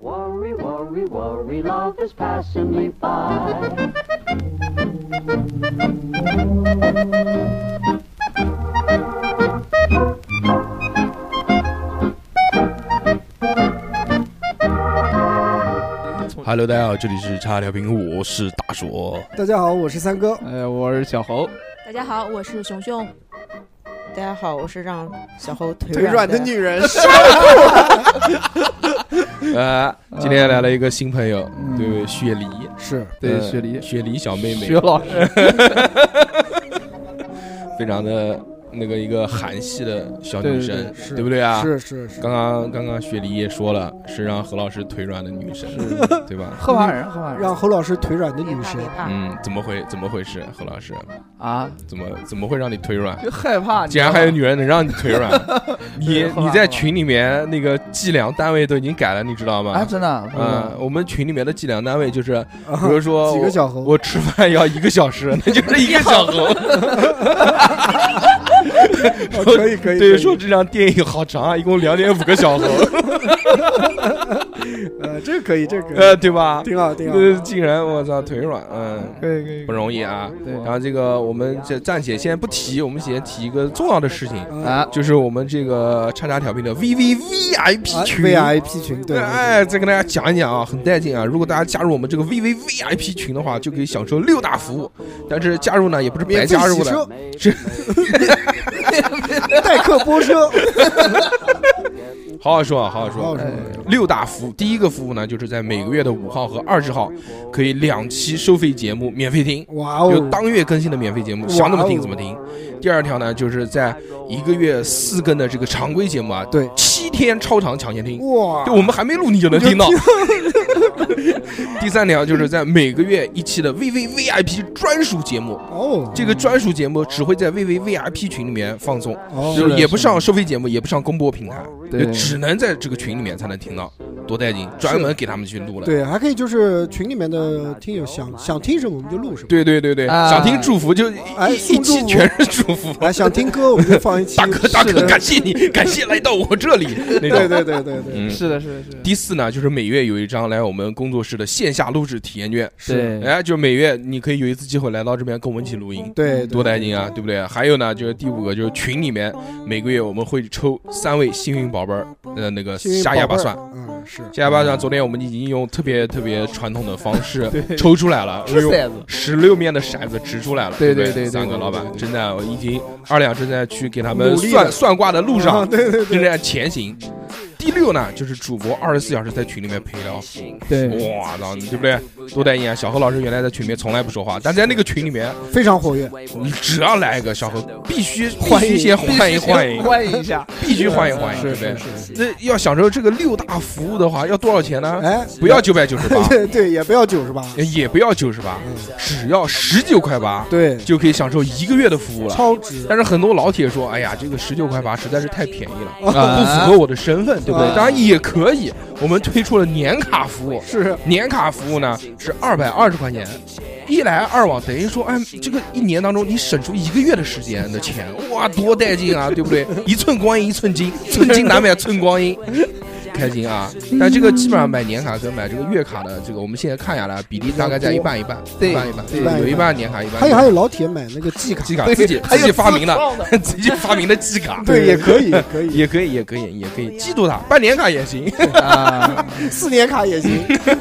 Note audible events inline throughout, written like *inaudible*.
Worry, worry, worry, love is passing me by. *laughs* Hello，大家好，这里是叉调频，我是大 *laughs* 硕。大家好，我是三哥。哎，我是小猴，大家好，我是熊熊。大家好，我是让小猴腿腿软的女人。呃，今天来了一个新朋友，嗯对，雪梨，是，对，哎呃雪梨，雪梨小妹妹雪，老师，非常的那个一个韩系的小女对对生对，是对不对啊？是是是，刚刚刚刚雪梨也说了，是让何老师腿软的女生， *laughs* 对吧？赫马人，赫马人让侯老师腿软的别女怕神别，啊怕，嗯，怎么会怎么回事？何老师， *laughs* 啊，怎么怎么会让你腿软？就害怕。竟然还有女人能让你腿 *laughs* 软？你对后来你在群里面那个计量单位都已经改了，你知道啊，吗？真的，不知道嗯，我们群里面的计量单位 *laughs* 就是，比如说啊几我个小猴，我吃饭要一个小 *laughs* 时，那就是一个小猴。哦可以可以，可对，以说这场电影好长啊，一共两点五个 *laughs* 小猴，呃，这个可以，这啊个可呃，以，对吧？挺好挺好。呃，竟然我操腿软，嗯，可以可以，不容易啊。对然后这个我们这暂且先不提，我们先提一个重要的事情，嗯啊，就是我们这个叉叉调频的 V V V I P 啊群。 ，VIP 群，对，对哎，再跟大家讲一讲啊，很带劲啊！如果大家加入我们这个 V V V I P 群的话，就可以享受六大服务。但是加入呢，也不是白免费加入的，洗车，是 *laughs* 代客泊车，好好说啊，好好好说好。说哎六大服务，第一个服务呢，就是在每个月的五号和二十号，可以两期收费节目免费听，哇有哦，当月更新的免费节目，哇哦想怎么听怎么听。第二条呢，就是在一个月四更的这个常规节目啊，对七天超长抢先听，哇就，我们还没录你就能听到。 *laughs* 第三条就是在每个月一期的 V V V I P 专属节目，哦这个专属节目只会在 V V V I P 群里面放送，就哦，是也不上收费节目，也不上公播平台。对就只能在这个群里面才能听到，多带劲！专门给他们去录了。对，还可以就是群里面的听友想想听什么我们就录什么，对对对对啊想听祝福就一哎一送一期祝福全是祝福。哎，想听歌我们就放一期大，哥大是哥，的感谢 *laughs* 你，感谢来到我这里。那对种，对对对对，嗯。是的，是的，是的，第四呢，就是每月有一张来我们工作室的线下录制体验券，是，对，哎，就每月你可以有一次机会来到这边跟我们一起录音，对，多对带劲啊，对不对？还有呢，就是第五个，就是群里面每个月我们会抽三位幸运宝贝儿，呃，那个幸运下宝哑巴贝儿蒜，嗯，是，下哑巴蒜，昨天我们已经用特别特别传统的方式抽出来了，掷用骰子，十六面的骰子掷出来了。对对对对对三个对老板对对真的，我已经二两正在去给他们努力算了算卦的路上，对对正在前行。第六呢，就是主播二十四小时在群里面陪聊，对，哇，操，对不对？多带劲啊！小何老师原来在群里面从来不说话，但在那个群里面，非常活跃，你只要来一个小何，必须必欢迎须先哎欢迎欢 *laughs* 迎，欢迎一下，必须欢迎欢迎，对是不对是？是，那要享受这个六大服务的话，要多少钱呢？哎，不要九百九十八， *laughs* 对对，也不要九十八，啊也不要九十八，只要十九块八对，就可以享受一个月的服务了。超值，但是很多老铁说，哎呀，这个十九块八实在是太便宜了，啊不符合我的身份，对不对？啊当然也可以，我们推出了年卡服务，是年卡服务呢是二百二十块钱，一来二往，等于说，哎，这个一年当中你省出一个月的时间的钱，哇，多带劲啊，对不 *laughs* 对？一寸光阴一寸金，寸金难买寸光阴。开心啊！嗯但这个基本上买年卡跟买这个月卡的，这个我们现在看下来比例大概在一半一半，对一半一半，对有一半年卡，一半还月有卡还有老铁买那个季卡，季卡自己还自有己发明自的，创的， *laughs* 自己发明的季卡，对，也可以， *laughs* 也可以，也可以，也可以，也可以，啊嫉妒他，办年卡也行，啊，四年卡 *laughs* 也行，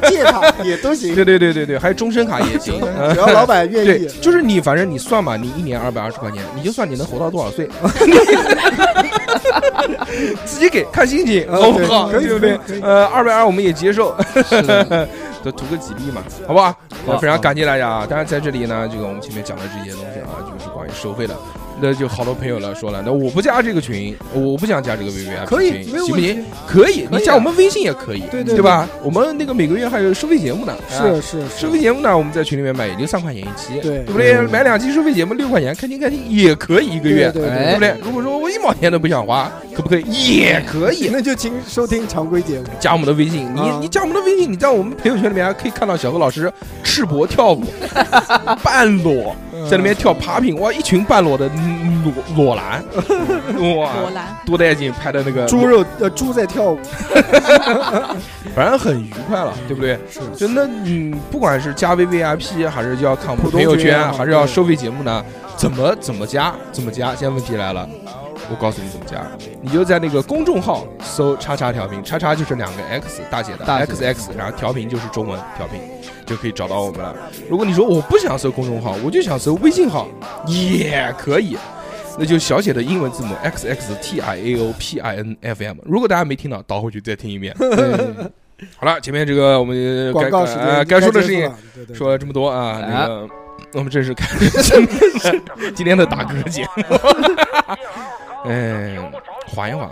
借卡也都行，对对对对对，还有终身卡也行，只要老板愿对意，，就是你，反正你算嘛，你一年二百二十块钱，你就算你能活到多少 *laughs* 岁，自己给看心情，呃好不好？对可以对不对可以可？以呃，二百二我们也接受，是 *laughs* 的，就图个吉利嘛，好不好？好非常感谢大家啊！当然在这里呢，这个我们前面讲的这些东西啊，就是关于收费的。那就好多朋友了，说了，那我不加这个群，我不想加这个 V V I 可以群，没有行不问行题？可以，可以你啊加我们微信也可以，对对对吧？我们那个每个月还有收费节目呢，是是啊收是，费节目呢，我们在群里面买也就三块钱一期，对不对？嗯买两期收费节目六块钱，开心开心也可以一个月，对对对哎不，对？如果说我一毛钱都不想花，可不可以？也可以那就请收听常规节目。加我们的微信，你啊你加我们的微信，你在我们朋友圈里面还可以看到小何老师赤膊跳舞， *laughs* 半裸嗯在那边跳 popping，哇，一群半裸的嗯裸裸 *laughs* 男，果哇，然，多带劲拍的那个猪，肉呃猪在跳舞，反正很愉快了，对不对？ *laughs* 是就那嗯，不管是加 V V I P 还是要看我们普通朋友群也圈，好啊还是要对收费节目呢，怎么怎么加，怎么加？现在问题来了，我告诉你怎么加，你就在那个公众号搜“叉叉调频”，叉叉就是两个 X 大写的大写 X X，然后调频就是中文调频，就可以找到我们了。如果你说我不想搜公众号，我就想搜微信号，也可以。那就小写的英文字母 x x t i a o p i n f m。如果大家没听到，倒回去再听一遍。对好了，前面这个我们广告该时间呃该该说的结事束情了，对对说了这么多啊，哎那个我们正式开始 *laughs* 今天的今天的打歌节 *laughs* 目。哎，缓一缓，缓一缓，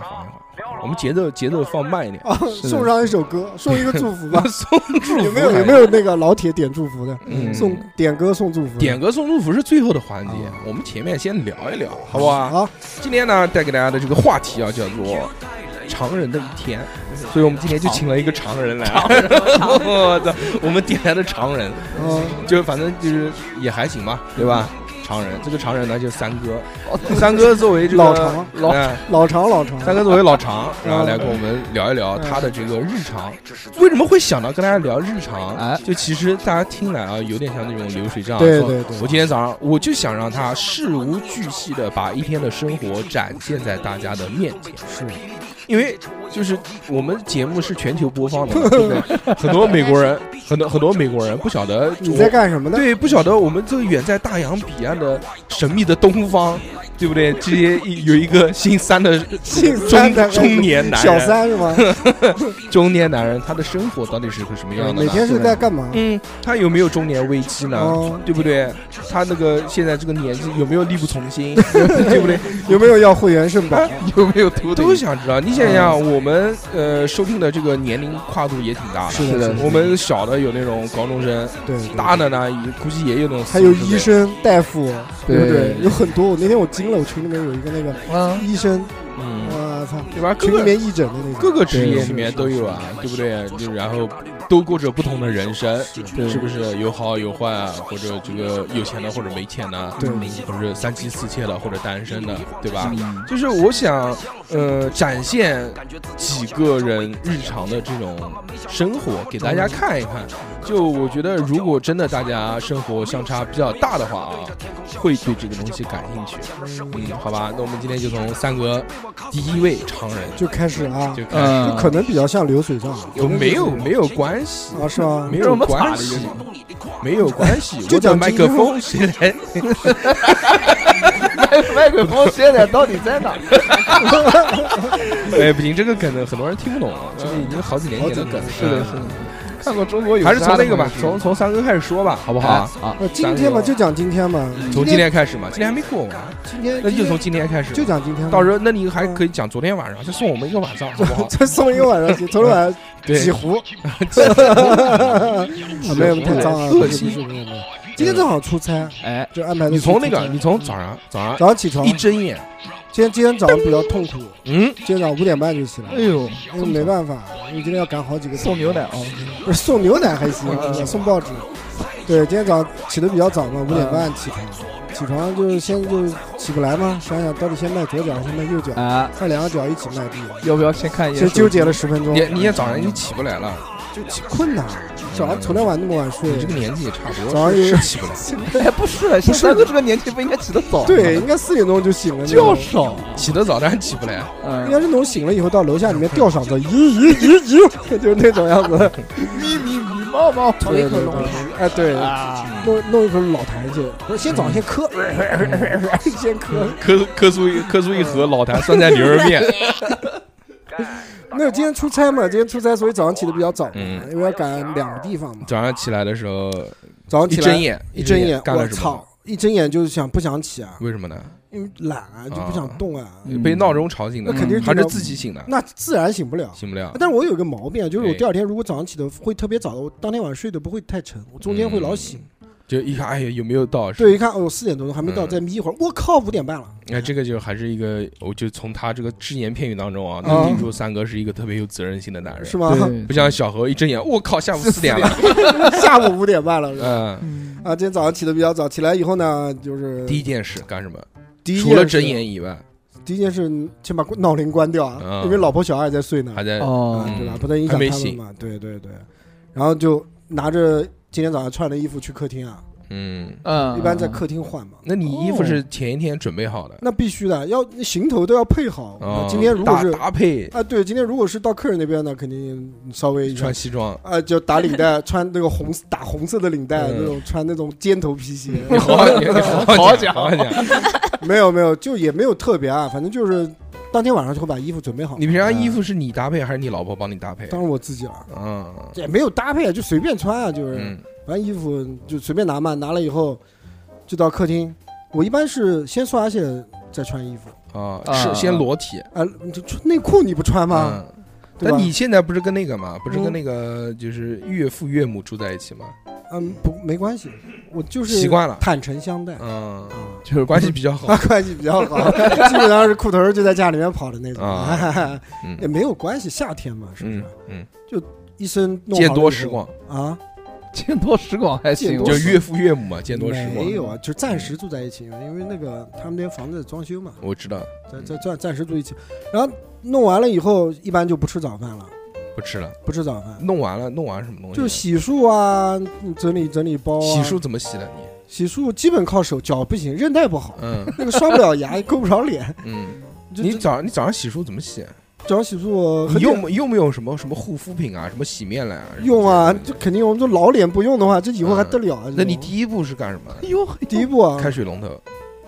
我们节奏节奏放慢一点。。啊，的送上一首歌，送一个祝福吧 *laughs* 送祝福有没有有没有那个老铁点祝福的？嗯送点歌送祝福的，点歌送祝福是最后的环节啊，我们前面先聊一聊，好不好？好，今天呢，带给大家的这个话题啊，叫做“常人的一天”，嗯所以我们今天就请了一个常人来。 *laughs* 我操，我们点来的常人，嗯，就反正就是也还行吧，对吧？常人，这个常人呢就是三哥，三哥作为这个哦老常老、哎老常老常，三哥作为老常，然后嗯来跟我们聊一聊嗯他的这个日常。为什么会想到跟大家聊日常？哎就其实大家听来啊，有点像那种流水账。对说对对我今天早上我就想让他事无巨细的把一天的生活展现在大家的面前。是。因为就是我们节目是全球播放 *laughs* 的嘛，对不对？很多美国人，很多很多美国人不晓得你我在干什么呢？对，不晓得我们这个远在大洋彼岸的神秘的东方，对不对？这些一有一个姓三的姓中三的中年男小人，三 *laughs* 是吗？中年男人他的生活到底是个什么样的每呢？天是在干嘛？嗯，他有没有中年危机呢？哦对不对？他那个现在这个年纪有没有力不从 *laughs* 心？对不对？有没有要会员肾宝？啊有没有秃都想知道。你想想，嗯我们呃收听的这个年龄跨度也挺大的，是是的我们小的有那种高中生，对，对大的呢也估计也有那种还有40岁医生、大夫，对不对对？有很多。我那天我惊了，我群里面有一个那个啊，医生，嗯。我操，对吧？各群里个面义诊的那各种。个职业里面都有啊，对不对？就然后都过着不同的人生，对是不是有好有坏啊？或者这个有钱的或者没钱的，对或者三妻四妾的或者单身的，对吧？嗯就是我想，呃，展现几个人日常的这种生活给大家看一看。就我觉得，如果真的大家生活相差比较大的话啊，会对这个东西感兴趣。嗯，好吧，那我们今天就从三个第一位常人就开始啊，就开始。嗯，可能比较像流水账，有没有没有关系，啊？是吗？没有关系，没有关系。就我的讲麦今克天风谁 *laughs* 来？麦克风现在到底在哪？哎，不行，这个梗呢，很多人听不懂了，这个已经好几年哦前的梗了。是的，是的。 *laughs* 看过中国有还是从那个吧，从从三哥开始说吧，好不好啊？好，呃，今天嘛，就讲今天嘛，从今天开始嘛，今天还没过完，今天，那今就天从今天开始。就讲今天嘛，？到时候，那你还可以讲昨天晚上，就送我们一个晚 *laughs* 上，好不好再送一个晚上， *laughs* 昨天晚上对，几壶， *laughs* 啊没有太脏啊，恶不是心不是没有没有。今天正好出差，哎，就安排的你是出从差。那个， *laughs* 你从早上早上早上起床一，睁眼，今天今天早上比较痛苦，嗯，今天早上五点半就起来哎，呦，因为没办法，因为今天要赶好几个点送牛奶啊，不是送牛奶 *laughs* 还行，送报纸。对，今天早上起的比较早嘛，五点半起床，起床就是先就起不来嘛，想想到底先迈左脚还是迈右脚，哎啊，快两个脚一起迈地，要不要先看一眼？先纠结了十分钟你，你也早上你起不来了，就起困呐。早上从来晚那么晚睡，你这个年纪也差不早多，上有是起不来。哎，不是，现在三哥这个年纪不应该起得早吗，对，应该四点钟就醒了，较。少，起得早，但是起不来。应嗯，该是那种醒了以后到楼下里面吊嗓子，咦咦咦咦，就是那种样子。咪咪咪猫猫，头一口龙对痰，哎，对，啊，弄弄一口老痰去，不是先早上先咳，先咳。磕磕出一磕出一盒老坛酸菜牛肉面，没有，今天出差嘛，今天出差，所以早上起的比较早嘛，嗯因为要赶两个地方嘛。早上起来的时候早上一起来睁，眼一睁眼，干我了什操么？，一睁眼就是想不想起啊，为什么呢？因为懒啊，就不想动啊，嗯被闹钟吵醒的，那肯定还这是个自己醒的？那自然醒不了。醒不了。嗯但是我有一个毛病啊，就是我啊哎第二天如果早上起的会特别早的，我当天晚上睡得不会太沉，我中间会老醒。就一看，哎呀，有没有到？是吧对，一看哦，四点多钟还没到，嗯再眯一会儿，我靠，五点半了。那这个就还是一个，我就从他这个只言片语当中啊，啊能听出三哥是一个特别有责任心的男人，是 *laughs* 吗？对不像小何一睁眼，我靠，下午四点了。下午五点半了，是吧？嗯，嗯啊，今天早上起得比较早，起来以后呢，就是第一件事干什么？第一除了件事睁，眼以外，第一件事先把闹铃关掉啊啊，因为老婆小孩在睡呢，还在哦嗯对吧嗯？不能影响还没他们醒嘛。对对对，然后就拿着今天早上穿的衣服去客厅啊，嗯，嗯一般在客厅换嘛。那你衣哦服是前一天准备好的？那必须的，要行头都要配好。哦今天如果搭是搭配啊，对，今天如果是到客人那边呢，肯定稍微一下穿西装，啊，就打领带，穿那个红打红色的领带，嗯那种穿那种尖头皮鞋， *laughs* 你好好你你好好讲，好好讲。没有没有，就也没有特别啊，反正就是当天晚上就会把衣服准备好。嗯你平常衣服是你搭配还是你老婆帮你搭配？当然我自己了，嗯也没有搭配，就随便穿啊，就是嗯反正衣服就随便拿嘛，拿了以后就到客厅。我一般是先刷洗再穿衣服啊，啊是先裸体啊，你就穿内裤你不穿吗？嗯对吧但你现在不是跟那个嘛，不是跟嗯那个就是岳父岳母住在一起吗？嗯不没关系，我就是习 *laughs* 惯了，坦诚相待啊，嗯， *laughs* 就是关系比较好 *laughs* 啊关系比较好，基本上是裤头儿就在家里面跑的那种啊，嗯 *laughs* 也没有关系，夏天嘛是不是嗯？嗯，一身弄好了以见后多识广，啊，嗯见多识广还行，见多就识岳父岳母嘛，见多识广没。有啊，就暂时住在一起，因为那个他们那房子装修嘛，我知道，在在暂暂时住一起，然后弄完了以后，一般就不吃早饭了，不吃了，不吃早饭。弄完了，弄完什么东西？就洗漱啊，嗯整理整理包、啊。洗漱怎么洗的你？洗漱基本靠手，脚不行，韧带不好，嗯那个刷不了牙，也够不着脸。嗯， *laughs* 就你就早上你早上洗漱怎么洗？啊早上洗漱你很用不用不用什么什么护肤品啊，什么洗面奶啊？用啊，什么之类这的肯定我们这老脸不用的话，这以后还得了啊？嗯那你这种第一步是干什么？哟， *laughs* 第一步啊，开水龙头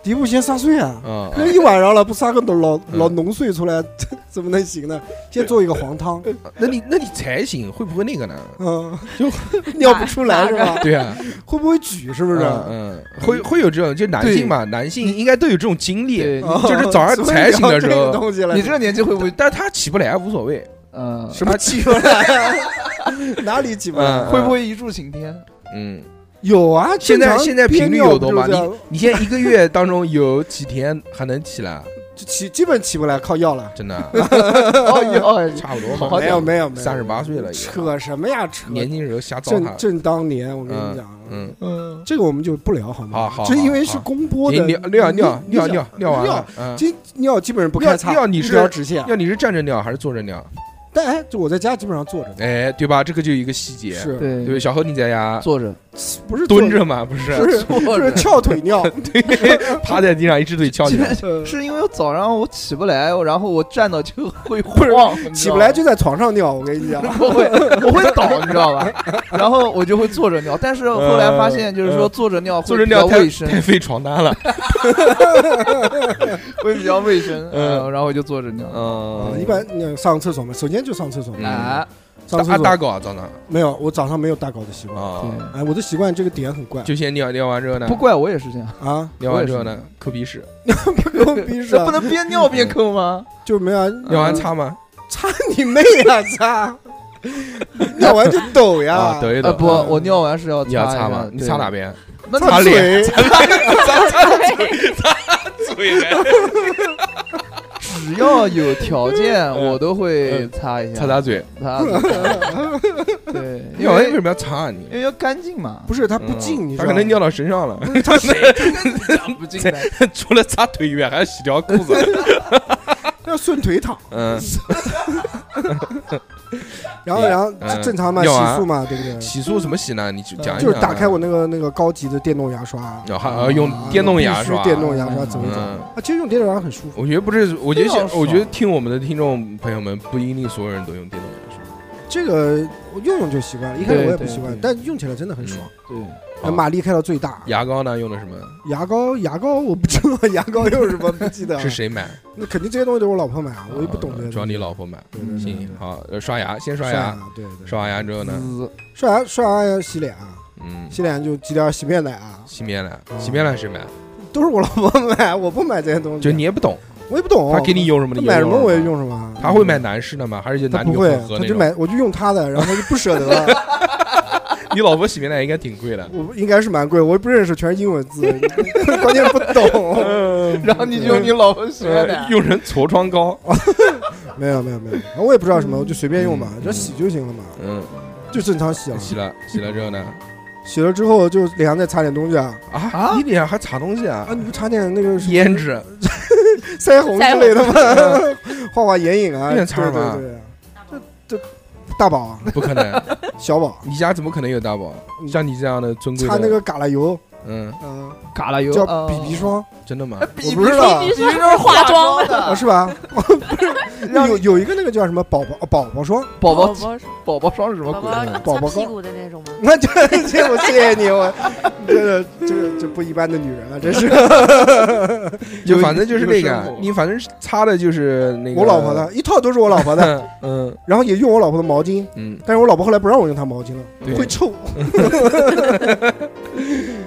第一步先撒碎啊，啊那一晚上了不撒个老嗯老浓碎出来， *laughs* 这怎么能行呢？先做一个黄汤，啊那你那你才行，会不会那个呢？嗯，就 *laughs* 尿不出来是吧？对啊，会不会举？是不是？嗯，嗯会会有这种，就男性嘛，男性应该都有这种经历，对，哦就是早上才醒的时候所以聊这个东西了 *laughs* 你这个年纪 *laughs* 会不会？但他起不来无所谓，嗯，什么起不来？啊 *laughs* 哪里起不来？啊嗯会不会一柱擎天？嗯，有啊，现在正常现在频率憋尿有多吗不就这样你现在一个月当中有几天还能起来？就起基本起不来，靠药了。真的啊哦哟，差不多好吧没，有没有没有，三十八岁了也，扯什么呀扯！年轻时候瞎糟正蹋，正当年，我跟你讲，嗯，嗯，这个我们就不聊好好吗？好这好因为是好公播你的，尿尿你尿尿，尿你尿完尿了，嗯，这尿基本上不开叉，尿尿你一是条直线。要你是站着尿还是坐着尿？但哎，就我在家基本上坐着的，哎，对吧？这个就有一个细节，是对对，小何你在家坐着，不是蹲坐着嘛，不是？啊不是不 *laughs* 是翘腿 *laughs* 尿？趴在地上一只腿翘起来，呃是因为早上我起不来，然后我站到就会是晃，你知道吗起不来就在床上尿，我跟你讲， *laughs* 我会我会倒，你知道吧？然后我就会坐着尿，但是后来发现就是说坐着尿坐着会比较尿太卫生，太费床单了。 *laughs* 会比较卫生，嗯嗯，然后我就坐着尿。 *laughs* 嗯一般你上厕所嘛，首先就上厕所嘛，嗯啊，上大厕大所搞啊，早上没有，我早上没有大搞的习惯。啊，哎，我的习惯这个点很 *laughs* 怪就先尿尿完之后呢对，不怪我也是这样，啊，尿完之后呢，抠鼻屎，牛逼是 *laughs* 这不吧？能边尿边抠吗？就没有啊尿完擦吗？擦你妹啊！擦， *laughs* 尿完就抖呀啊，，抖一呃，抖。不，啊我尿完是要你要擦擦一吗下？你对擦哪边？那擦擦脸嘴，嘴。只要有条件，我都会擦一下，擦擦嘴。擦擦。对，因尿完为什为么要擦啊你因？为要干净嘛，不是它不进，你他嗯可知道能吗？尿到身上了，不净的。除了擦腿以外，还要洗条裤子。要顺腿躺，嗯，然后然后嗯正常嘛，洗尿完漱嘛，对不对？洗漱怎么洗呢？你就讲一讲啊。就是打开我那个那个高级的电动牙刷啊，然后还要用电动牙必须刷。啊电动牙刷走一走嗯啊，其实用电动牙刷很舒服，我觉得不是，我觉得非常现爽我觉得听我们的听众朋友们，不一定所有人都用电动牙刷。这个我用用就习惯了，一开始对我也不对习惯对，但用起来真的很爽，对，嗯马力开到最大。牙膏呢，用的什么？牙膏牙膏我不知道牙膏用什么，不记得 *laughs* 了是。谁买？那肯定这些东西都是我老婆买啊啊，我也不懂啊这些东西。主要你老婆啊买。对对对行，好，呃刷牙，先刷刷牙，，对对，刷完牙之后呢，滋刷牙刷牙要洗脸啊，嗯，洗脸就挤点洗面奶啊，洗面奶，嗯洗面奶谁买？都是我老婆买，我不买这些东西。就你也不懂，我也不懂，他给你用什么他你嗯哦买什么我也用。啊用什么。他会买男士的吗？还是就他男不女会混，合他那就种？ *laughs* 买，我就用他的，然后他就不舍得。你老婆洗面奶应该挺贵 *laughs* 的。我不应该是蛮贵，我不认识，全是英文字，关键不 *laughs* 懂。嗯然后你就用你老婆洗面奶呃， *laughs* 用人痤疮膏， *laughs* 哦没有没有没有，我也不知道什么，我就随便用嘛，只要洗就行了嘛，嗯，就正常洗啊。洗了洗了之后呢？洗了之后就脸上再擦点东西啊啊，你脸上还擦东西啊啊，？你不擦点那个什么胭脂，腮红之类的吗？ *laughs* 画画眼影啊，那对也擦吧对对，这这大宝啊，不可能，小宝你家怎么可能有大宝？嗯像你这样的尊贵的，哦擦那个橄榄油，嗯，嗯，嘎了油叫 BB，霜，真的吗？我不知道比你这是化妆妆啊，的，是吧？让有有一个那个叫什么宝哦宝宝宝霜，宝宝宝宝宝霜是什么宝鬼？宝宝宝宝膏擦屁股的那种吗？那就 *laughs* 这我谢谢你，我这个这个这不一般的女人啊，真是就反正就是那有个，你反正是擦的就是那个我老婆的，一套都是我老婆的，的， *laughs* 嗯然后也用我老婆的毛巾，嗯，但是我老婆后来不让我用她毛巾了，会臭，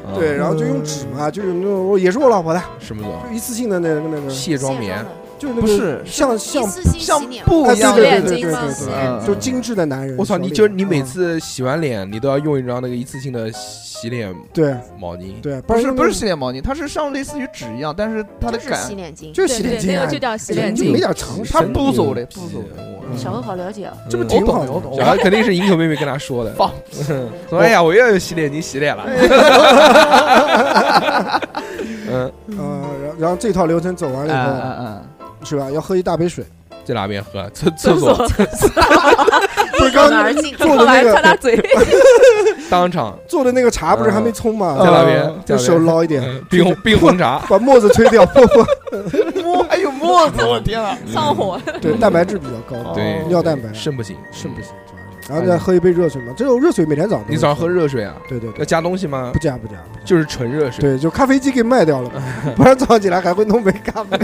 啊对，然后就用纸嘛，就有那种也是我老婆的，什么东就一次性的那个那个，西？卸妆棉，就是那不个是像像一次性像洗脸嘛，布一样对的啊对对对脸巾对嘛，对洗对脸嗯就精致的男人。啊我操，小你脸就是你每嗯次洗完脸，你都要用一张那个一次性的洗脸嗯对毛巾，对，不不然是用不是那洗脸毛巾，它是像类似于纸一样，但是它的就是洗感脸巾个，就是洗对脸对，巾那啊个，就叫洗你脸就没巾。点常识它。不走的，真不走牛的。逼我小何好了哦解啊，嗯这哦不我挺好懂的我懂，小孩肯定是银可妹妹跟他说的，放 *laughs* 说哎呀，我又要洗脸巾、洗脸了。嗯，嗯，然后然后这套流程走完嗯了以后，嗯是吧？要喝一大杯水，在哪边喝？厕厕所 *laughs* 不是走刚哪儿刚进？做的那个他嘴，当场做的那个茶不是还没冲吗？在哪边嗯在哪边用手捞一点，嗯冰红冰红 *laughs* 茶，把沫子吹掉，不不，嗯，摸，哎呦摸子，我天啊！上 *laughs* 火。对，嗯蛋白质比较高，对，尿蛋白肾不行，肾不行。然后再喝一杯热水嘛。这种热水每天早上都你早上会喝？热水啊？对对要对，加东西吗不？加不加，不加就是纯热水。对，就咖啡机给卖掉 *laughs* 了嘛，不然早上起来还会弄杯咖啡。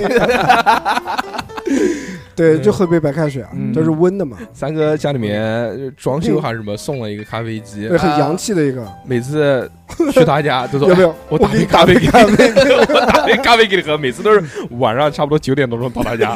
对，就喝杯白开水啊嗯，这是温的嘛，三哥家里面呃装修还是什么，送了一个咖啡机嗯对，，很洋气的一个，每 *laughs* 次去他家都说有没哎有？我打给杯你咖打啡杯给你，咖啡， *laughs* 我打杯咖啡给你喝，每次都是晚上差不多九点多钟到他家，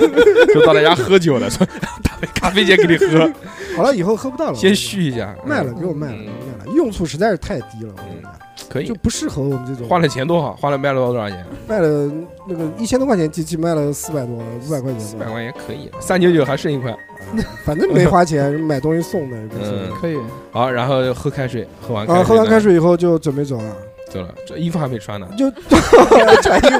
就到他家喝酒了，说 *laughs* 打杯咖啡先给你 *laughs* 喝，好了，以后喝不到了，先续一下。卖了，给我卖了，嗯给我卖了，用处实在是太低了，我跟你讲，可以就，不适合我们这种。花了钱多好，花了卖了多少钱？卖了那个一千多块钱机器，卖了四百多，五百块四钱百吧，块钱可以，三九九还剩一块。 *laughs* 反正没花钱，买东西送的也不嗯是。 *laughs* 可以，好，然后喝开水，喝完啊，喝完开水水啊以后就准备走了，呢走了，这衣服还没穿呢。 *laughs* 就穿衣服，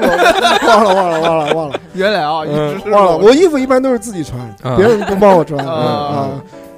忘了忘了忘了忘 *laughs* 了。原来啊，一嗯直是忘了，我衣服一般都是自己穿，啊别人不帮我穿嗯啊，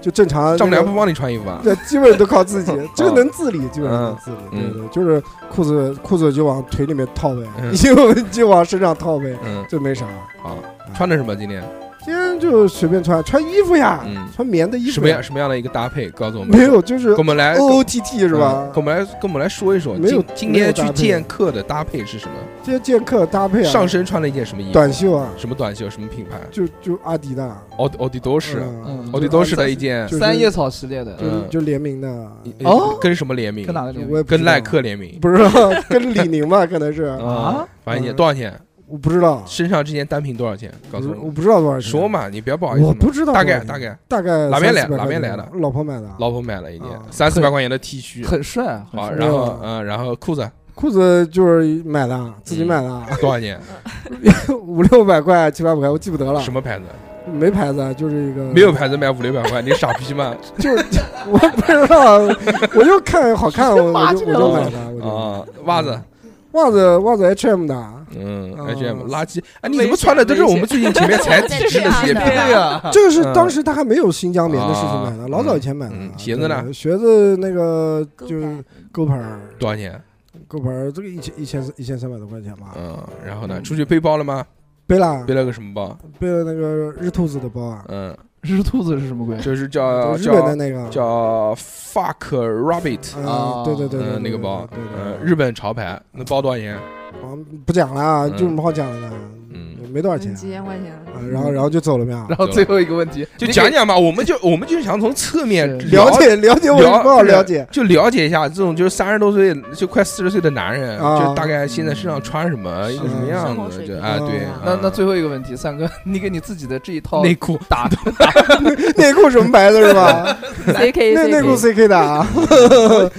就正常。丈母娘这不个帮你穿衣服啊？对，基本都 *laughs* 靠自己，这个能自理，基本上能自理。嗯对对，就是裤子裤子就往腿里面套呗嗯， *laughs* 衣服就往身上套呗，嗯，这没啥。好，穿的什么今天？今天就随便穿穿衣服呀嗯，穿棉的衣什服么呀样，什么样的一个搭配？告诉我们，没有，就是跟我们来 O O T T 是嗯吧跟？我们来，跟我们来说一说，没有今今没有天搭去配见客的搭配是什么？今天见客搭配啊，上身穿了一件什么衣服？短袖啊，什么短袖？什么品牌？就就阿迪的，奥奥迪都是，嗯嗯奥迪都是的一件，就是三叶草系列的就，嗯是就联名的，呃哦跟什么联名跟？哪个联我名也不跟知道耐克联名 *laughs* 不知道，跟李宁吧，可能是，啊啊，反正也嗯多少钱？我不知道，身上这件单品多少钱？告不诉是我我们，不知道多少钱，说嘛，你不要不好意思嘛。我不知道多大少概钱，大概大概哪边来300-400块哪边钱来的老婆买的啊，老婆买了一件啊三四百块钱的 T 恤，很帅啊，很好，帅然后帅嗯，然后裤子裤子就是买的啊，自己买的啊，嗯 *laughs* 多少钱？ *laughs* 五六百块、七八百块，我记不得了什，么牌子？没牌子啊，就是一个没有，牌子卖五六百块，你傻逼吗？就是 *laughs* 我不知道，我就看好 *laughs* 看，我我就我就买的，我就啊，袜子，袜子袜子 H M 的啊，嗯啊，H&M 垃圾，哎，你怎么穿的都是我们最近前面 *laughs* 才提示的鞋危险品危险啊对？哎呀，这个是当时他还没有新疆棉的时啊候买的，老早以前买的嗯啊。鞋子呢对？鞋子那个就是嗯勾牌儿，多少钱？勾牌儿，这个一千一千一千三百多块钱吧。嗯，然后呢？出去背包了吗？背了背了个什么包？背了那个日兔子的包啊，嗯，日兔子是什么鬼？就是啊叫日本的叫那个叫 Fuck Rabbit，啊啊，对对对，对对嗯，那个包，对对嗯，对，日本潮牌，那包多少钱？啊不讲了啊，嗯有什么好讲的呢？嗯没多少钱几千块钱，啊，然后然后就走了没有？然后最后一个问题，就你给讲讲吧，我们就我们就是想从侧面是了解了解我有什么好了了解？就了解一下这种就是三十多岁就快四十岁的男人，啊嗯就大概现在身上穿什么，一个什么样生活子，水就平啊对啊，那那最最后一个问题，三哥，你给你自己的这一套内裤打的，内裤什么牌子是 *laughs* 吧？ C K 内 C 内裤 CK 的啊，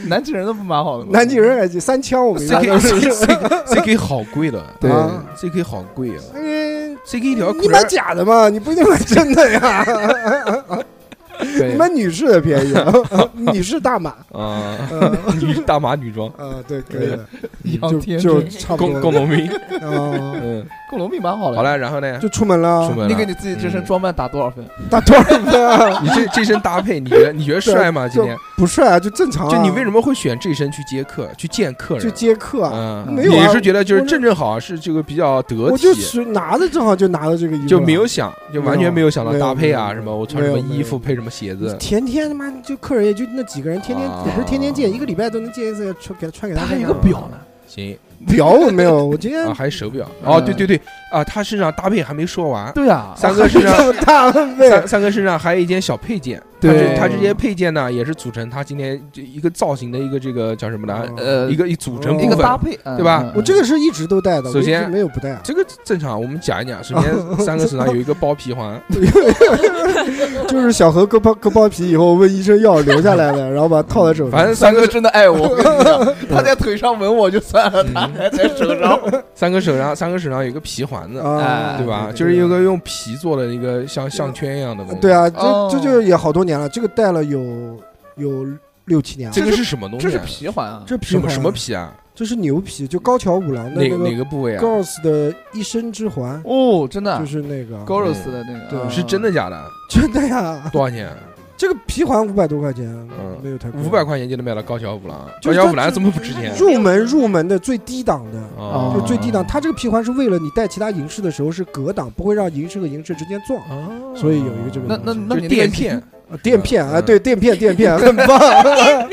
南京人都不蛮好的吗？南京人还行，三枪我们 C 家 K 都 *laughs* 是 C。K *laughs* C K 好贵的，对啊 C K 好贵啊嗯，C K 一条你裤买儿假的嘛？你不一定买真的呀。 *laughs* 对你买女士的便宜，女士大码。 *laughs* 啊，呃女大码女装，呃，对，可以的，杨就天就真差不工多工了。农 *laughs* 民，嗯，嗯，共农命蛮好的。好，了，嗯然后呢，就出门了出，门你了给你自己这身装扮打多少分？打多少分 *laughs* 啊？你这这身搭配，你觉得你觉得帅吗？今就天不帅啊，就正常啊。就你为什么会选这身去接客，去见客就人？接客啊？嗯，没有啊你是觉得就是我正正好是这个比较得我体就，是拿着，正好就拿着这个衣服了，啊就没有想，就完全没有想到没有搭配啊没有什么，我穿什么没有没有衣服配什么鞋子。天天他妈就客人也就那几个人，天天啊也不是天天见，一个礼拜都能见一次，穿给他穿给他他还看看。啊有个表呢，行表我没有，我今天 *laughs* 啊，还有手表哦，对对对啊，他身上搭配还没说完，对啊，三哥身上这么大了三呗。三哥身上还有一件小配件，他对这他这些配件呢也是组成他今天这一个造型的一个这个叫什么呢？呃一个一组成哦部一个分。搭配，嗯对吧嗯我这个是一直都戴的，首先我一直没有不戴啊，这个正常，我们讲一讲。首先，三哥手上有一个包皮环，就是小何割包割包皮以后问医生要留下来的，然后把它套在手上。反正三三哥哥真的爱我，我跟你讲，他在腿上吻我就算了，他还在手上。三哥手上三哥手上有一个皮环子，啊，哎对吧？就是有个用皮做的一个像项圈一样的东西。对，啊，哦这这就是也好多年了，这个戴了有有六七年了。这个是什么东西这啊？是皮环啊，这皮什么什么环？皮啊？这是牛皮，就高桥五郎的哪那个个哪个部位啊？ Girls 的一生之环，哦，真的啊就是那个 Goros 的那个对啊是真的假的？真的呀。多少钱？这个皮环五百多块钱，嗯没有太贵五百。块钱就能买到高桥五郎，就啊高是桥它五郎怎么不值钱？入门入门的最低档的，哦就最低档。它这个皮环是为了你戴其他银饰的时候是隔挡，不会让银饰和银饰之间撞。哦所以有一个这个那那那就你是那垫个片，啊垫片啊，嗯对，垫片，垫 *laughs* 片，很棒。 *laughs*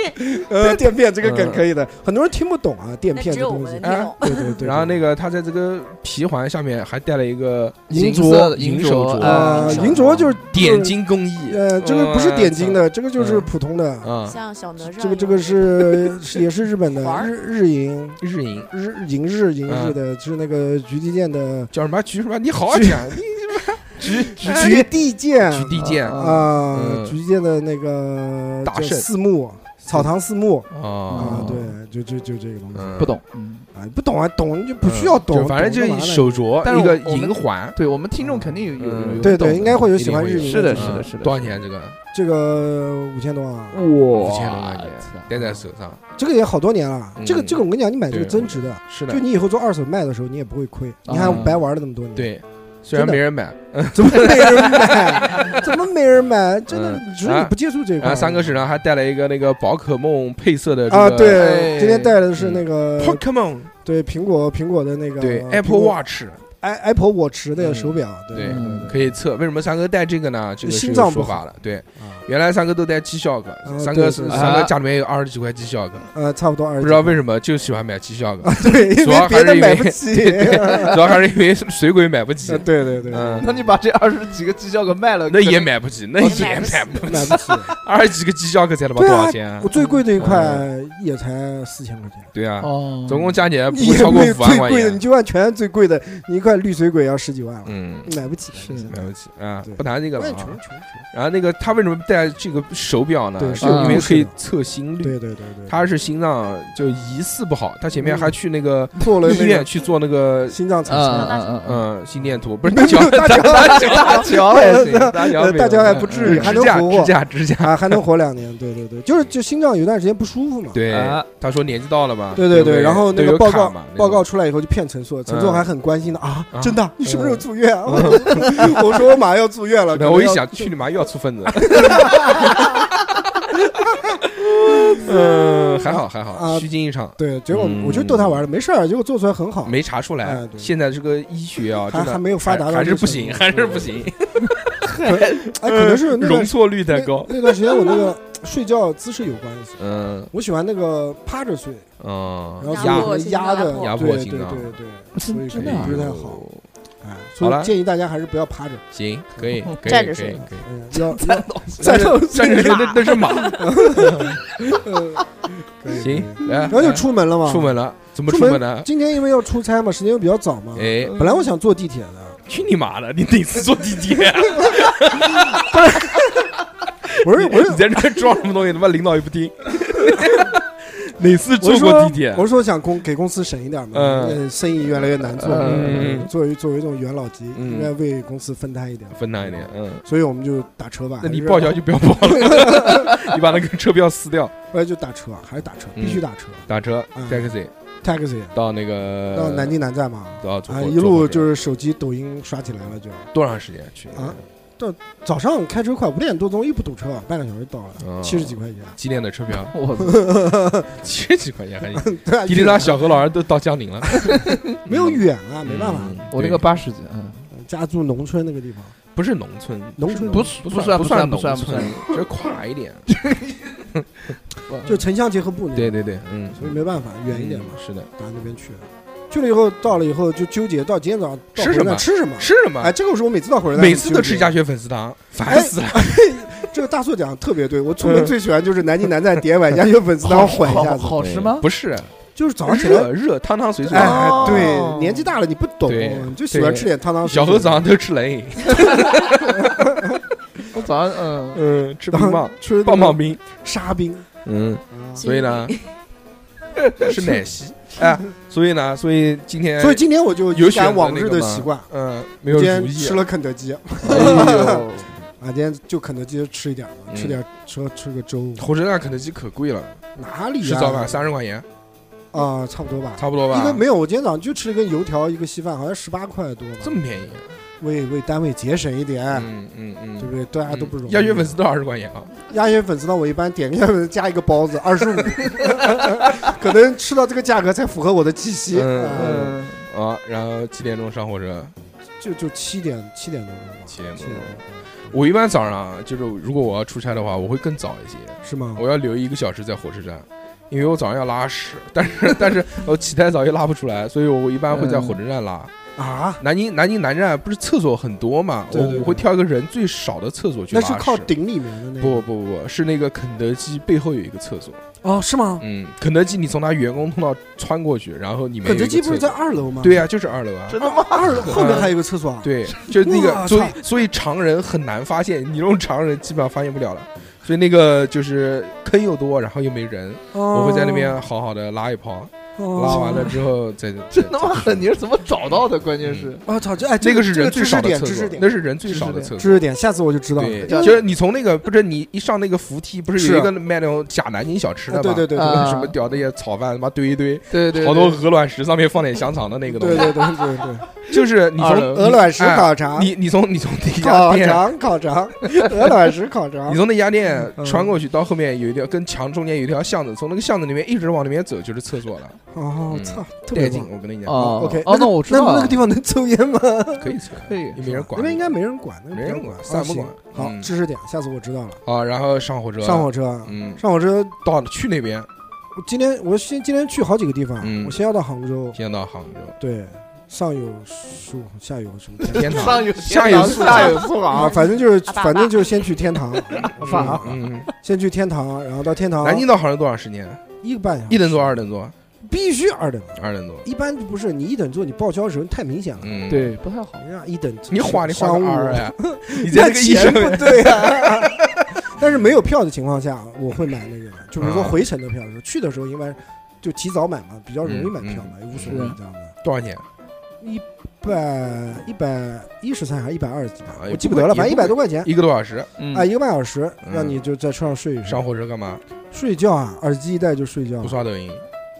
呃，垫片这个梗可以的，很多人听不懂啊，垫片嗯那只这有东西我。们哎听懂对对对。然后那个他在这个皮环下面还带了一个银银色镯的银手镯镯啊呃，银镯就是点，嗯睛工艺呃，这个不是点睛的，这个就是普通的。啊，像小哪吒一样，这个这个是是也是日本的环儿日日银日银日银日银日嗯的，是那个菊地剑的叫什么菊什么？你好好讲，你直直菊地剑菊地剑啊啊嗯，菊地剑的那个大叫圣四木草堂四木啊哦，，对，就就就这个东西。嗯不懂，嗯，哎，不懂啊，懂就不需要就懂，反正懂干就嘛是呢手镯但是一个我们银环，对我们听众肯定有有有有嗯对懂对，的应该会有喜欢一定日会语有是的东是西的嗯是的多少钱这个？这个五千多啊，哇五千多块钱戴在手上，这个也好多年了。这个嗯这个我跟你讲，你买这个对增值的，是就的，你以后做二手卖的时候，你也不会亏。你看我白玩了那么多年，，对。虽然真的没人买，怎么没人买？ *laughs* 怎么没人买？真的嗯，只是你不接触这一然块。后三哥手上还带了一个那个宝可梦配色的这啊，个对，哎今天带的是那个 Pokemon，对苹果苹果的那个对苹果 Apple Watch， i Apple Watch 的嗯手表，对对可以测。为什么三哥带这个呢？这个是心有脏说不好法了。对，啊原来三哥都带绩效哥，啊三哥对是对三哥啊家里面有二十几块绩效哥，呃，差不多二十。不知道为什么就喜欢买绩效哥， *laughs* 对，因主要为还是别的因为买不 *laughs* 起。主要还是因为水鬼买不起呃， *laughs* 对对对，嗯，那你把这二十几个绩效给卖了， *laughs* 那也可能买不起，那我也买不起买不起，买不起。二十几个绩效哥才他妈多少钱啊我？最贵的一块也才四千块钱，对啊，哦，总共加起来不你会也超过没有五万最块贵的，你钱。啊就按全按最贵的，你一块绿水鬼要十几万了，嗯，买不起。是买不起啊对，不谈这个我了也啊穷。穷穷。然后那个他为什么戴这个手表呢？对是是有因为故事可以的测心率。对对对对，他是心脏就疑似不好，他前面还去那个做了医嗯那院个去做那个心脏彩嗯嗯超，嗯嗯嗯心电图，不 *laughs* 是大乔大乔 *laughs* 呃大乔大乔还行，大乔没有大乔还不至于嗯还支能架活支过架支架。啊，还能活两年。对对对，就是就心脏有段时间不舒服嘛。对啊，他说年纪到了嘛，对对对不对，然后那都个有报卡告嘛那报种告出来以后就骗陈硕，陈硕嗯还很关心的啊啊，真的，你什么时候 *laughs* 住院啊？我我说我马上要住院了。对可能我一要想，去你妈又要出分 *laughs* 子。 *laughs* 嗯，还好还好，啊虚惊一场，对，结果嗯我就逗他玩了，没事儿，结果做出来很好。没查出来哎。对现在这个医学啊，还真的还没有发达到还这是个不程行，度还是不行，哎，可能是那容段错率太那高。那段时间我那个睡觉姿势有关系，嗯我喜欢那个趴着睡，嗯然，后所以压可能压的压迫对性对啊对对，真所以可真的能啊不是太好。哎，所好了以建议大家还是不要趴着，行，可 *laughs* 以，可以，站着可以睡可以。 *laughs* 嗯，要战斗站着站着睡那那是马。呃可以行可以，来，然后就来出门了嘛，哎出。门了，怎么出出门门呢？今天因为要出差嘛，时间又比较早嘛，哎，本来我想坐地铁的，去你妈的！你哪次 *laughs* 坐地铁？我是我 *laughs* 你是在这装什么东西？他妈领导也不听。 *laughs* 哪次我坐是过说地铁？我是说想公给公司省一点嘛，嗯呃生意越来越难做嘛嗯，作为作为一种元老级，嗯应该为公司分摊一点，分担一点，嗯。所以我们就打车吧。那你还是报销就不要报了， *laughs* 你把那个车票撕掉，后来就打车，还是打车，嗯必须打车打车嗯 taxi ，taxi 到那个到南京南站嘛，到呃坐啊，火一路就坐火是手机抖音刷起来了，就车多长时间去？啊早上开车快，五点多钟一不堵车，半个小时到哦了，七十几块 *laughs* 钱。几点的车票？我七十几块钱还 *laughs* 行。对啊，滴滴答，小何老师都到江宁了，没有远啊，没办法，嗯我那个八十几，嗯，家住农村那个地方，对不是农村，农村不不不算不不算算不农算不村，就是垮一点。就城乡结合部那对边，对对，嗯，所以没办法，远一点嘛，嗯是的，打那边去了。去了以后，到了以后就纠结，到今天早上到吃什么火车站吃什么？吃什么哎，？这个是我每次到火车站每次都吃家。鸭血粉丝汤，烦死了。这个大硕讲得特别对，我出门最喜欢就是南京南站点一 *laughs* 碗鸭血粉丝汤缓一下好子，好吃吗？不是，就是早上起来，热热汤汤水水哎。哎哦，对，年纪大了你不懂，对你就喜欢吃点汤汤水小水。何早上都吃雷，我早上嗯，嗯，吃当冰棒，吃那个棒棒冰，沙冰，嗯，啊所以 *laughs* 呢，是奶昔，哎，所以呢，所以今天所以今天我就哎有一选改择往那日个的吗习惯，嗯，没有今主天意吃，了肯德基啊，*laughs* 哎呦，今天就肯德基吃一点吧，嗯吃点吃吃个粥，火车站肯德基可贵了，哪里吃哎呀？早饭三十块钱，啊，差不多吧。差不多一个吧？没有，我今天早上就吃了一根油条，一个稀饭，好像十八块多吧。这么便宜，为为单位节省一点，嗯嗯对嗯，不对？哎大家都不容易。鸭血粉丝都二十块钱啊，鸭血粉丝呢，我一般点个鸭血粉丝加一个包子，二 *laughs* 十五，可能吃到这个价格才符合我的气息。嗯嗯，嗯，啊，然后七点钟上火车，就就七点七点多钟吧，七点多七钟点我一般早上啊就是如果我要出差的话，我会更早一些，是吗？我要留一个小时在火车站，因为我早上要拉屎，但是 *laughs* 但是我起太早又拉不出来，所以我一般会在火车站拉。啊，南京南京南站不是厕所很多嘛，对对我对我会挑一个人最少的厕所去那拉是屎。靠顶里面的那不个不不不，是那个肯德基背后有一个厕所。哦，是吗？嗯，肯德基你从它员工通道穿过去，然后里面肯德基有一不个是厕所在二楼吗？对呀、就是二楼啊。真的吗？*laughs* 二楼后面还有一个厕所啊。对，就那个，哇所以操所以常人很难发现，你用常人基本上发现不了了。所以那个就是坑又多，然后又没人，哦，哦我我会在那边好好的拉一泡，拉完了之后再真他妈狠！你是怎么找到的？关键是啊，操，这哎，那这个是这人最知少识的点，厕知所识，点，那是人最少的厕知所。识点，下次我就知道了。对，对就是你从那个不是你一上那个扶梯，不是有是一个卖那种假南京小吃的吗？啊对对对对啊什么屌的些炒饭，他妈堆一堆，对对，好多对鹅卵石，上面放点香肠的啊那个东对西，对对对对，就是你二从楼鹅卵石哎烤哦肠，你你从你从那家烤店肠烤肠， *laughs* 鹅卵石烤肠你。从那家店啊嗯穿过去，到后面有一条跟墙中间有一条巷子，从那个巷子里面一直往里面走就是厕所了，哦嗯，操，特带别劲棒！！我跟你讲，哦 OK，哦，那我知道那那了个地方能抽烟吗？可以厕所，可以也没人管那边应该没人管，那个没人管不散不管啊行好嗯，知识点，下次我知道了。啊。然后上火车，上火，车啊，嗯，上火车，到去那边我今天我先今天去好几个地方嗯，我先要到杭州，先到杭州，对，上有树，下有什么天堂上有下有天堂下有苏啊，杭，反正就是爸爸反正就是先去天堂，爸爸嗯嗯，先去天堂，然后到天堂，南京到杭州多长时间？一个半小时一等座、二等座、必须二等，二等座，一般不是你一等座你报销的时候太明显了，嗯，，对，不太好。人家一等你花你花商个务二哎，你在那个医那生钱不对啊。 *laughs* 但是没有票的情况下，我会买那个，就比啊如说回程的票，去的时候因为就提早买嘛，比较嗯容易买票嘛，也无所谓是这样的。多少钱？一百一百一十三还是一百二十几吧啊，也我记不不得贵了，也反正一不百多块钱一个多小时。嗯啊，一个半小时，嗯让你就在车上睡一上睡，火车干嘛？睡觉啊，耳机一戴就睡觉不，刷抖音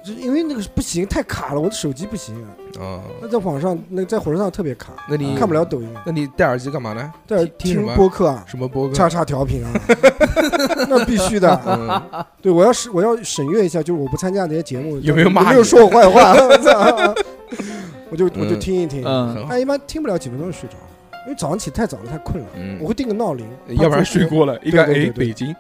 就因为那个不行，太卡了，我的手机不行，啊？那在网上那在火车上特别卡，那你看不了抖音，那你戴耳机干嘛呢？但是嗯听什听么播客啊，什么播叉客？叉调 *laughs* 频啊，那必须的，嗯。对，我要是我要审阅一下，就是我不参加这些节目，有没有骂你没有说我 *laughs* 坏话？我操我就我就嗯听一听，哎嗯很好但一般听不了几分钟就睡着了，因为早上起太早了，太困了。嗯我会定个闹铃，要不然睡 *laughs* 过了，一看对对哎，对对北京，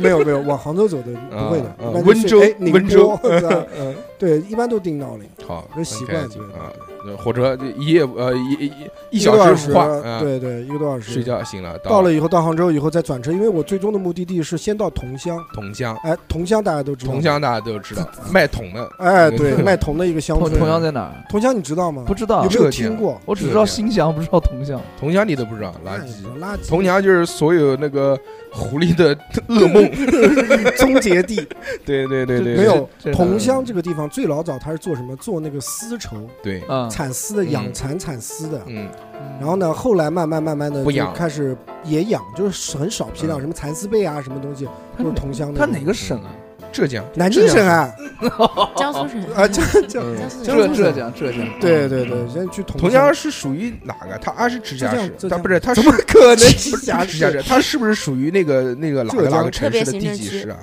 没有没有，往杭州走的不会的啊啊，一般就温州睡哎，宁 *laughs* 温州波，我操 *laughs* 嗯对，一般都定闹铃，好，这习惯很开对心对啊，对或者一夜呃一一一一一小个多小时不换，啊，对对，一个多小时睡。觉醒了，到了了以后，到杭州以后再转车，因为我最终的目的地是先到桐乡。桐乡，哎，桐乡大家都知道。桐乡。大家都知道，卖桶的，哎，对，卖铜的一个乡同村。同乡在哪儿？桐乡你知道吗？不知道有没，有浙江听过？哎我只知道新乡，不知道同乡。桐乡你都不知道，垃圾。垃圾。桐 *laughs* 乡就是所有那个狐狸的噩梦， *laughs* 终结地。对对对 *laughs* 对，没有这，这桐乡这个地方最老早它是做什么？做那个丝绸，对，嗯，产丝的，嗯养蚕产丝的。嗯，然然后？呢，后来慢慢慢慢的不养就开始也养，就是很少批量，嗯什么蚕丝被啊，什么东西他都是哪桐乡的。他哪个省啊？浙江，南京省啊？江苏省啊，这这，嗯江浙苏浙省江浙江。对对对，现在去桐桐乡是属于哪个？它它是直辖市，浙它江浙江不是它是怎么可能直直辖直辖市，市？它是不是属于那个那个哪浙个江哪个城市的地级市啊？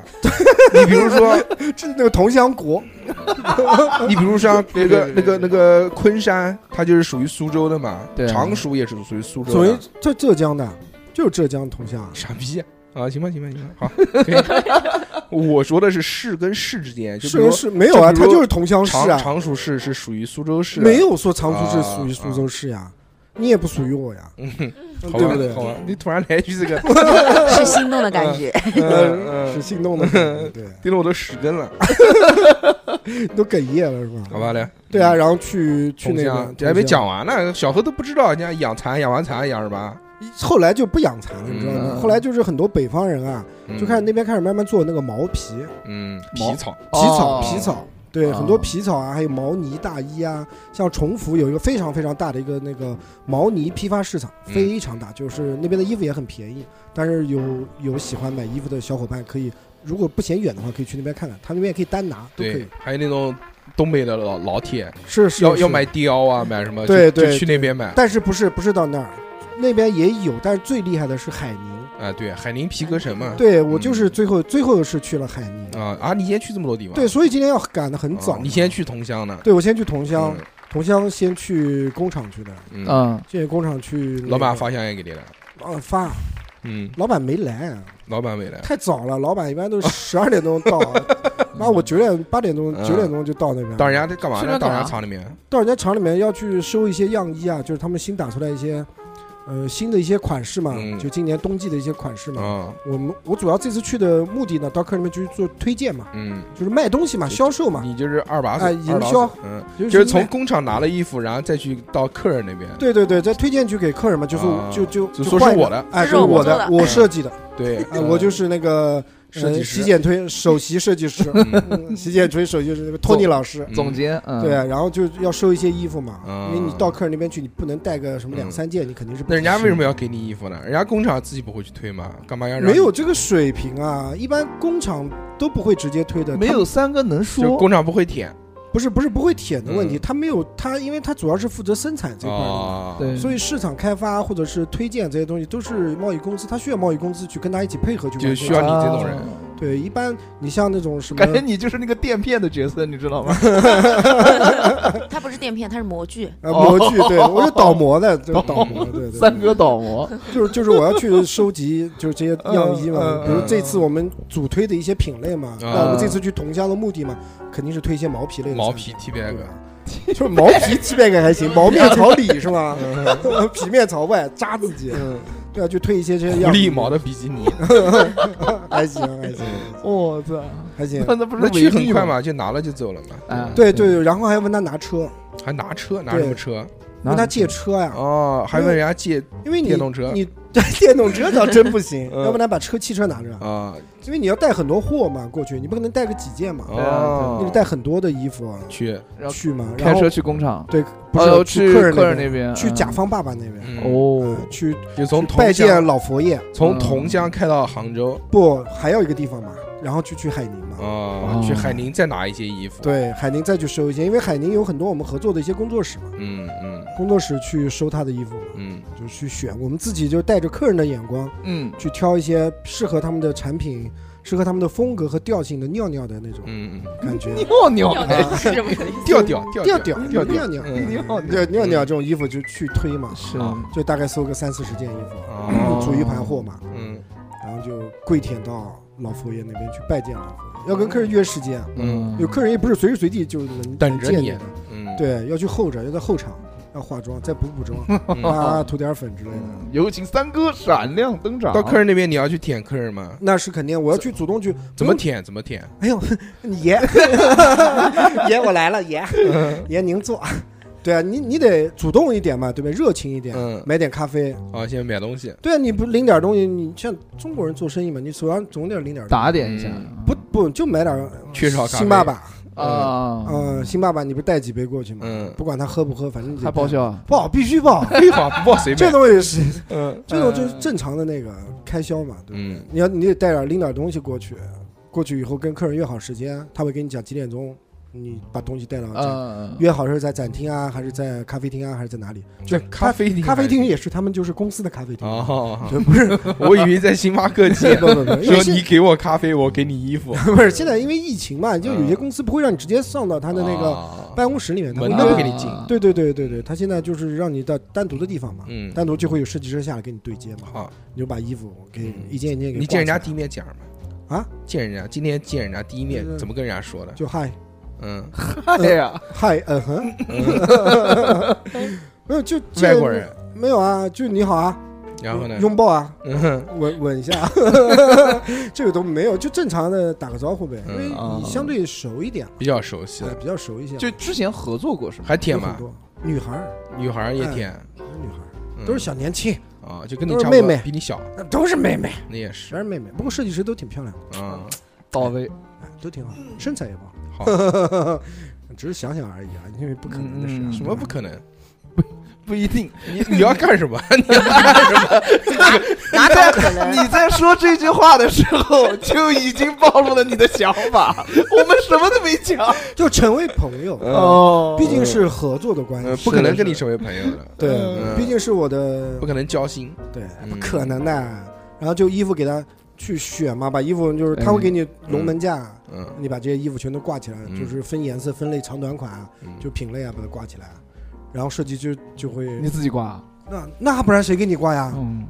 你比如说，这是那个桐乡国，你比如像那对个对那对个那个昆山，它就是属于苏州的嘛，对啊常熟也是属于苏州属于的。浙浙江的，就是浙江桐乡啊。傻逼啊！行吧，行吧，行吧， *laughs* 好。可以 *laughs* 我说的是市跟市之间，就比是如不是没有啊，就比如它就是桐乡市常啊，常熟市是属于苏州市，没，有说常熟市啊属于苏啊嗯州市呀，你也不属于我呀，好吧对不对好？吧，你突然来一句这 *laughs* 个， *laughs* 是心动的感觉。嗯呃， *laughs* 是嗯，心动的感觉，对， *laughs* 盯得我都屎根了，都哽咽了是吧？好吧，来，对啊，然后去去桐那乡个，这还没桐乡，讲完呢，小何都不知道，人家养蚕，养完蚕养什么？后来就不养蚕了，你知道吗？嗯后来就是很多北方人啊，嗯就开始那边开始慢慢做那个毛皮、嗯，毛皮草，皮草、哦皮草，对，哦很多皮草啊，还有毛呢大衣啊，像崇福有一个非常非常大的一个那个毛呢批发市场，嗯非常大，就是那边的衣服也很便宜，但是有有喜欢买衣服的小伙伴可以。如果不嫌远的话，可以去那边看看，他那边也可以单拿，都可对以。，还有那种东北的老老铁，是是要要是买貂啊，买什么？对就就对去那边买。但是不是不是到那儿，那边也有，但是最厉害的是海宁。啊，对，海宁皮革城嘛。对我就是最后、最后是去了海宁。啊啊！你先去这么多地方？对，所以今天要赶得很啊早、你先。去桐乡呢。对，我先去桐乡嗯，，桐乡先去工厂去的，嗯嗯，去工厂去、老板发香烟给你了。啊发，嗯，老板没来，啊老板没来。太早了，老板一般都是十二点钟到， *laughs* 妈我九点八点钟嗯九点钟就到那边，到人家在干嘛去呢？那到干人嘛家厂里面。到人家厂里面要去收一些样衣啊，就是他们新打出来一些。呃，新的一些款式嘛，嗯就今年冬季的一些款式嘛。啊，我们我主要这次去的目的呢，到客人们去做推荐嘛，嗯，就是卖东西嘛，销售嘛，你就是二把手，哎二把手营销。嗯，就就是从卖工厂拿了衣服，然后再去到客人那边。对对对，再推荐去给客人嘛，就是啊就就就就说是换一个我的哎，这是是我我做的的，我设计的，对，哎，嗯 *laughs* 我就是那个设计师呃洗剪吹首席设 *laughs* 计师， *laughs* 嗯嗯洗剪吹首席设计师托尼老师。总监，嗯，对，，啊然后就要收一些衣服嘛，啊因为你到客人那边去，你不能带个什么两三件，你肯定是不那人家合适为什么要给你衣服呢？人家工厂自己不会去推吗？干嘛要让没你有这个水平啊？一般工厂都不会直接推的，没有三个能就说。工厂不会舔他不是不是不会舔的问题，嗯他没有他，因为他主要是负责生产这块的嘛，啊？对所以市场开发或者是推荐这些东西都是贸易公司，他需要贸易公司去跟他一起配合去完就成，需要你这种人啊，对，一般你像那种什么 *laughs* 感，觉你就是那个垫片的角色，你知道吗？它不是垫片，它是模具。呃模具，对哦我是倒模的，就是倒模，对对对， *laughs* 三哥倒模，就是就是我要去 *laughs* 收集就是这些样衣嘛嗯，嗯比如这次我们主推的一些品类嘛，嗯那我们这次去桐乡的目的嘛，肯定是推一些毛皮类的毛产皮品， T B G，对 *laughs* 就是毛皮 T 边感还 *laughs* 行，毛面朝里是吗？嗯 *laughs* 皮面朝外扎自己，对啊，就推一些这些狐样衣狸毛的比基尼，还行还行 *laughs* 我操，还 *laughs* 行，那那不是那去很违例快吗？嘛，就拿了就走了嘛。啊，对对，对，然后还问他拿车，还拿车，拿什么车？问他借车呀，哦，还问人家借因为你电动车你 *laughs* 电动车倒真不行，嗯要不然把车汽车拿着，啊？因为你要带很多货嘛过去，你不可能带个几件嘛，对啊哦，你得带很多的衣服啊去，然后去嘛，开然后车去工厂，对，不哦是去客人客人边，那边，去嗯甲方爸爸那边，嗯，哦嗯，去就从拜桐乡见老佛爷，从桐乡开到杭州不还有一个地方嘛，然后就去海宁嗯嘛。啊，去海宁再拿一些衣服。，对，海宁再去收一些，因为海宁有很多我们合作的一些工作室嘛，嗯嗯工作室去收他的衣服嘛，嗯，就去选，我们自己就带着客人的眼光嗯，去挑一些适合他们的产品、适合他们的风格和调性的尿尿的那种嗯嗯，感觉。尿尿，啊是什么意思？调调调调调调尿调尿嗯尿尿就尿尿这种衣服就去推嘛，是啊就大概搜个三四十件衣服，啊组一盘货嘛，嗯然后就跪舔到老佛爷那边去拜见老佛爷，要跟客人约时间。嗯有客人也不是随时随地就能等着见你的，嗯，对，要去候着，要在后场，要化妆，再补补妆 *laughs* 嗯啊，涂点粉之类的。有请三哥闪亮登场。到客人那边你要去舔客人吗？那是肯定，我要去主动去。怎么舔？怎么舔？嗯哎呦， *laughs* 爷，爷我来了，爷，爷您坐。 *laughs* 对啊，你你得主动一点嘛，对不对？热情一点，嗯，买点咖啡。好，先买东西。对啊，你不领点东西，你像中国人做生意嘛，你手上总得领点东西。打点一下嗯不不，就买点缺少咖啡星爸爸，啊，嗯，星爸爸，你不带几杯过去嘛？嗯，。不管他喝不喝，反正你得还报带销啊？报必须报 *laughs* 非法不报谁这买？东西是嗯这种就是正常的那个开销嘛，对不对？嗯你要你得带点拎点东西过去，过去以后跟客人约好时间，他会跟你讲几点钟，你把东西带到展。嗯，约好是在展厅啊，还是在咖啡厅啊，还是在哪里？这咖啡厅还是，咖啡厅也是他们就是公司的咖啡厅，哦， *laughs* 对，不是我以为在星巴克见不，不不，因 *laughs* 为说你现给我咖啡，我给你衣服。不是现在因为疫情嘛，就有些嗯公司不会让你直接上到他他的那个个，办公室里面，他门会都不让给你进啊对对对对对，他现在就是让你到单独的地方嘛，嗯，单独就会有设计师下来跟你对接嘛，好，你就把衣服给嗯一件一件给你见人家挂起第一面讲什么？啊？见人家今天见人家第一面嗯怎么跟人家说的来？就嗨嗯，对哎呀，嗨嗯哼， *laughs* 没有就见嗯 *laughs* 外国人，没有啊，就你好啊，然后呢？拥抱啊，嗯哼吻吻 *laughs* 一下，这个都没有，就正常的打个招呼呗，因为嗯啊你相对熟一点，比较熟悉哎，的，比较熟一些，就之前合作过是吗？还舔有很吗？多女孩儿，女孩儿也舔，女孩儿嗯都是小年轻，啊，就跟你都是差不多，妹妹比你小，都是妹妹，你也是全是妹妹，不过设计师都挺漂亮的， *laughs* 啊。到位，哎，都挺好，身材也不好，好， *laughs* 只是想想而已啊，因为不可能的事啊，嗯什么不可能？不一定。你你要干什么？你要干什么？哪在你在说这句话的时候，就已经暴露了你的想 *laughs* 法。我们什么都没讲。就成为朋友，哦嗯毕竟是合嗯作的关呃系， *laughs* 不可能跟你成为朋友的，对嗯，毕竟是我的不可能交心。对，嗯不可能的。然后就衣服给他去选嘛，把衣服就是他会给你龙门架，嗯你把这些衣服全都挂起来，嗯就是分颜色、分类、长短款，嗯，就品类啊，把它挂起来。然后设计就就会，你自己啊挂。那那不然谁给你挂呀？嗯，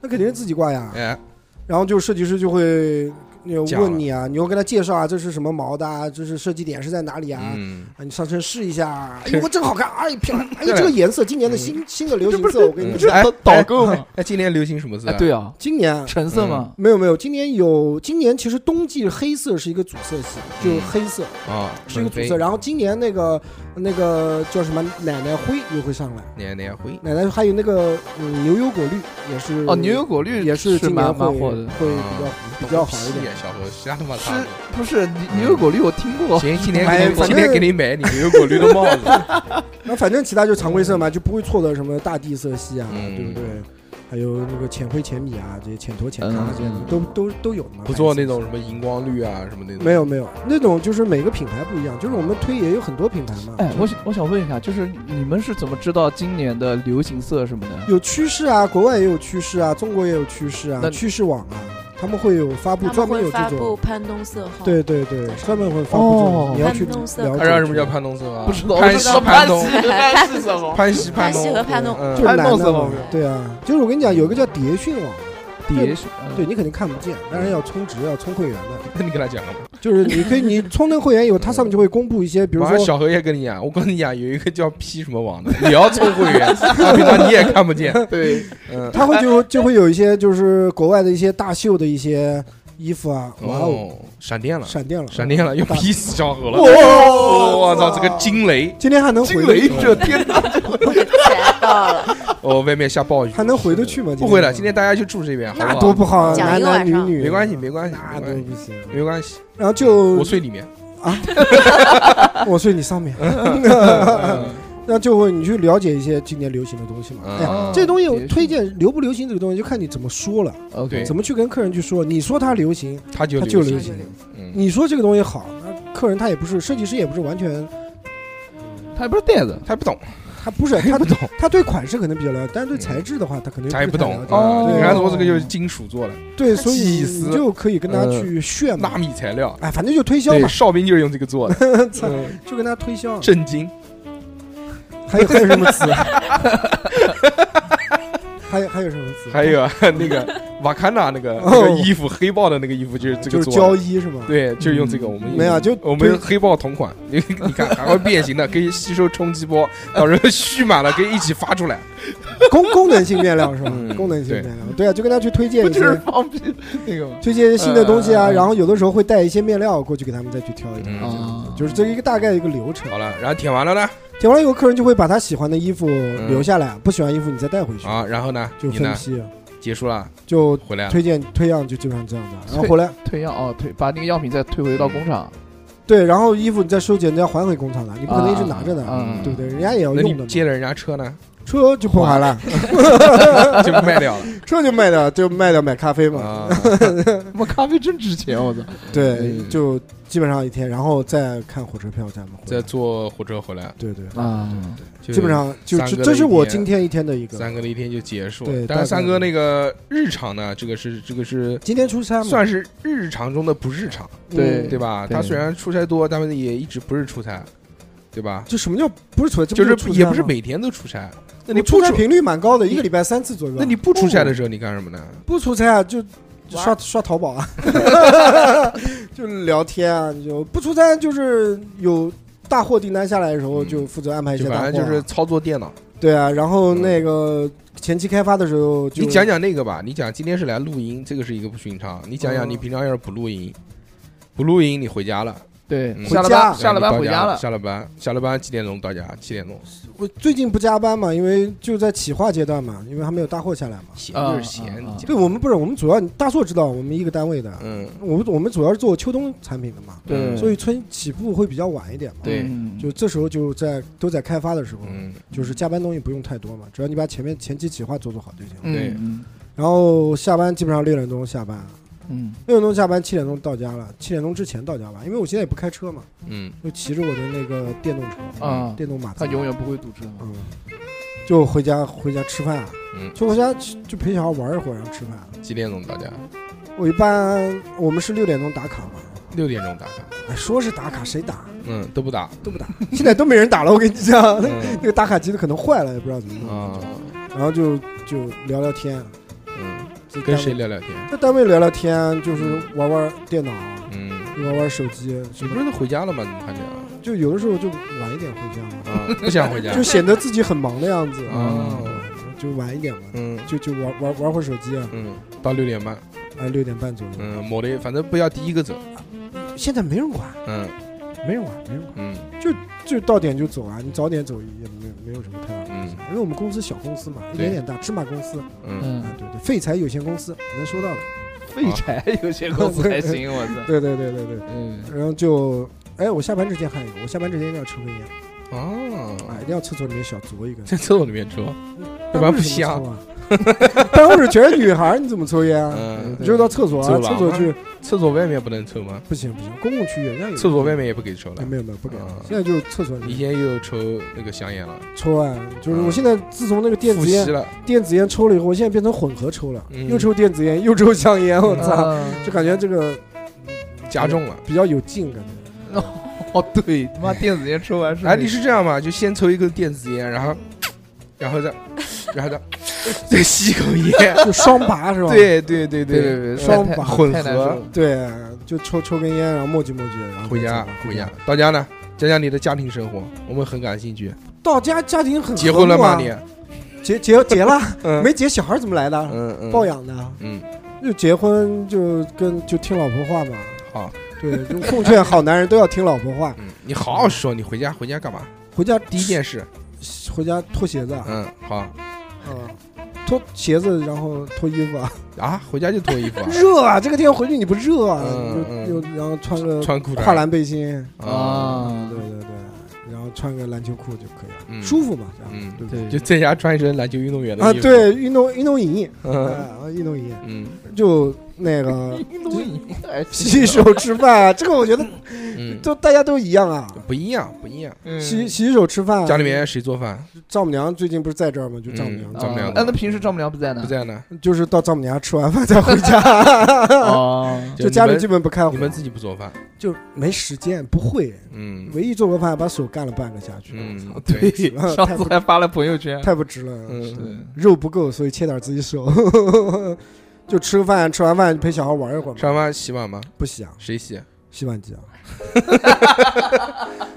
那肯定是自己挂呀。哎，然后就设计师就会呃讲了问你啊，你要跟他介绍啊，这是什么毛的啊，这是设计点是在哪里啊？嗯， *laughs* 啊，你上身试一下 *laughs* 啊，哎呦，真好看，哎，漂亮，哎，这个颜色，今年的嗯新新的流行色，我跟你嗯说，哎导购吗？哎，今年流行什么色哎啊？，对啊，今年橙色吗？没有没有，今年有，今年其实冬季黑色是一个主色系，就是黑色、啊，是一嗯个主粉色。飞然后今年那个那个叫什么奶奶灰又会上来，奶奶灰，奶奶还有那个、嗯、牛油果绿也是哦，牛油果绿也是今年蛮会蛮火的。会嗯比较比较好一点。点，小何，瞎他妈是擦。不是牛牛油果绿？我听过。 *laughs* 行，今天哎给你反今正天给你买你牛油果绿的帽 *laughs* 子。那反正其他就常规色嗯嘛，就不会错的什么大地色系啊，嗯对不对？还有那个浅灰、浅米啊，这些浅驼、浅咖嗯这些都都都有嘛。不做那种什么荧光绿啊什么那种。没有没有那种，就是每个品牌不一样，就是我们推也有很多品牌嘛。哎，我想我想问一下，就是你们是怎么知道今年的流行色什么的？有趋势啊，国外也有趋势啊，中国也有趋势啊那，趋势网啊，他们会有发布，他专们门有会发这布种，潘东色号，对对对，专门会发布这哦种，你要去潘了东解色。他知道什么叫潘东色啊？不知道，潘我西知道潘东，潘是什么？ *laughs* 潘西潘东西，和潘东，就嗯，是男潘的东色嘛号是吧对啊，就是我跟你讲，有一个叫蝶讯网，蝶是嗯对你肯定看不见，当然要充值，要充会员的，你跟他讲了吗？就是你可以你充那个会员以后，它上面就会公布一些，比如晚上说小何也跟你讲，我跟你讲，有一个叫 P 什么网的，也要充会 *laughs* 员，他平常你也看不见。对，嗯，它会就就会有一些就是国外的一些大秀的一些衣服啊，哇哦，哦，闪电了，闪电了，啊闪电了，又大 P 死小何了。哇我操，这个惊雷！今天还能惊回雷得去这天大，全到了，哦，外面下暴雨，还能回得去吗？不回了，今天大家就住这边，好那不多好？不好啊，讲男一个男女晚上女没关系，没关系，嗯那没都关系，不行。没关系，然后我就睡里面。我睡你上面， *laughs* 那就会你去了解一些今年流行的东西嘛。嗯哎呀，这东西我推荐流不流行这个东西，就看你怎么说了， *laughs* OK，对怎么去跟客人去说。你说它流行，他就它就流流行，行；嗯，你说这个东西好，那客人他也不是设计师，也不是完全，他也不是袋子，他不懂，他不是他 *laughs* 他不懂，他对款式可能比较了解，但是对嗯材质的话，他可能他也不太懂了。解啊哦嗯你看，对说这个就是金属做的，对，所以细丝你就可以跟他嗯去炫纳嘛。米材料。哎，反正就推销对，嘛，哨兵就是用这个做 *laughs* 的，操就跟他推销。震惊！ *laughs* 还有还有什么词？啊还有还有什么词？还有 *laughs* 啊那个瓦坎达那个那哦个衣服，黑豹的那个衣服就是这就个是做胶的。衣是吗？对，就是用这个，我们没有就啊我对们黑豹同款， *laughs* 你你看还会变形的，可以吸收冲击波，到时候蓄满了可以一起发出来。 *laughs* 功功能性变量是吧嗯？功能性对变量，对啊，就跟他去推荐不一就是些放屁那个吗？推荐一些新的东西啊，呃然后有的时候会带一些面料过去给他们再去挑一挑，嗯啊就是这一个大概一个流程。好了，然后舔完了呢，点完以后，客人就会把他喜欢的衣服留下来，不喜欢衣服你再带回去，嗯啊，然后呢，就你分呢啊批，结束了，就回来了，推荐推样就基本上这样的。然后回来，退样哦，退把那个样品再退回到工厂，对，然后衣服你再收捡，你再还回工厂的，你不可能一直拿着的，嗯对不对？人家也要啊那用的你嘛。借了人家车呢， *laughs* 车就破坏了，就卖掉了 *laughs* 车就卖掉，就卖掉买咖啡嘛。啊。我咖啡真值钱，我操！对，嗯就基本上一天，然后再看火车票，再回来再坐火车回 *laughs* 来，对对，啊，就基本上就三这个这是我一天今天一天的一个。三哥的一天就结束了对。但大是概三哥那个日常呢，这个是这个是今天出差嘛，算是日常中的不日常，嗯对对吧？对他虽然出差多，但是也一直不是出差，对吧？就什么叫不是出差，这就不是出差也不是吗每天都出差。那我你出不差出，频率蛮高的，一个礼拜三次左右。啊那你不出哦差的时候你干什么呢？不出差啊，就就玩刷刷淘宝啊， *laughs* 就聊天啊，就不出差就是有大货订单下来的时候，嗯就负责安排一就些大货啊、反正就是操作电脑。对啊，然后嗯那个前期开发的时候就，你讲讲那个吧，你讲今天是来录音，这个是一个不寻常。你讲讲嗯你平常要是不录音，不录音你回家了，对嗯，下了回家班下了班你回到家家了，下了班下了班几点钟到家？七点钟，我最近不加班嘛，因为就在企划阶段嘛，因为还没有大货下来嘛。闲啊就是闲啊啊。你讲对我们不是，我们主要大硕知道，我们一个单位的，嗯，我们我们主要是做秋冬产品的嘛，对，所以春起步会比较晚一点嘛。对嗯就这时候就在都在开发的时候，嗯，就是加班东西不用太多嘛，只要你把前面前期企划做做好就行了。对嗯然后下班基本上六点钟下班，嗯六点钟下班，七点钟到家了，七点钟之前到家吧，因为我现在也不开车嘛，嗯，就骑着我的那个电动车，嗯啊，电动马自他达，永远不会堵车。嗯，就回家回家吃饭，啊嗯就回家去就陪小孩玩一会儿，然后吃饭。啊几点钟到家？我一般我们是六点钟打卡嘛，六点钟打卡，哎，说是打卡谁打嗯，都不打，都不打，现在都没人打了，我跟你讲， *laughs* 嗯那个打卡机都可能坏了，也不知道 *laughs* 怎么弄，啊，然后就就聊聊天，嗯，就单跟位谁聊聊天？在单位聊聊天，就是玩玩电脑，嗯，玩玩手机，你不是都回家了吗？怎么还这样？就有的时候就晚一点回家嘛， *laughs* 啊，不想回家就显得自己很忙的样子，啊，就晚一点嘛，嗯就就玩玩玩会儿手机啊，嗯，到六点半，哎，六点半左右。嗯，抹的，反正不要第一个走，现在没人管，嗯没人管，没人管，嗯就到点就走啊，你早点走也没有没有什么太大的。嗯因为我们公司小公司嘛，一对点点大，芝麻公司，嗯，啊嗯，对对，废材有限公司能收到的，废柴有些公司还行，我 *laughs* 操。对对对对对，嗯，然后就，哎，我下班之前还有一个，我下班之前一定要抽根烟，嗯啊，啊，一定要厕所里面小酌一根，在厕所里面抽，要不然不香。啊 *laughs* 办公室全是女孩儿，你怎么抽烟啊？嗯你，就到厕所啊，走廊厕所去厕所外面不能抽吗？不行不行，公共区域人家有厕所外面也不给抽哎了。没有没有不给啊，现在就是厕所里你面现在又抽那个香烟了，抽啊，就是嗯我现在自从那个电复子吸烟了，电子烟抽了以后，我现在变成混合抽了，嗯啊又抽电子烟又抽香烟，我操，就感觉这个加重了。比较有劲感觉。 *laughs* 哦，对，他妈电子烟抽完是嗯哎，你是这样嘛？就先抽一根电子烟，然后， *coughs* 然后再，然后再， *coughs* 再吸一口 *laughs* 烟。就双拔是吧？对对对对对对，双太把混太难合受了对，就抽抽根烟，然后磨叽磨叽，然后回家再走回家，到家呢，讲讲你的家庭生活，我们很感兴趣。到家家庭很结婚了吗和睦你啊？？结结结了， *laughs* 嗯啊没结小孩怎么来的？嗯嗯，抱养的，嗯，就结婚就跟就听老婆 *laughs* 话嘛。好，对，就奉劝好男人都要听老婆话。嗯，你好好说，你回家回家干嘛？回家第一件事，回家脱鞋子啊，嗯，好嗯，脱鞋子，然后脱衣服啊。，啊，回家就脱衣服啊 *laughs* 热啊，这个天回去你不热啊？嗯嗯就就然后穿个穿裤衩跨栏背心，啊，对对对，然后穿个篮球裤就可以了，嗯舒服嘛，这样嗯对不对，就在家穿一身篮球运动员的啊，衣服，对，运动运动营，嗯啊，运动营嗯就 *laughs* 那个运动营还洗手吃饭啊，这个我觉得 *laughs* 嗯，就大家都一样啊。不一样不一样。嗯洗洗手吃饭，嗯啊家里面谁做饭？丈母娘最近不是在这儿吗？就丈母娘嗯，丈母娘哎，那平时丈母娘不在呢？嗯 *laughs* 不在呢，就是到丈母娘吃完饭再回家，哦， *laughs* *laughs* 就家里你啊基本不开火们你。们自己不做饭，就没时间，不会。嗯唯一做过饭，把手干了半个下去，嗯我操，对，上次还发了朋友圈，太不值了。嗯，肉不够，所以切点自己手。 *laughs* 就吃个饭，吃完饭就陪小孩玩一会儿嘛。上班洗碗吗？不洗啊，谁洗？洗碗机啊，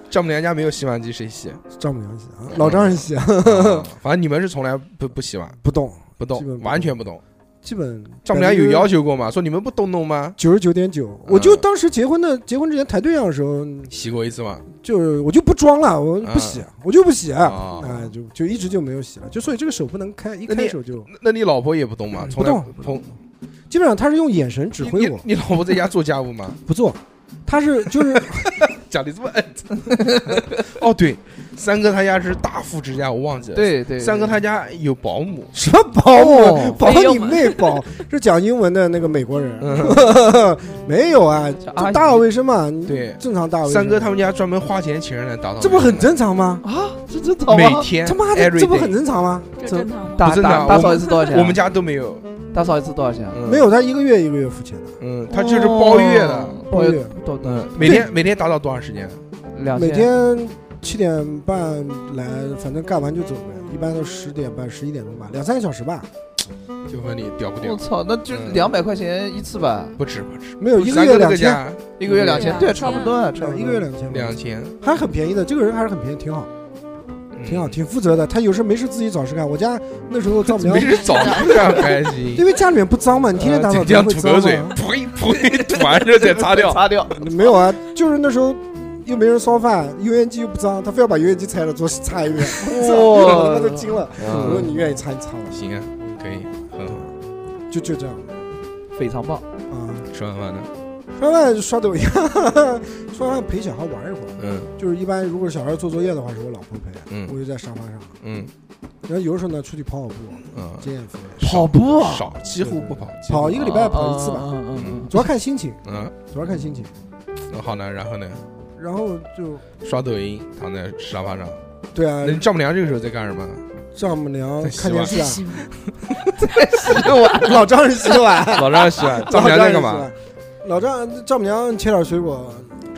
丈母娘家没有洗碗机，谁 *laughs* 洗？丈母娘洗嗯啊，老丈人 *laughs* 洗啊，啊反正你们是从来不不洗碗，不动，不基本动，不完全不动。基本丈母娘有要求过嗯吗？说你们不动动吗？九十九点九，我就当时结婚的结婚之前排队样的时候，洗过一次吗？就是我就不装了，我嗯不洗，我就不洗，啊啊，就就一直就没有洗了，就所以这个手不能开，一那开你手就那那你老婆也不动吗？嗯从不来动不从基本上他是用眼神指挥你我你，你老婆在家做家务吗？ *laughs* 不做，他是就是，家里这么恩哦，对，三哥他家是大富之家，我忘记了。，对对，三哥对他家有保姆什么保姆 *laughs* 哦保没有你吗妹保，是讲英文的那个美国人，嗯， *laughs* 没有啊，小阿就姨打扫卫生嘛，你对正常打扫卫生。三哥他们家专门花钱请人来打扫，这不很正常吗？啊，这这早哦每吗？天他妈的， every 这不 day 很正常吗？这怎正常吗？打不是的啊打我打们扫一次多少钱？我们家都没有，打扫一次多少钱？啊嗯没有，他一个月一个月付钱的，嗯，他就是包月的，哦，包月都嗯，每天每天打扫多长时间？两嗯每千天七点半来，反正干完就走呗，一般都十点半、十一点钟吧，两三个小时吧，就问你屌不我屌？操，那就嗯两百块钱一次吧，不止不止，没有一个三月哥两这千，家一个月两千，对对，差不多啊，差不多嗯一个月两千，两千，还很便宜的，这个人还是很便宜，挺好，嗯挺好，挺负责的。他有事没事自己找事干。我家那 *laughs* 时候丈母娘没，事早这样开 *laughs* 心。因为家里面不脏嘛，你天天打扫呃这样会吐口水脏嘛，噗一噗 *laughs* 一吐完之后再擦 *laughs* *laughs* 掉。擦掉，没有啊，就是那时候又没人烧饭，油烟机又不脏，他非要把油烟机拆了做 *laughs* 擦油烟，我他妈都惊了。嗯我说你愿意擦你擦吧，行啊，可以，很好。就就这样非常棒。啊。吃完饭呢？吃完饭就刷抖音， *laughs* 吃完饭陪小孩玩一会儿。嗯就是一般如果小孩做作业的话，是我老婆陪，我嗯就在沙发上。嗯然后有的时候呢，出去跑跑步，嗯，减减肥，跑步啊少，几乎不跑，几乎跑一个礼拜跑一次吧，嗯嗯嗯主要看心情，嗯，主要看心情。那好呢，然后呢？然后就刷抖音，躺在沙发上。对啊那，你丈母娘这个时候在干什么？丈母娘在洗看电碗视啊，嗯，对，我 *laughs* 老丈人洗 *laughs* 碗，早上洗碗，丈母娘在干嘛？？老丈丈母娘切点水 *laughs* 果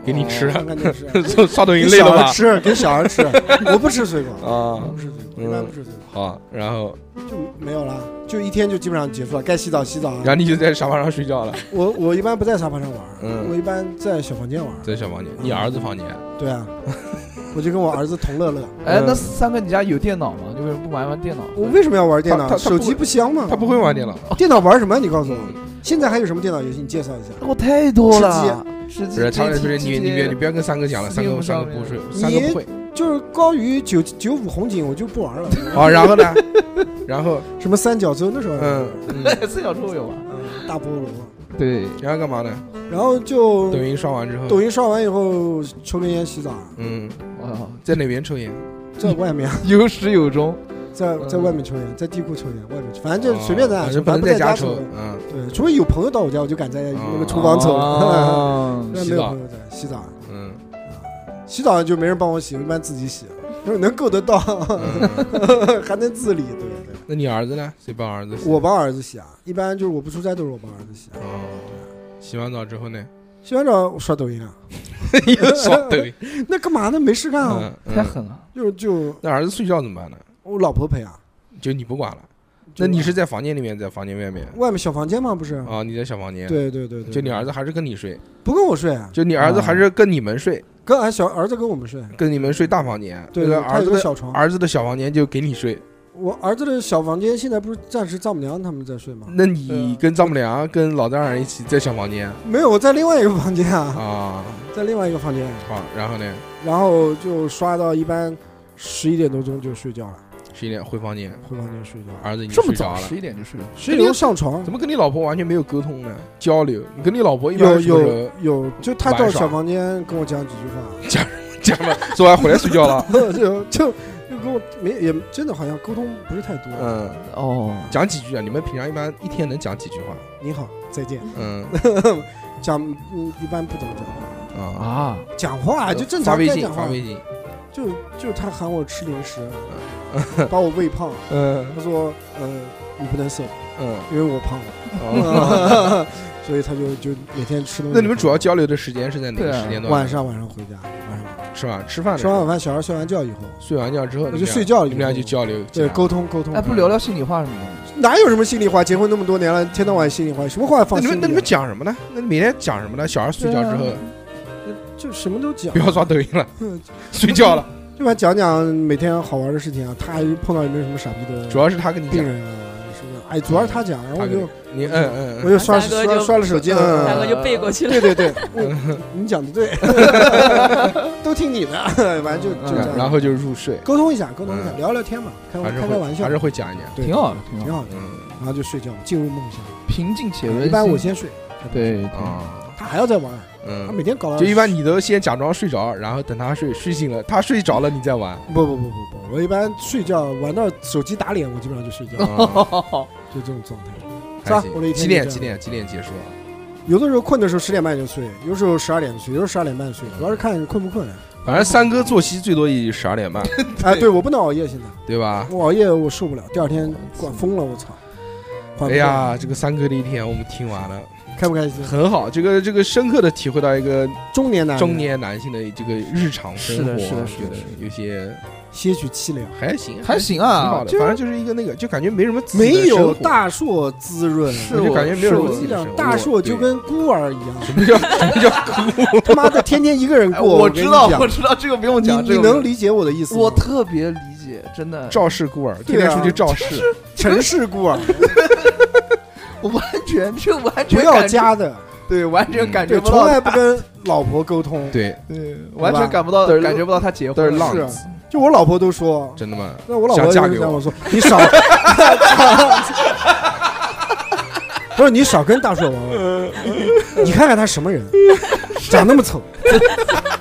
给你吃看看电视，啊刷 *laughs* 刷抖音给累了小孩吧？吃，给小孩吃。我不吃水果，我啊，不吃水果，一般不吃水果，好，然后就没有了，就一天就基本上结束了。该洗澡洗澡啊然。后你就在沙发上睡觉了，我我一般不在沙发上玩儿，嗯我一般在小房间玩儿。在小房间，你儿子房间。对 *laughs* 啊，我就跟我儿子同乐乐。哎，那三哥，你家有电脑吗？你为什么不玩玩电脑？我为什么要玩电他脑？他他不手机不香吗？他不会嗯玩电脑，电脑玩什么？你告诉我，现在还有什么电脑游戏？你介绍一下。我太多了，是不是他不是你你别 *laughs* 你不要跟三哥讲了，三哥 Steam 三上哥不会，面三哥不会。就是高于九九五红警，我就不 *laughs* 玩了。好，然 *laughs* 后呢？然后什么三角洲那时候，嗯嗯，嗯，四小猪有吧？大菠萝，对，然后干嘛呢？然后就抖音刷完之后，抖音刷完以后抽根烟洗澡，嗯，哇，在哪边抽烟？在外面嗯有始有终， *laughs* 在在外面抽烟，在地库抽烟，外面抽反正就随便在哪哦抽，不反能正不在在家抽抽。。嗯，对，除非有朋友到我家，我就敢在那个哦厨房走。哦那洗 *laughs* 没有澡朋友在洗澡， *laughs* 嗯洗澡就没人帮我洗，我一般自 *laughs* 己洗，就是能够得到， *laughs* 嗯，还能自理，对不对？那你儿子呢？谁帮儿子洗？我帮儿子洗啊，一般就是我不出差都是我帮儿子洗啊。哦，洗完澡之后 *laughs* 呢？洗完澡刷抖音啊，又刷抖音，那干嘛呢？没事干啊，嗯， *laughs* 太嗯狠了。就就那儿子睡觉怎么办呢？我老婆陪啊。就你不管了？就那你是在房间里面，在房间外面？外面小房间吗？不是？啊，你在小房间？，对对对对，就你儿子还是跟你睡，不跟我睡啊，就你儿子还是跟你们睡，跟俺小儿子跟我们睡。跟你们睡大房间。对，那对个他儿有子个的小床。儿子的小房间就给你睡，我儿子的小房间现在不是暂时丈母娘他们在睡吗？那啊你跟丈母娘、跟老丈人一起在小房间没有，我在另外一个房间啊，啊？在另外一个房间，好，然后呢，然后就刷到一般十一点多钟就睡觉了，十一点回房间，回房间睡觉了。儿子已经这么嗯睡着早，了十。一点就睡了，十一点钟上床啊怎，么跟你老婆完全没有沟通呢？交流，你跟你老婆一般有是不是有有，就他到晚上小房间跟我讲几句话， *laughs* 讲了，做完回来睡觉了。就就就跟我没也真的好像沟通不是太多。嗯，哦，讲几句啊？你们平常一般一天能讲几句话？你好，再见。 *laughs* 嗯讲嗯一般不怎么讲话，啊，啊，讲话就正常发微该信，讲发话。微信。就就他喊我吃零食，把我喂胖。嗯他说，呃，你不能瘦，嗯，哦因为我胖嗯了， *laughs* 所以他就就每天吃 *laughs* 东西。那你们主要交流的时间是在哪个对啊时间段？晚上晚上回家，晚上回家是吧？吃饭的时吃候完晚饭，小孩睡完觉以后，睡完觉之后，我你就们俩睡觉以你们俩后就交流，啊对沟通沟通哎，。不聊聊心里话什么的吗？哪有什么心里话？结婚那么多年了，天到晚心里话，什么话那放你心们那你里们啊？讲什么呢？那你每天讲什么呢？小孩睡觉之后对啊就什么都讲不，要刷抖音 *laughs* 了嗯，睡觉了。就把讲讲每天好玩的事情啊。他还碰到有没有什么傻逼的主要是他跟你病讲，人啊什么的？哎，主要是他讲，然后他我跟就你你嗯嗯嗯，我就刷大哥刷就刷了手机，嗯大哥就背过去了对。对对，我你讲 *laughs* 的对，都听你的，反正就就这嗯然样。然后就入睡，沟通一下，沟通一下，嗯聊聊天嘛，开玩还是开开玩会笑还，是会讲一讲。对挺好的挺好的挺好的。嗯然后就睡觉，进入梦乡。平静且温馨。一般我先睡，对，啊他还要再玩，他嗯，每天搞到就一般你都先假装睡着，然后等他睡睡醒了，他睡着了你再 *laughs* 玩。啊不不不不不，我一般睡觉玩到手机打脸，我基本上 *laughs* 就睡觉， *laughs* 啊就这种状态。是还吧？我的一行几天点就几这样？点几点结束 *laughs* 啊？有的时候困的时候十点半就睡，有时候十二点睡，有时候十二点半睡，主要是看困不困。啊 *laughs* 反正三哥作息最多也就十二点半，哎，对，我不能熬夜，现在对吧？我熬夜我受不了，第二天管疯了，我操！管不哎动呀，，这个三哥的一天我们听完了，开不开心？很好，这个这个深刻的体会到一个中年男人中年男性的这个日常生活啊，是的是的是的我觉得是的有些些许凄凉，还行，还行挺好啊，的，反正就是一个那个，就感觉没什么自己的没生有活大硕滋润。啊是我就感觉没有什么我自跟己你的讲生，活。大硕就跟孤儿一样，对什么叫什么叫哭，他妈的天天一个人哎过。 *laughs* 我跟知你道，讲我知道这个不 *laughs* 用你讲，这你个不用能理解我的意思吗？我特别理解，真的，肇事孤儿，天对啊天出去肇事，城市孤 *laughs* 儿，我完全这完不全要感觉，家的，对，完全感觉对，不从到来他，不跟老婆沟通。对，对，完全感不到都是，感觉不到他结都婚是了浪是子，就我老婆都说，真的吗？那我老婆想嫁就给跟我我说，你 *laughs* 少， *laughs* 不是你少跟大硕玩玩，你看看他什么人，长那么丑，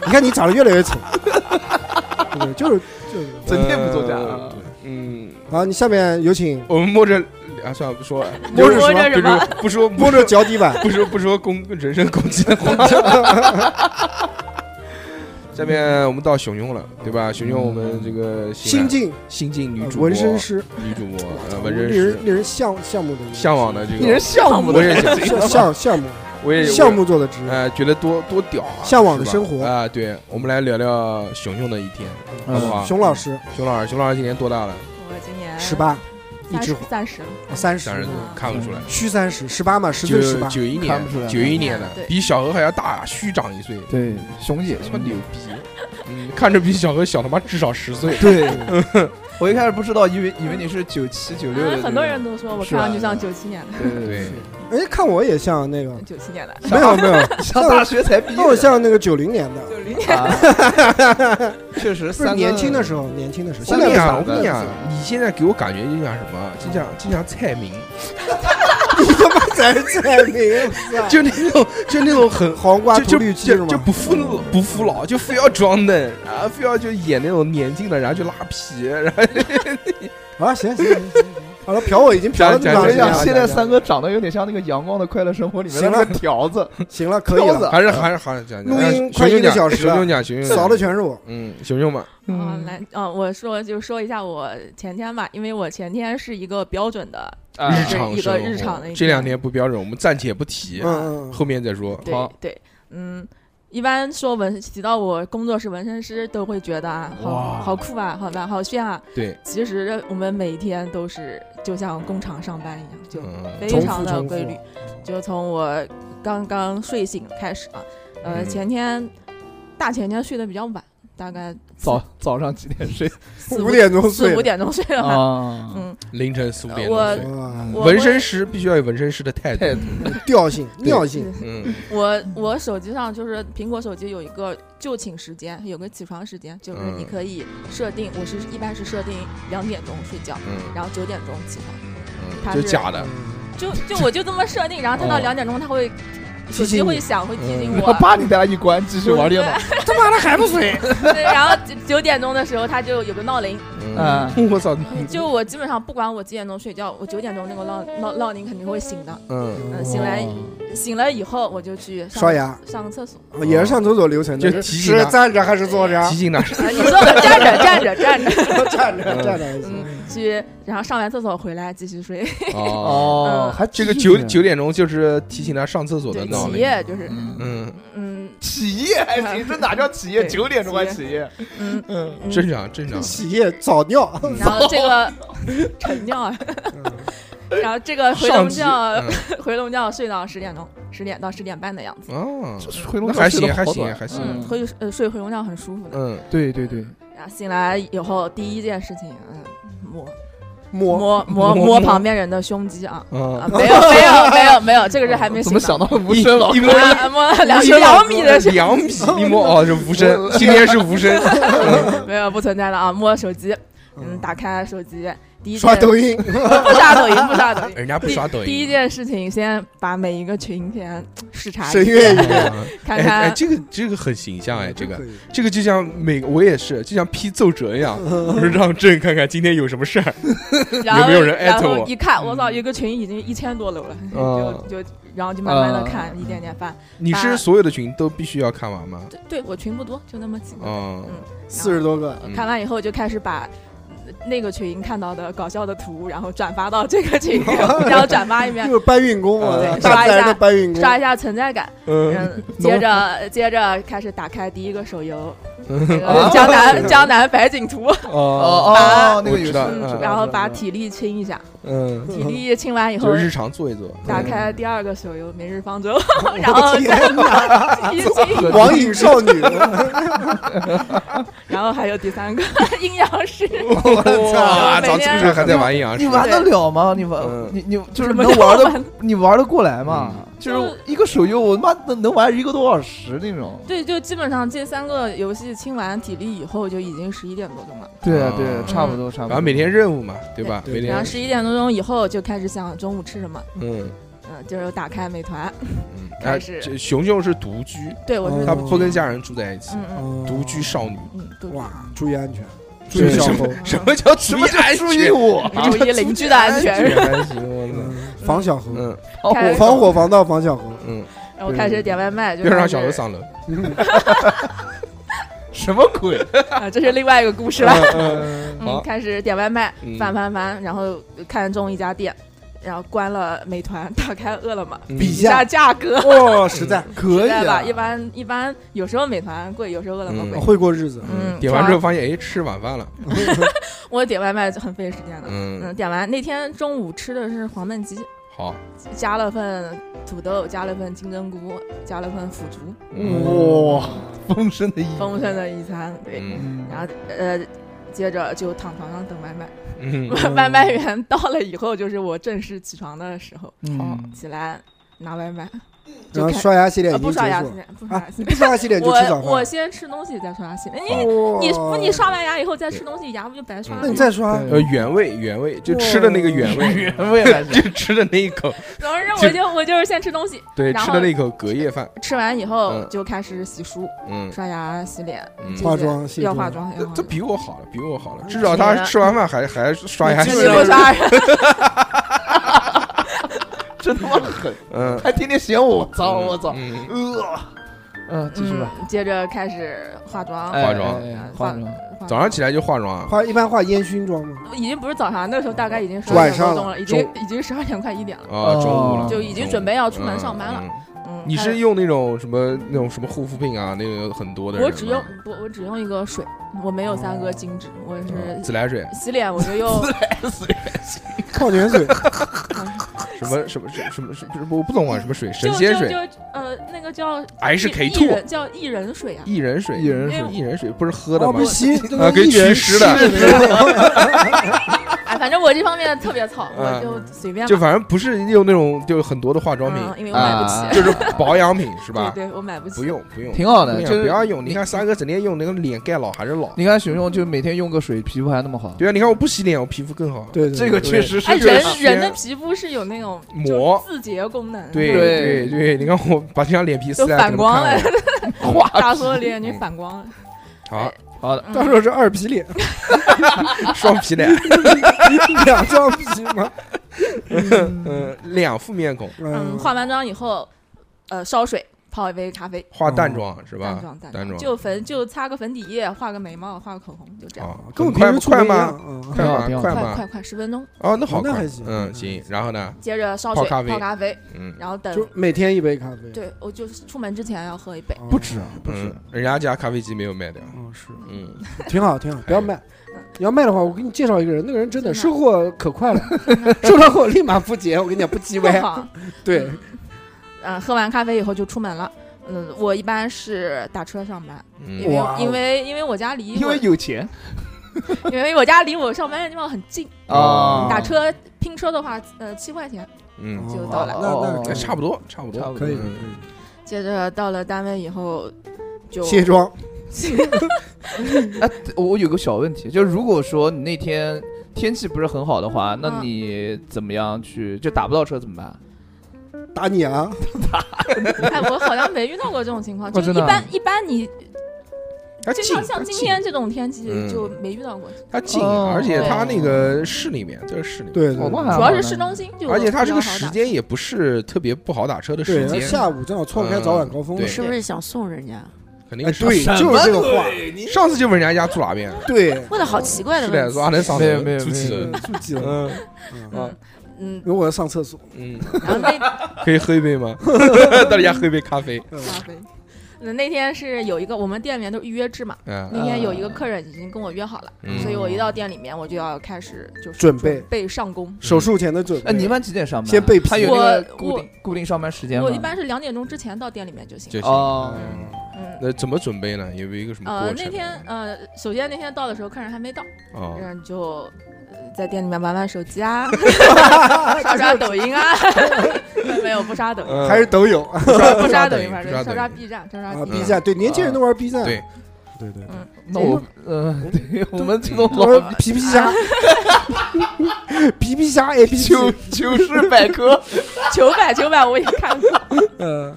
你看你长得越来越丑，对不对就是就是整天不做家呃嗯，好，你下面 *laughs* 有请我们摸着啊，算了，不 *laughs* 说了，摸着什摸么着不什么说不说摸着脚底板，不说不说攻人身攻击的话。下面我们到熊熊了，对吧？熊熊，我们这个新晋 *laughs* 新晋女主播纹身师，女主播，呃，我纹身令师人令人向项目的一个向往的哎这你人个，项目的，我也想项项项 *laughs* 目我 *laughs* 也项目做的职业，呃，觉得多多屌啊！向往的是吧生活啊、对，我们来聊聊熊熊的一天，好不好？嗯熊老师熊老师，熊老师今年多大了？我今年十八，一三只十虎哦三十了，哎三十三十多，看不出来。虚三十，十八嘛，十九岁十八，九一年看不出来，九一年的对，比小何还要大，虚长一 *laughs* 岁，对，熊姐，他妈熊牛逼！姐，嗯，看着比小何小他妈至少十岁。对，我一开始不知道，以为以为你是九七九六啊的，很多人都说我是吧看上去像九七年的，对对对，哎，看我也像那个，九七年的，没有没有，上大学才毕业，看我像那个九零年的，九零年啊， *laughs* 确实，不是三年轻的候，时候，年轻的时候，我现跟你在不讲，傻我了跟你讲，嗯你现在给我感觉就像什么？就像就像蔡明，啊咱在名字，就那种 *laughs* 就那种很啊黄瓜就涂就绿鸡是就吗？就不服不服老，就非要装嫩，然后非要就演那种年轻的，然后就拉皮，然后啊，行行行行行，好了，嫖我已经嫖了这讲么长我跟时你间讲，了，现在三哥长得有点像那个《阳光的快乐生活》里面的 *laughs* 那个条子，行了，可以彪子了，还是还是还是讲录音熊快熊一个讲小时熊了熊讲熊熊讲扫的全是我，嗯，熊熊嘛，啊，嗯来，啊，我说就说一下我前天吧，因为我前天是一个标准的，啊日是常一个生日活常的一这个两天不标准，我们暂且不提嗯，嗯，后面再说。对对，嗯，一般说纹提到我工作是纹身师，都会觉得啊，哇好好酷啊，好玩好炫啊。对，其实我们每天都是就像工厂上班一样，就嗯，非重复常的重复规律。就从我刚刚睡醒开始啊，呃，嗯前天大前天睡得比较晚，大概 *laughs* 早早上几点 *laughs* 睡嗯四五点钟四睡五，点钟睡了吧。啊嗯，凌晨四五点我钟睡。哇，我纹会身师必须要有纹身师的态度态。度调性尿性，嗯，我我手机上就是苹果手机有一个就寝时间，有个起床时间， *laughs* 就是嗯你可以设定，我是一般是设定两点钟睡觉，嗯然后九点钟起床，嗯，他就是假的。就就我就这么设定，然后它到哦两点钟它会提手醒机你会响，会提醒嗯我。把你带来一关，继续玩电脑。他妈妈的还不睡，对然后九九点钟的时候他就有个闹铃，啊嗯，我操，就我基本上不管我几点钟睡觉，我九点钟那个闹闹闹铃肯定会醒的。嗯，嗯，醒来醒了以后我就去上刷牙，上个厕所。哦也是上厕所流程就的，是提醒他是站着还是坐着？极尽 *laughs* 大 *laughs* 啊你说的站着站着站着，站着嗯站着还行。嗯，去，然后上完厕所回来继续睡。哦，哦嗯，还这个九提醒九点钟就是提醒他上厕所的对，闹起铃，夜就是，嗯嗯，嗯起夜还行，这哪叫起夜？对九点钟还起夜？嗯嗯，嗯，正常 *laughs* 正常，起夜早尿，然后呃这哦个晨尿啊，然后这呃个回上笼级觉 *laughs* 嗯回笼觉睡到十点钟，十点到十点半的样子。哦，回笼那觉还睡得行还好行短还行，嗯，回去呃睡回笼觉很舒服的。嗯，对对对，然后醒来以后第一件事情，嗯，摸摸摸摸摸摸旁边人的胸肌啊。啊，啊，没有没有没有没有，这个是还没怎醒么呢。想到无声老一摸啊摸了两无声老呃两米的胸，两米一摸哦，是无 *laughs* 声，今天是无声，没有不存在了啊！摸手机，嗯，打开手机，第一刷件抖音，不刷抖音，不刷抖音。人家不刷抖音，第一件事情，先把每一个群先视察沈一月遍，一个啊 *laughs* 看哎哎，看这个这个很形象哎，这个可以这个就像每个我也是，就像批奏折一样，就是让朕看看今天有什么事儿。然后有没有人艾特我然后一看，我操，有个群已经一千多楼了，嗯 *laughs* 就就然后就慢慢的嗯看，一点点翻。你是所有的群都必须要看完吗？对，对我群不多，就那么几个。哦，四十多个，嗯看完以后就开始把。那个群看到的搞笑的图，然后转发到这个群，哦 *laughs* 然后转发一 *laughs* 遍就，是搬运工嘛嗯，大刷一自然下的搬运工。刷一下存在感。嗯， *laughs* 嗯，接着接着开始打开第一个手游，嗯那个啊江南江南百景图，哦， *laughs* 哦哦，那我个游知戏道，嗯嗯 *laughs* 然后把嗯体力清一下，嗯，体力清完以后就是日常做一做。嗯打开第二个手游《明日方舟》，*laughs* 然后天再打第一集，网瘾少女，然后还有第三个阴阳师，我操！哇，早出生还在玩阴阳 *laughs* 师你，玩得了吗？你玩嗯你你就是什么能叫玩玩的，你玩得过来吗？就是就一个手游，我他妈能能玩一个多小时那种。对，就基本上这三个游戏清完体力以后，就已经十一点多钟了。对啊啊，对啊，差不多差不然多。后每天任务嘛，对吧？对每然后天，十一点多钟以后就开始想中午吃什么，嗯嗯，就是打开美团，嗯，开哎，始这熊熊是独居，对我是哦她不跟家人住在一起，嗯嗯 *laughs* 嗯独居少女。嗯，对哇，注意安全，注对意小什偷，什么叫什么叫注 *laughs* 意我？注意邻居的安全。还行，我操，嗯防小猴， *laughs* 嗯开防火防盗防小猴。嗯，然后开始点外卖，就别让开小始何上楼。嗯什么鬼？啊，这是另外一个故事了。好嗯， *laughs* 开始点外卖嗯，翻翻翻，然后看中一家店，然后关了美团，打开饿了么，嗯比一下价格，哦，实在可以对吧？啊一，般一般，有时候美团贵，有时候饿了么嗯贵。会过日子，嗯，点完之后发现，哎，吃晚饭了。我点外卖很费时间的。嗯嗯，，点完那天中午吃的是黄焖鸡，好，加了份土豆，加了份金针菇，加了份腐竹，哇，丰盛的一丰盛的一餐。对，嗯然后呃，接着就躺床上等外 *laughs* 卖。嗯，外卖员到了以后，就是我正式起床的时候，好，起来拿外卖，然就后看刷牙洗脸呃已经不结刷牙束洗了脸，不刷啊牙！洗你脸。不刷牙洗脸就吃早我我饭，先吃东西再刷牙洗脸，因为哦你不你刷完牙以后再吃东西，牙不就白刷了那你吗？再刷对呃，原味原味，就吃的那个原味，原味还就吃的那一 *laughs* 口，总之我就我就是先吃东西，对，然吃后的那一口隔夜饭。吃完以后嗯就开始洗漱、嗯刷牙、洗脸，嗯这，嗯化些妆卸要妆化妆，要这化这妆。比我好了，比我好了，至少他吃完饭还还刷牙你洗这这个是我脸。刷牙，真他妈狠，嗯，还天天嫌我脏，我操！嗯呃，嗯， *laughs* 继续吧，嗯，接着开始化妆，哎化妆哎哎嗯化妆，化早上起来就化妆啊。化一般化烟熏妆 *laughs* 嘛，已经不是早上，那时候大概已经十二晚点多上钟了，已经已经十二点快一点了，啊，中午哦了，就已经准备要出门上班了。了。嗯，你还有是用那种什么那种什么护肤品啊，那个很多的人吗。啊我只用不，我只用一个水，我没有三哦个精致，我嗯是自来水，洗脸我就用矿泉水什么什么什么什么什么，我不懂啊，什么水，神就仙就水就，呃那个叫，HK 薏薏兔，仁叫薏仁水啊，薏仁水，薏仁水因为薏仁水不是喝的哦，吗不？吸啊，给祛湿的，哎，反正我这方面特别糙，嗯我就随便就吧，反正不是用那种就是很多的化妆嗯，品，因为我买不啊起，就是保养品是吧？对对，我买不起，不用不用，挺好不的，用就是不要用。你看三哥整天用那个脸盖老还是老，你看熊熊就每天用个水，皮肤还那么好。对啊，你看我不洗脸，我皮肤更好。 *laughs* 对对，这个对确实是哎，就是人先人的皮肤是有那种就膜自洁功能，对对对对，你看我把这张脸皮撕就下来，反光 *laughs* 了了，话大叔的脸已经反光嗯了。好，好的，大硕是二皮脸， *laughs* 双皮脸，两张皮吗？嗯，两副面孔，嗯，化完妆以后，呃，烧水泡一杯咖啡，化淡妆是淡吧？妆嗯淡淡妆啊就粉就擦个粉底液，画个眉毛，画个口红，就这样。啊，跟我快平时快吗？吗？嗯快吗？挺好快快吗？快快，十分钟，哦，那好那快还行嗯，嗯行。然后呢？接着烧泡水咖啡泡咖啡，嗯然后等。就每天一杯咖啡，对，我就是出门之前要喝一杯。哦，不止啊，不止嗯，，人家家咖啡机没有卖掉。嗯，是嗯， *laughs* 挺好，挺好，不要卖嗯。你要卖的话，我给你介绍一个人，那个人真 *laughs* 的真的收获可 *laughs* 快了，收到后立马付钱，我跟你讲不急不歪。啊 *laughs* 好，对，嗯，喝完咖啡以后就出门了。嗯，我一般是打车上班， *laughs* 因嗯为哇哦因为因为我家离因我为有钱因为我家离我上班的地方很近，哦打车拼车的话，呃，七块钱。嗯，就到了哦那哎那差不多，差不差多不，多可以，可嗯以接着到了单位以后，就卸 *laughs* 妆，哎，我有个小问题，就是如果说你那天天气不是很好的话，那嗯你怎么样去就打不到车怎么办？打你啊！哎，我好像没遇到过这种情况，哦就真一的啊般一般你它就近像，像它今近天这种天气嗯就没遇到过，它近，哦而且它那个市里面，这个市里面，对对哦那还对好主要是市中心就而且它比这较个好时打间也不是特别不好打车的时对，间，下午正好错开早晚高峰嗯了对是不是想送人家？肯哎，定是对，就是这个话，上次就问人家家住哪边，对，问的好奇怪是的的，问说题。阿能上没有没楼，有住几没有楼嗯？出记了，嗯嗯啊嗯，因为我要上厕所，嗯，然后那 *laughs* *laughs* 可以喝一杯吗？到人家喝一杯咖啡。咖啡。嗯那那天是有一个我们店里面都是预约制嘛， *laughs* 嗯那天有一个客人已经跟我约好了，嗯所以我一到店里面我就要开始就是准备备上工。手术前的准啊备。哎，你一般几点上班？先被批他有那个我固定固定上班时间吗？我一般是两点钟之前到店里面就行就了。行。哦，嗯嗯，那怎么准备呢？有没有一个什么呃过，程？那天呃，首先那天到的时候客人还没到，哦嗯，就呃在店里面玩玩手机啊，刷刷抖音啊，没有不刷抖音，嗯还是抖友呃不刷抖音，不反正刷刷抖刷音。 B 站，刷刷啊 B ，B 站。站，对，年轻人都玩 B 站，嗯对对对，对那我呃， *laughs* 对我们这种我老说皮 *laughs* 皮虾，皮皮虾 A P 糗 Q，糗事百科，九百九百我也看过。呃，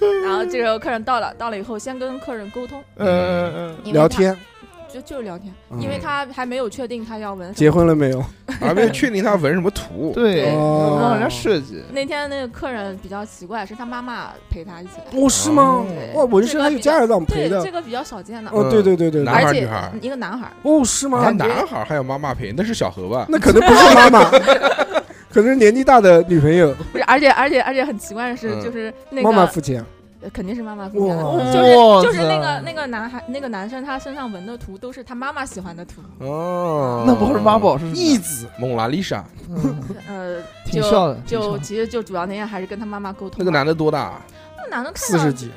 对，然后这时候客人到了，到了以后先跟客人沟通， *laughs* 嗯因为聊他天，就就是聊天，嗯因为他还没有确定他要纹什么。结婚了没有？还没有确定他纹什么图。对，哦让人家设计，那天那个客人比较奇怪，是他妈妈陪他一起来。哦，是吗？对哇，我认识还有家人让我陪嗯对，的这。个比较少见的，哦，对对对对，男对孩而儿且女孩儿一个男孩儿，哦，是啊，吗？男孩儿还有妈妈陪，那是小何吧？ *laughs* 那可能不是 *laughs* 妈妈，可能是年纪大的女朋友，不是，而且而且而且很奇怪的是，嗯就是那妈个妈付钱。呃肯定是妈妈付钱的，哇就是就是哇塞那个那个男孩那个男生他身上纹的图都是他妈妈喜欢的图，哦，那不是妈宝嗯是嗯义子，蒙娜丽莎。 *laughs* 呃，挺像就的，就其实就主要那天还是跟他妈妈沟通。那个男的多大？那男的看四上十去几，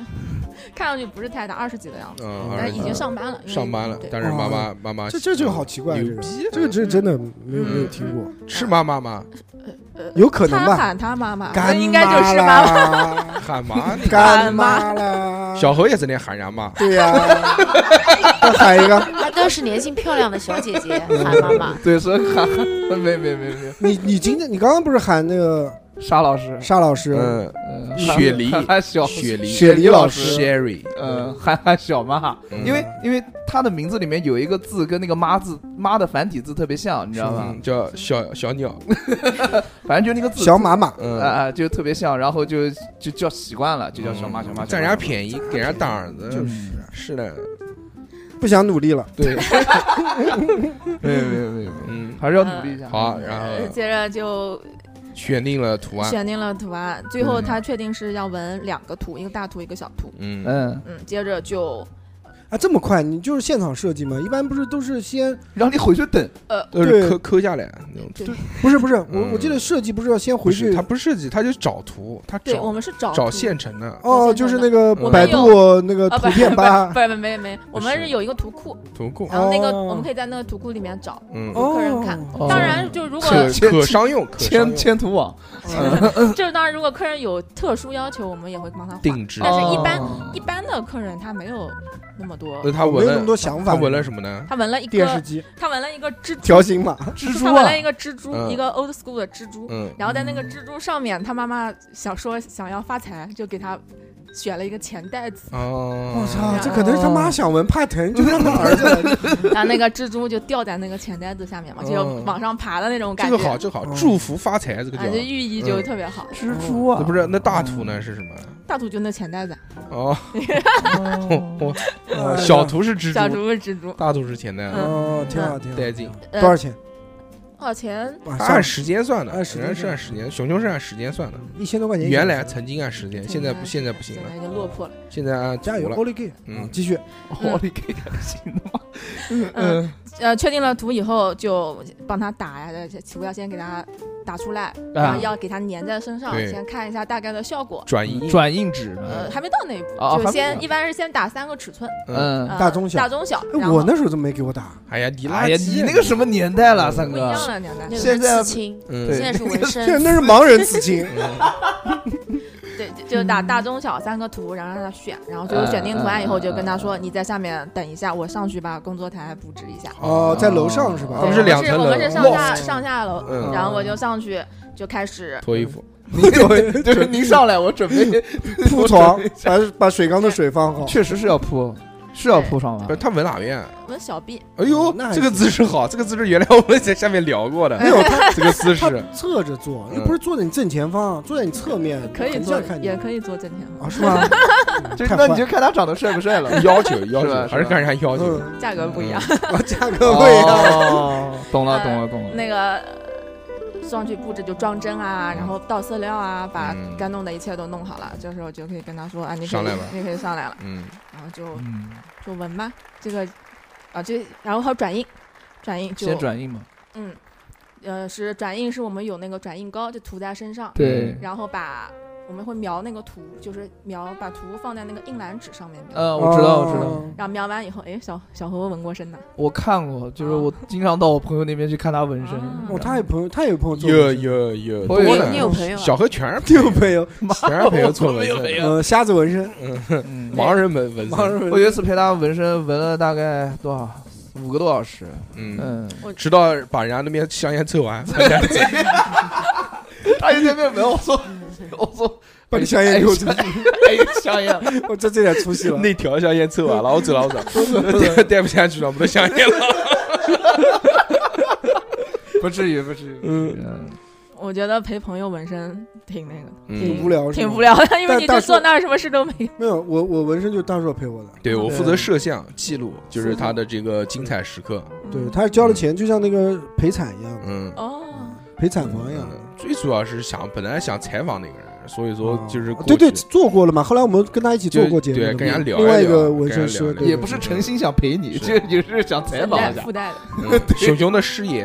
看上去不是太大，二十几的样子，嗯，但二十已几经上班了，因为上班了，对但是妈妈妈妈嗯这这就好奇怪，这啊牛个逼，这个真真的没嗯有没有听过，是妈妈吗？呃有可能他吧？喊他妈妈，那干应该就是妈妈。妈，喊 *laughs* 妈那个。干妈啦，小何也整天喊人家妈，对 *laughs* 呀，再喊一个，她都是年轻漂亮的小姐姐，喊妈妈。对，所以喊没没没没你你今天你刚刚不是喊那个沙老师，沙老师，嗯，嗯雪梨喊喊小雪梨雪梨老师，Sherry，呃， *laughs* 喊喊小妈，嗯因为因为他的名字里面有一个字跟那个妈字妈的繁体字特别像，你知道吗嗯？叫小小鸟，反正就那个字小马马，啊嗯，啊，就特别像，然后就就叫习惯了，就叫小马小马。嗯占人家便宜，给人家当儿子，就是是的，不想努力了，对，没有没有没有，嗯，还是要努力一下。好，啊然后接着就选定了图案，选定了图案，最后嗯他确定是要纹两个图，一个大图，一个小图。嗯，嗯，嗯，接着就啊，这么快，你就是现场设计吗？一般不是都是先让你回去等，都是抠抠下来那种。对不是不是，我嗯我记得设计不是要先不回是，去他不设计，他就找图，他对，我找们是找找图现成的哦，就是那个嗯百度那个啊，图不片吧不，不没没没，我们是是有一个图库，图库，然后那个哦我们可以在那个图库里面找。嗯，有客人看哦哦当然，就如果可千可商用，可商千用千图网嗯 *laughs* 就是当然，如果客人有特殊要求，我们也会帮他画。定制。但是一般哦一般的客人他没有那么嗯多那，他我没纹有那么了，多想他法。纹了什么呢？他纹了一电视 *laughs* 个机他纹了一个蜘蛛，条 *laughs* 形码，蜘蛛他纹啊了，一个蜘蛛，嗯一个 old school 的蜘蛛。嗯，然后在那个蜘蛛上面，他妈妈想说想要发财，就给他选了一个钱 *laughs* 袋子，哦，我操，这可能是他妈想闻帕腾，就让他儿子 *laughs* 来。然后那个蜘蛛就掉在那个钱袋子下面嘛，就要嗯往上爬的那种感这觉。个好，这个好嗯，祝福发财，这个叫啊，就嗯寓意就嗯特别好。蜘蛛啊，这不是那大图呢是什么？大图就那钱袋子，哦，哦 *laughs* 我哦小图是蜘小嗯蛛，猪是蜘蛛。大图是钱袋，哦，挺好挺好。带劲。呃多少钱？多少钱？啊它算按了时间算的，按时间人家是算按时间，熊熊是按时间算的。一千多块钱。原来曾经按时间，哎现在不现现在不行了，嗯现在已经落 *laughs* 魄了。现在按加图油了。 ，Holy Gay，嗯嗯，继续。我的给点行的吗？嗯，呃，确定了图以后就帮他打呀，这图要先给他打出来，嗯啊然啊后要给他粘在身上，对先看一下大概的效果。转移，转印纸呃，呢？还没到那一步，嗯哦就还没先到一般是先打三个尺寸，嗯，啊呃大中小大中小。哎然后我那时候怎么没给我打？哎呀，你垃哎呀，圾你那个什么年代了，三不一哥？样了，年代那个现是在刺青，嗯，对现在是纹身这，那是盲人刺青。嗯对，就就打大中小三个图，然后让他选，然后最后选定图案以后，就跟他说：“你在下面等一下，我上去把工作台布置一下。哦，在楼上是吧？我啊对”们是是两层楼我们是上 loft 下上下楼，嗯然后我就上去就开始脱衣服， *laughs* 你对，就是您上来，我准备，铺床，把把水缸的水放好。确实是要铺，是要铺上不是了。他闻哪边？纹小臂，哎呦那，还哎这个姿势好，这个姿势原来我们在下面聊过的没，*laughs* 有他，这个姿他 *laughs* 势，侧着坐，嗯又不是坐在你正前方，坐在你侧面，可以横做向看，你也可以做正前方，啊，是吗？就太那坏你就看他长得帅不帅 *laughs* 了。要求要是求吧还是看人家要求。嗯，价格不一样。啊，价格不一样。哦，懂了，懂了，懂了。那个呃上去布置就装帧啊，然后倒色料啊，把嗯该弄的一切都弄好了。这时候就可以跟他说：“啊，你可上以来吧，你可以上来了。嗯，”然后就嗯，就纹吧，这个啊，这然后还有转印，转印就先转印嘛。嗯，呃，是转印是我们有那个转印膏，就涂在身上，对，然后把我们会描那个图，就是描把图放在那个印蓝纸上面描，哦嗯，我知道，我知道。道。然后描完以后，哎，小小何纹过身呢，我看过，就是我经常到我朋友那边去看他纹身啊。哦，他有朋友，他有朋友做有纹身，有有，我以多为呢你有朋友啊？小何全是 *laughs* 有朋友，全是朋友做纹朋身，友呃，瞎子纹身，嗯盲人纹纹盲身，人我纹有身。一次陪他纹身，纹了大概多少五个多小时。嗯，嗯，直到把人家那边香烟抽完，他就在那边纹，我 *laughs* 说，我说，把你香烟给我抽，哎，香烟， *laughs* 我这这点出息了。 *laughs* 那条香烟啊抽 *laughs* 完了，我走了，我走 *laughs* 了，带带不下去了，没得香烟了。不至于，不至于。嗯，嗯，我觉得陪朋友纹身挺那个，嗯无聊是挺吗无聊的，因为但你但就是坐那儿什么事都没有。没有，我我纹身就是大硕陪我的。对我对负责摄像记录，就是他的这个精彩时刻。对，他是交了钱，就像那个陪产一样，嗯，嗯哦，陪产房一样。嗯最主要是想本来想采访那个人，所以说就是对哦过对，去做过了嘛。后来我们跟他一起做就过节目的对嘛，跟人家聊一另外一聊个跟纹人身家师聊一聊对也不是诚心想陪你，就也是想采附访带一下。附带的， *laughs* 嗯熊熊的视野，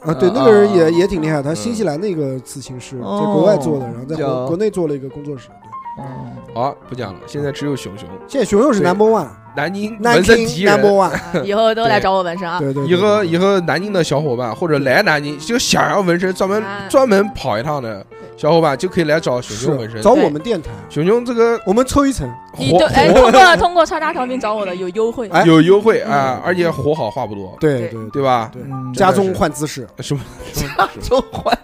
啊，对，那个人也啊也挺厉害，他嗯新西兰的一个刺青师，在哦国外做的，然后在叫国国内做了一个工作室。对嗯好不讲了，现在只有熊熊，现在熊熊是对 number one，南京南纹京身第一 number 人。 one，啊以后都来找我纹身啊。对对，以后对以后南京的小伙伴或者来南京就想要纹身，专门啊专门跑一趟的小伙伴就可以来找熊熊纹是身。找我们电台，熊熊这个我们抽一层，你活都哎，活通过通过叉叉调频找我的有优惠，哎有优惠啊，而且活好话不多，对对对对吧？对，嗯家中换姿势，什么中换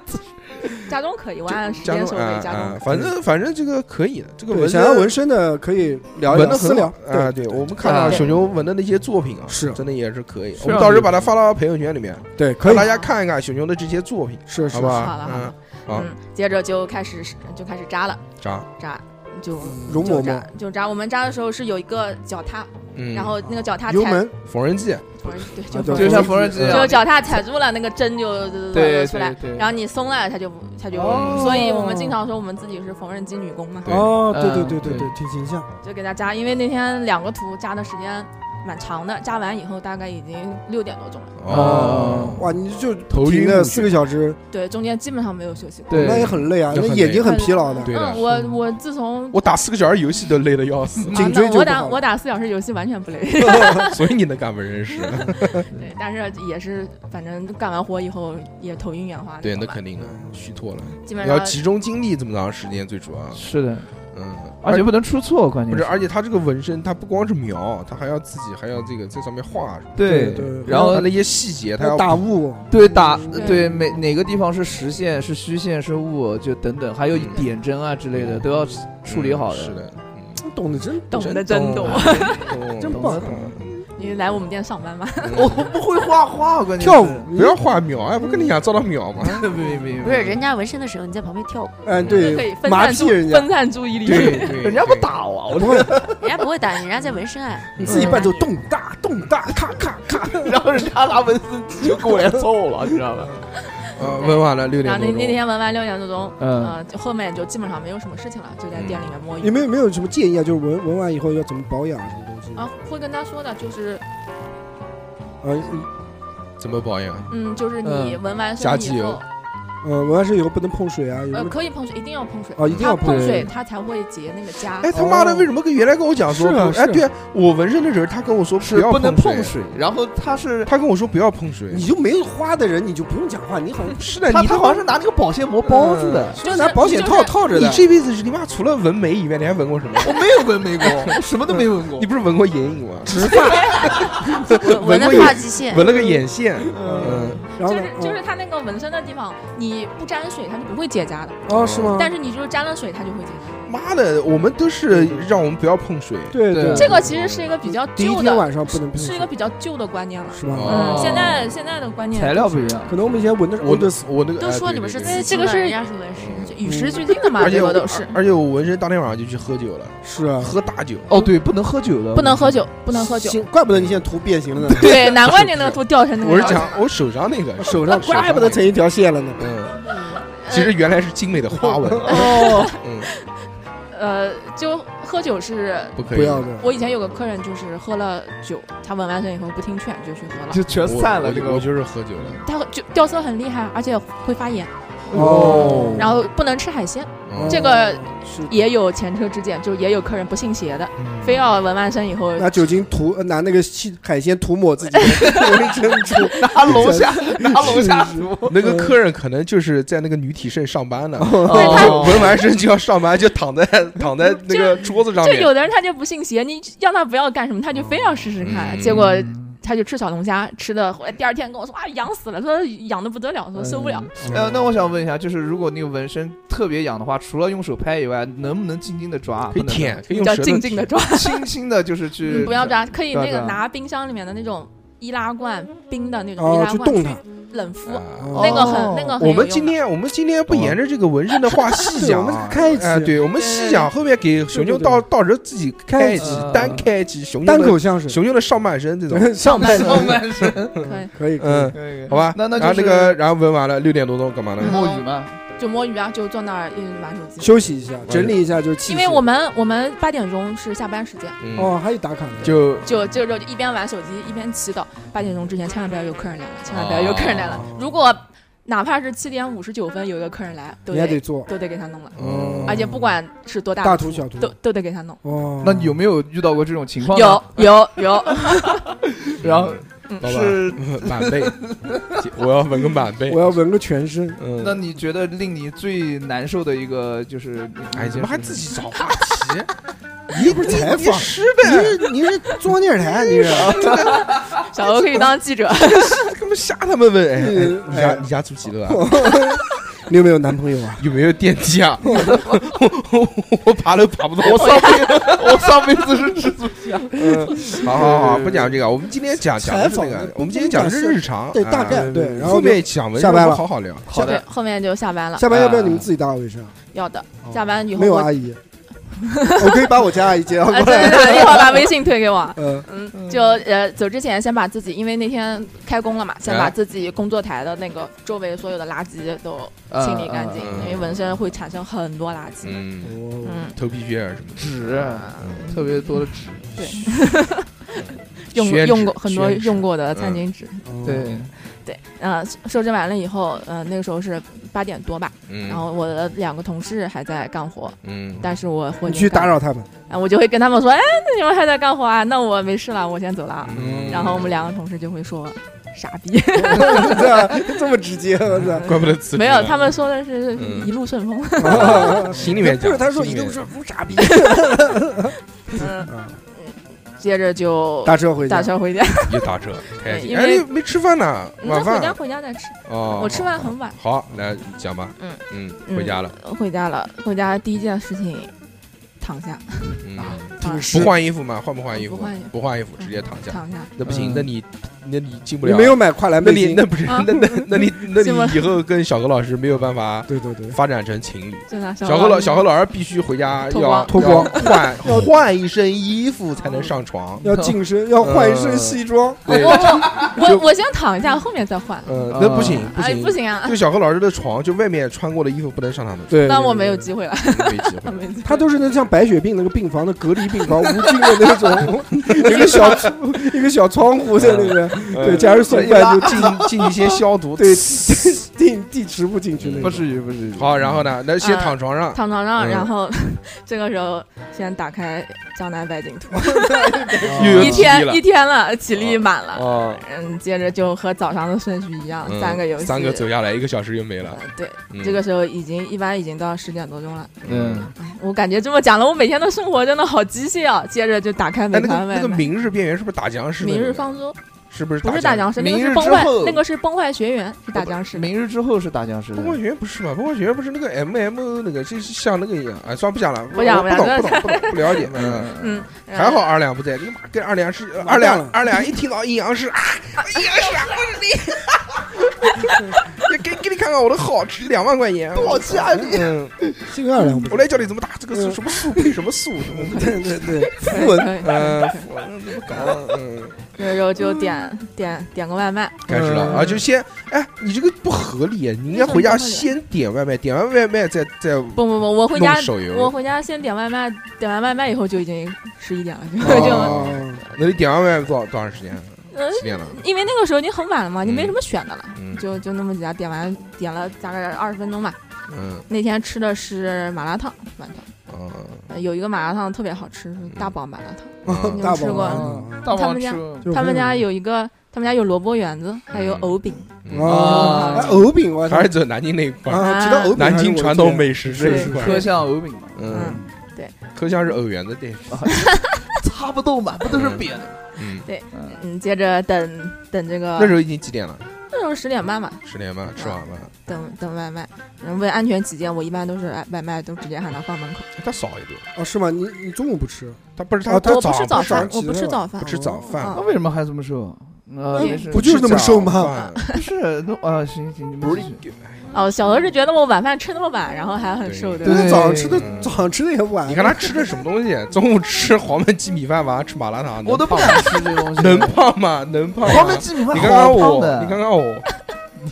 家中可以，我按时加间入收啊费，家啊中，反正反正这个可以的，这个对，纹想要身纹身的可以聊一纹聊的私很聊好，啊，对我们看到啊熊熊纹的那些作品啊，是真的也是可以，是啊我们到时候把它发到朋友圈里面，对可让以大家看一看熊熊的这些作品，是是好不是好？好了好了，嗯，好，嗯，接着就开始就开始扎了，扎，扎就容就嬷扎嬷就扎，我们扎的时候是有一个脚踏，嗯，然后那个脚踏油踩，门缝纫机，不是对，啊就对就像缝缝纫机一就样，脚踏踩住了，那个针就就对出来对，对然后你松了，它就不它就哦，所以我们经常说我们自己是缝纫机女工嘛，对哦，嗯对对对对对对，挺形象，就给它扎，因为那天两个图扎的时间蛮长的，扎完以后大概已经六点多钟了，哦，哇，你就头停晕了目四个小时，对，中间基本上没有休息过。对那也很累啊，那那很眼累睛很疲劳的，对的嗯，，我我自从我打四个小时游戏都累得要死，颈啊椎那就我不打好我了打四小时游戏完全不 *laughs* 累， *laughs* 所以你能干纹身师，对，但是也是反正干完活以后也头晕眼花，对，那那种吧肯定嗯的，虚脱了，基本要上集中精力这么长时间最主要，是的，嗯，而且不能出错，关键啊不是，而且他这个纹身，他不光是描，他还要自己还要这个在上面画什么的，对对对然后他那些细节他还有要打雾，对打对对每哪个地方是实线是虚线是物就等等，还有嗯点针啊之类的都要处理好是的。的，嗯，懂得真啊懂得真懂，懂嗯真不好懂。 *laughs* 你来我们店上班 *laughs* 吧。 *laughs* 我不会画画，关键是跳 *laughs* 舞。不要画苗啊！不跟你讲照到苗吗？别别别，不是人家纹身的时候你在旁边跳舞，嗯，可以对，分麻散注痹人家，分散注意 *laughs* 力。 *laughs* 对对，人家不打我，我他妈人家不会打你，人家在纹身哎。自己伴奏，咚哒咚哒，咔咔 *laughs* 咔， *laughs* 然后人家拿文字就过来揍了，你知道吧？呃，问完了六然点后多啊那那钟，天纹完六点多钟，嗯呃，就后面就基本上没有什么事情了，就在店里面摸鱼有。没有没有什么建议啊？就是纹纹完以后要怎么保养什么东西？啊，会跟他说的，就是，呃怎么保养？嗯，就是你纹完加身机以油后，呃，纹完身以后不能碰水啊，有没呃，有？可以碰水，一定要碰水，哦，一定要它碰碰水水它才会结那个痂。哎，他妈的，为什么跟原来跟我讲说是啊不？是啊哎，对我纹身的时候，他跟我说是要不能碰碰，水，啊然后他是他跟我说不要碰水。你就没有花的人，你就不用讲话，你 *laughs* 好像是的，他你他他好像是拿那个保鲜膜包住的。就拿保险套套着你的。这辈子是你妈除了纹眉以外，你还纹过什么？我没有纹眉过，我什么都没纹过你。不是纹过眼影吗？直 *laughs* 发，纹纹纹了过发眼，际线，纹了个眼线。嗯，嗯，然后就呢是？就是它那个纹身的地方，你不沾水它就不会结痂的，哦哦，是吗？但是你就是沾了水它就会结痂。妈的，我们都是让我们不要碰水。对对对，这个其实是一个比较嗯第一旧天的，晚上不能碰是水一个比较旧的观念了。是吧？哦嗯，现在现在的观念材料不一样，可能我们以前闻的是我 old school 我那个都说你们是哎对对对刺青这个的，是人家是纹身。就与时俱进的嘛，而且这我个都是。嗯而且我纹身当天晚上就去喝酒了，是啊，喝大酒。哦，对，不能喝酒的，不能喝酒，不能喝酒。行怪不得你现在图变形了呢， *laughs* 对，难怪你那个图掉成那个我是样子。讲我手上那个，手上怪不得成一条线了呢。嗯，其实原来是精美的花纹，哦，嗯，呃，就喝酒是，不可以，不要的，我以前有个客人就是喝了酒，他纹完身以后不听劝就去喝 *laughs* 了，就全我散了。我这就个我就是喝酒了，他就掉色很厉害，而且会发炎，哦然后不能吃海鲜，嗯这个是也有前车之鉴，就是也有客人不信邪的，嗯非要纹完身以后拿酒精涂，呃拿那个细海鲜涂抹自己的 *laughs* 纹身处，*laughs* 拿龙虾，拿龙虾煮。那嗯个客人可能就是在那个女体盛上班呢，哦 *laughs* 对他就纹完身就要上班，就躺在 *laughs* 躺在那个桌子上哦就面，有的人他就不信邪，你让他不要干什么，他就非要试试看，嗯结果他就吃小龙虾，吃的后来第二天跟我说啊痒死了，说痒的不得了，说受不了。嗯呃，那我想问一下，就是如果那个纹身特别痒的话，除了用手拍以外，能不能静静的抓？可以不能舔，可以用叫舌头静静的舔啊抓，轻轻的，就是去 *laughs* 嗯不要抓，可以那对个对拿冰箱里面的那种易拉罐冰的那种易哦，拉去罐动它。冷敷，啊哦 *laughs* 那个很那个嗯很有用的。我们今天我们今天不沿着这个纹身的话细对，我讲们啊，开一哎，期对，我们细讲，后面给熊熊到到时候自己开呃一集，单开一集熊单熊口的相声，熊熊的上半身这种， *laughs* 上 *laughs* 半身上半身。 *laughs* 可以可以，可以嗯，好吧，那那然后就那是嗯个然后纹完了六点多钟干嘛呢？摸鱼嘛，就摸鱼啊，就坐那儿一直玩手机。休息一下，整理一下就是气因息。为我们我们八点钟是下班时间，嗯，哦，还有打卡呢，就就就就一边玩手机一边祈祷，八点钟之前千万不要有客人来了，千万不要有客人来了。如果哪怕是七点五十九分有一个客人来，都你还得得做都得给他弄了，哦嗯而且不管是多大的大图小图都都得给他弄。哦。那你有没有遇到过这种情况？有，有有，然后老嗯是板满背， *laughs* 我要纹个满背我。要纹个全身，嗯，那你觉得令你最难受的一个就是？哎，怎么还自？己找 *laughs* 话题？你又不是采你访，是你呗，是你是中央电视台，你是小欧可以当记者。他们瞎他们问。哎哎，嗯你家哎你家住几楼啊？你有没有男朋 *laughs* 友啊？ *laughs* 有没有电梯 *laughs* 啊？我我我爬楼爬不动，我我上辈我上辈子是蜘蛛侠。好好好，不讲这个，我们今天讲讲的是那采访个，我们今天讲的是日常，对，啊大概对，然后后面讲文下班了我们好好聊。好对的，，后面就下班了，下班要不要你们自己打扫卫生？要的。哦啊下班以后没有我阿 *laughs* 姨，我可以把我家阿姨介绍啊，过对对来。对，一会儿把微信推给我。嗯，嗯，就呃走之前先把自己，因为那天开工了嘛，先把自己工作台的那个周围所有的垃圾都清理干净嗯嗯，嗯因为纹身会产生很多垃圾。嗯，我嗯，头皮屑啊什么嗯纸特别多的纸，对，的，用宣纸用过很多宣纸嗯用过的餐巾纸。哦对，对，呃，收拾完了以后，呃，那个时候是八点多吧，嗯，然后我的两个同事还在干活，嗯，但是我会你去打扰，扰他们，啊我就会跟他们说，哎，那你们还在干活啊？那我没事了，我先走了啊。嗯然后我们两个同事就会说，傻逼。对啊，这么直接，我操！怪不得辞没有，他们们说的是嗯一路顺风。 *laughs* 心里面不讲是，他说心一里路面顺风傻逼，嗯，啊接着就打车回家打。车回家，又打车，开心。因哎为，没吃饭呢，那晚回家饭啊回家再吃。哦，我吃饭好很晚，好，来讲吧。嗯嗯嗯回家了。回家了。回家第一件事情，躺下，嗯，挺不湿。换衣服吗？换不换衣服？不换衣服不换衣服，直接躺下。躺下，那不行嗯，那你那你进不你了。没有买跨栏那背你心？那不是啊那那那 *laughs* 你那进不了你以后跟小何老师没有办法对对对，发展成情侣。真的。小何老小何老师必须回家脱要光脱光要换 *laughs* 换一身衣服才能上床。要净身，要换一身西装。对，我我先躺一下，后面再换。呃，那不行不哎，行不，行啊，就小何老师的床，就外面穿过的衣服不能上他的对，那我对没有对机会了，床，没机会。没机会。他都是那像白血病那个病房的隔离病房，无菌的那种，有个小一个小窗户在那边， *laughs* 对，假如送饭就进进进一些消 *laughs* 毒。对地地池不进去那不种。至于，不至于。嗯好，然后呢？那先躺床上，嗯躺床上，嗯然后这个时候先打开江南百景图，嗯又有一体力天了一天了，体力满了，哦，嗯，接着就和早上的顺序一样，嗯三个游戏，三个走下来，一个小时又没了呃。对，嗯这个时候已经一般已经到十点多钟了，嗯，哎，我感觉这么讲了，我每天的生活真的好机械啊。接着就打开美哎，那个团外那个卖，明日边缘是不是打僵尸的那明个？日方舟是不是不是打僵尸，那个明是日崩之坏后，那个是崩坏学园是打僵尸的，明日之后是打僵尸的崩。溃学院不是嘛？崩溃学院不是那个 M M O 那个，就是像那个一样。哎，算了不讲了，不讲我不不讲懂，不懂，不懂，不了解。嗯，嗯， *laughs* 嗯，然后还好二两不在，他妈跟二两是完二蛋两了二两一听到阴阳师啊，阴阳师啊，我是你， *laughs* 给给你看看我的好吃，两万块钱，我吓你！嗯，这个二两不我来教你怎么打这个是什么速配什么速什 *laughs* 么的，对对对，符文嗯，我怎么搞？嗯，这个时候就点点点个外卖，开始了啊，就先，哎，你这个不合理，啊你应该回家先点外卖，点完外卖再再不不不，我回家弄手游我回家先点外卖，点完外卖以后就已经十一点了，就、哦那你点完外卖多少多长时间？ *laughs* 啊就嗯，几点了？因为那个时候已经很晚了嘛，你没嗯什么选的了，嗯就就那么几家，点完点了大概二十分钟吧。嗯那天吃的是麻辣烫馒头，啊，呃有一个麻辣烫特别好吃，是大宝麻辣烫。嗯有大吃宝过丸子大他王们吃家了就他们很家有一个，他们家有萝卜圆子，还有嗯藕饼。嗯啊，哎藕饼我操还是走南京那一块儿。啊，提到藕饼，南京传统美食这一是块，科巷藕饼嘛，嗯，嗯，科巷是藕圆的店，擦不动嘛，不都是扁的？嗯，嗯嗯，接着等等这个那时候已经几点了？那时候十点半吧，十点半，吃完啊饭，等等外卖。嗯为安全起见，我一般都是哎外卖都直接喊他放门口。他少一顿，哦，是吗？你你中午不吃？他不是哦他他我不早吃上早不上饭，我啊起不吃了早饭不。吃早饭那，为什么还这么瘦？呃，嗯没事不就是那么瘦吗？不不是，那啊，行行，你们不是继 *laughs* 续，哦，小何是觉得我晚饭吃那么晚，然后还很瘦，对吧？那对早上吃的嗯早上吃的也晚。你看他吃的什么东西？ *laughs* 中午吃黄焖鸡米饭，晚上吃麻辣烫，我都不敢吃这东西。能胖吗？能胖吗？黄焖鸡米饭你看看好胖我，的，你看看我，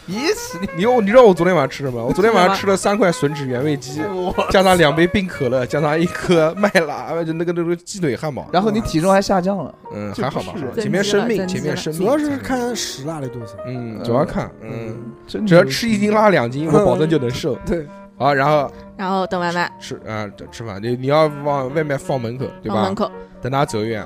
你死你！你你知道我昨天晚上吃什么？我昨天晚上吃了三块吮指原味鸡，我加上两杯冰可乐，加上一颗麦辣， *laughs* 就那个那个鸡腿汉堡。然后你体重还下降了，嗯，这还好不吧是，人前面生命，增肌前了面生命， *laughs* 主要是看食辣的多少。嗯，呃主要看，嗯，，真只要吃一斤拉两斤，我保证就能瘦对，啊。然后然后等外卖吃啊，这吃饭你你要往外面放门口，对放吧门？口，等他走远，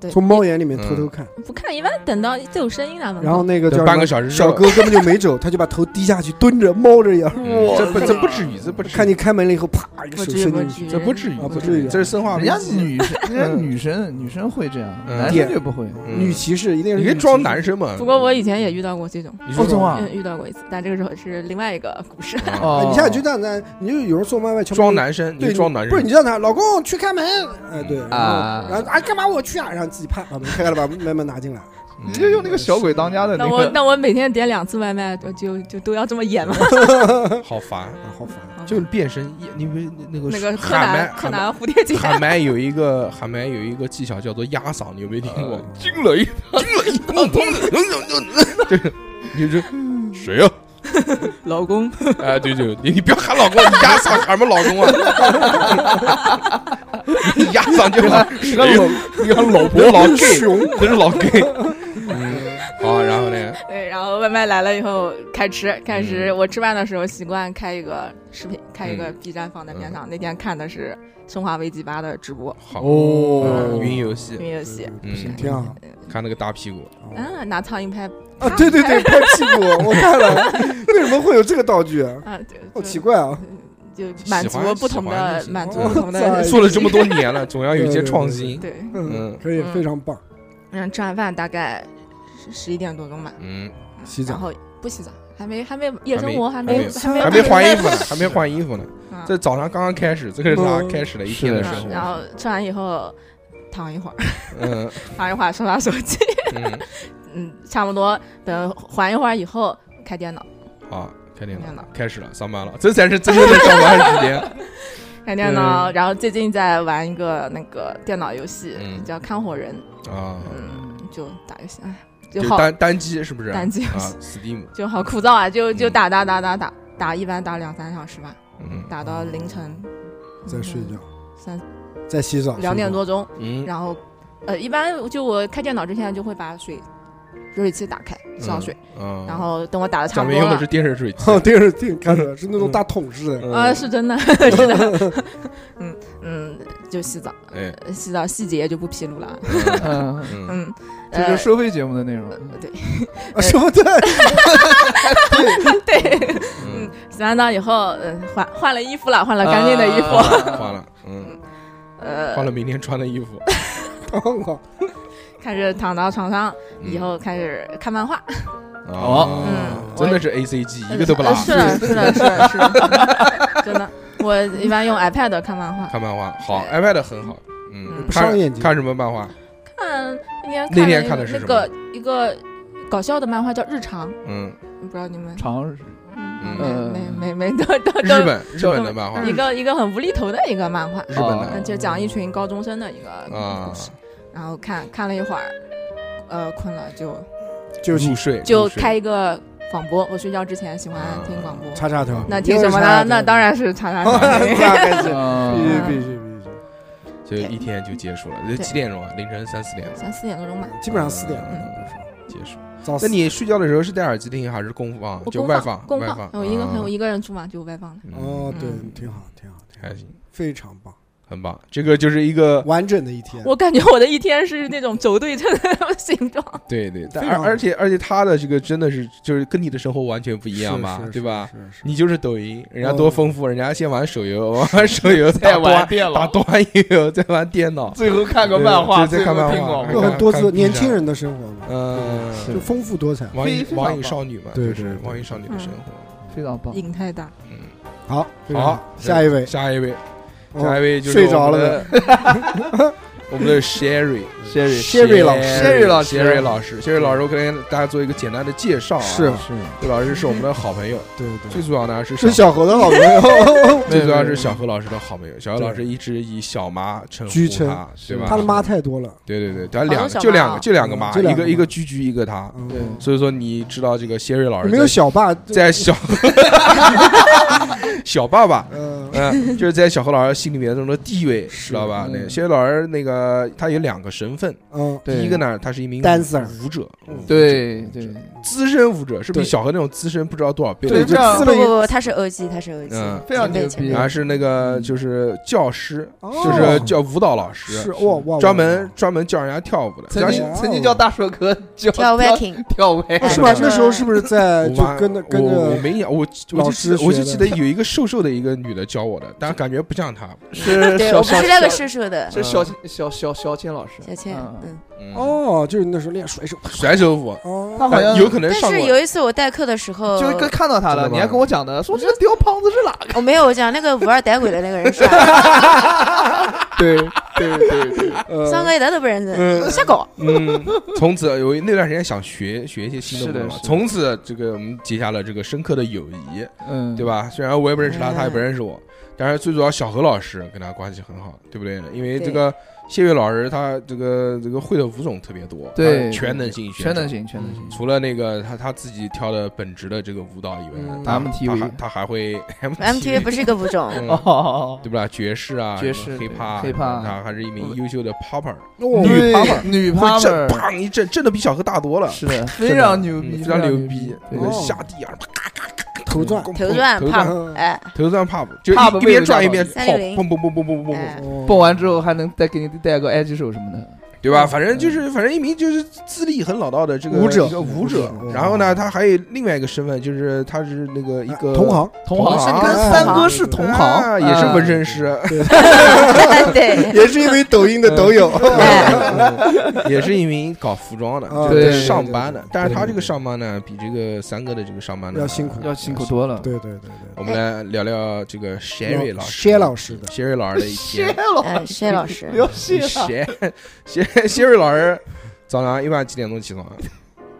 对，从猫眼里面偷偷看，不看，一般等到就有声音啊了嘛。然后那个叫等什半个么小时之小后，哥根本就没走，他就把头低下去，蹲着猫着眼，嗯这不这不至于，这不至于看你开门了以后，啪一个不手至于伸不进至去，于，这不至于啊，不这至于这是生化人危家机。女生，人家女生女生会这样，嗯男生就不会。嗯女骑士一定是你可以装男生嘛？不过我以前也遇到过这种，你说哦真装话啊嗯，遇到过一次，但这个时候是另外一个 *laughs* 故事。啊啊，哦，你现在就这样子，你就有人送外卖，全部装，男生，对，你装男生，不是你让他老公去开门，哎对，然啊后然后啊干嘛我去啊，然后自己啪把门开开了，把外卖拿进来，啊嗯你就用那个小鬼当家的那那我个，嗯那我每天点两次外卖，就就就都要这么演吗？好烦。啊好烦，就是变身，你们那个那个柯喊麦南柯喊麦南蝴蝶结，喊麦有一个喊麦有一个技巧叫做压嗓，你有没有听过？惊了一惊了一砰砰砰，就是你就谁呀？ *laughs* 老公，哎，对对，你你不要喊老公，你压嗓喊什么老公啊？ *laughs* 你压嗓就喊谁呀？你喊老婆老 gay，这是老 gay。嗯，好，然后呢？对，然后外卖来了以后开吃，开始我吃饭的时候习惯开一个视频，开一个嗯 B 站放在边上。那天看的是《生化危机八》的直播好，嗯哦云游戏，嗯云游戏，不行嗯挺好看那个大屁股，啊，拿苍蝇拍啊，对对 *laughs* 对，拍屁股，我看了，为什么会有这个道具？啊，对，好哦就奇怪啊，就满足喜欢不同喜欢的就行满足嗯不 *laughs* 同的哎做了这么多年了，总要有一些对对对创新。对，嗯嗯，可以嗯非常棒，然后吃完饭大概十十一点多钟吧，嗯，洗然澡后不洗澡，还没还没夜还生没活还没没有没还还没换衣服呢，还没换衣服呢。啊这早上刚刚开始，这个是他嗯开始了一天的是生嗯然活。后吃完以后躺一会儿，嗯躺一会儿刷刷手机， *laughs* 嗯，嗯，差不多等缓一会儿以后开电脑，好，开电开电脑脑，开始了，上班了，这才是真正的上班时间。开电脑，然后最近在玩一个那个电脑游戏嗯叫《看火人》，啊，嗯，就打游戏，哎，就 *laughs* 就好单单机是不是？单机游啊戏，Steam，就好枯燥啊，就就嗯打打打打打打，一般打两三小时吧，嗯打到凌晨在睡觉，三在洗澡，两点多钟，啊嗯，然后呃，一般就我开电脑之前就会把水热水器打开烧水，嗯，然后等我打的差咱不们多嗯用的了是，电热水器。 *laughs* *laughs* 哦，电视电看出来是那种大桶式的，嗯啊，是真的， *laughs* 是的，嗯嗯，就洗澡，哎，洗澡细节就不披露了，嗯， *laughs* 嗯嗯，这呃是，收费节目的内容。对 *laughs* 哎啊什么对， *laughs* 对，嗯，洗完澡以后，嗯，换换了衣服了，换了干净的衣啊服，啊换了，嗯，换呃，了明天穿的衣服。当好，开始躺到床上嗯 *laughs* 以后开始看漫画，哦，嗯真的是 A C G，一个都不落嗯呃。是的，*laughs* 是的，是的，是的，真的，我一般用 iPad 看漫画，看漫画，好，iPad 很好，嗯，嗯不伤眼睛看什么漫画？看那天那天了一看的个是那什个一个搞笑的漫画叫《日常》， *laughs* 嗯，不知道你们长嗯嗯没没没没都都日都嗯本日本的漫画，一个一个很无厘头的一个漫画，嗯日本啊的就 *laughs* 讲一群高中生的一个啊故事，然后看看了一会儿，呃，困了就就入是睡就入睡开一个广播，我睡觉之前喜欢啊听广播，叉叉头，哦那听什么呢？那 *laughs* 当然是查查 *laughs* 那查。开始，必须嗯，必须必须，就一天就结束了。这对几点钟啊？凌晨三四点了，三四点多钟吧，基本上四点了哦嗯结束。早死那你睡觉的时候是戴耳机听还是公放？我就公外放公外放，放。我一个啊我一个人住嘛，就外放了。哦，对，嗯挺好，挺好，挺好还，行，非常棒，很棒。这个就是一个完整的一嗯天。我感觉我的一天是那种轴对称的 *laughs* 形状。哦对对，但非而常而且而且他的这个真的是就是跟你的生活完全不一样吧是，是对吧？是是你就是抖音，人家多丰富，人家先玩手游，玩手游再 *laughs* 太玩玩电 *laughs* 打了，端游，再玩电 *laughs* 脑，最后看个对漫画，就最在看后漫听画广看有播。很多次看年轻人的生活嘛，嗯，是就丰富多彩。网瘾非常网瘾棒少女嘛，对就对是对网瘾少女的生活。非常棒，瘾 *laughs* 太大，嗯，好，非常好下一位，下一位，哦下一位就是睡着我们了的。 *laughs* 我们的 Sherry Sherry Sherry 老师 Sherry Sherry 老师，Sherry 老师，Sherry 老师，我给大家做一个简单的介绍啊。是是，Sherry 老师是我们的好朋友，对最对，主要呢是是小小何的好 *laughs* 朋友，最主要是对小何老师的好朋友，小何老师一直以小妈称居呼称他，对吧？ *laughs* 他的妈，太多了，对对对，他好多两个小就妈两哦个就两个妈，嗯就一两个个一妈个居居，一个他。嗯对所以说你知道这个谢瑞老有师没有小霸？在在小 *laughs* 小爸爸，嗯，嗯，就是在小何老师心里面中的地位，知道吧？嗯那个谢瑞老师那个他有两个身份，嗯，第一个呢，他是一名 Dancer 舞者，舞者对对，资深舞者是比嗯对小何那种资深不知道多少倍的对，人，就这样撕不了一不不，他是欧记，他是欧记嗯，非常前辈牛前逼辈然后是那个就是教师，嗯哦就是教舞蹈老师，是哇哇，专门专门教人家跳舞的，曾教是经曾经叫大硕哥叫跳跳 Viking，跳舞，哇是吧？是那时候是不是在我呃就妈跟着跟我我着没演，我我老就记师得我就学记的得有一个瘦瘦的一个女的教我的，但感觉不像她。是对小我不小是那个小瘦瘦的是小小小小千老师，小倩，嗯嗯。嗯，哦，就是那时候练甩手，甩手舞，哦，他好像有可能但上是过。有一次我代课的时候，就是跟看到他真的了，吗你还跟我讲的，说这个屌胖子是哪个？我哦没有讲那个五二逮鬼的那个人是吧？对对对对， *laughs* 呃三个一点都不认识，嗯瞎搞。嗯，从此有一那段时间想学学一些新的是舞的蹈嘛是，的从此这个我们结下了这个深刻的友谊，嗯对？吧？虽然我也不认识他，嗯他也不认识我，但是最主要小何老师跟他关系很好，对不对？因为对这个谢月老师他这个这个会的舞种特别多，对他全能性选手全能型，全能型，除了那个他他自己跳的本职的这个舞蹈以外嗯他 MTV 他还他还会 *laughs* MTV 不是一个舞种，嗯哦，对不啦？爵士啊，爵士黑怕对 hip-hop 他还是一名优秀的 popper，哦女 partner 女会震， partner，砰一震，震的比小何大多了，是的，非常牛嗯逼，非常牛逼逼，，那对个哦下地啊，头转，哦头转头胖转，嗯 *laughs* 哎，头转 pop，就 Pop 一一边转一边位置大跑，哦宝砰砰砰砰砰砰砰哎砰，蹦完之后还能再给你带个埃及手什么的，对吧？反正就是，反正一名就是资历很老道的这个舞者一个嗯舞者嗯。然后呢，他还有另外一个身份，就是他是那个一个同行，同行行是跟跟三三哥哥是同啊行，也是纹身。身师， *laughs* 对，也是一位抖音的抖 *laughs* 友，哎 *laughs* 也是一名搞服装的，啊就是对对上班的。但是他对这个上班呢，比这个三哥的这个上班呢要辛苦要辛苦。多了。 *laughs* 对对对我们来聊聊这个 Sherry 老师薛老师 *laughs* 的，Sherry 老师的一 *laughs* 天。嗯，谢老师，要谢了， Sherry *laughs* Sherry 老师早上一般几点钟起床 *laughs* 啊？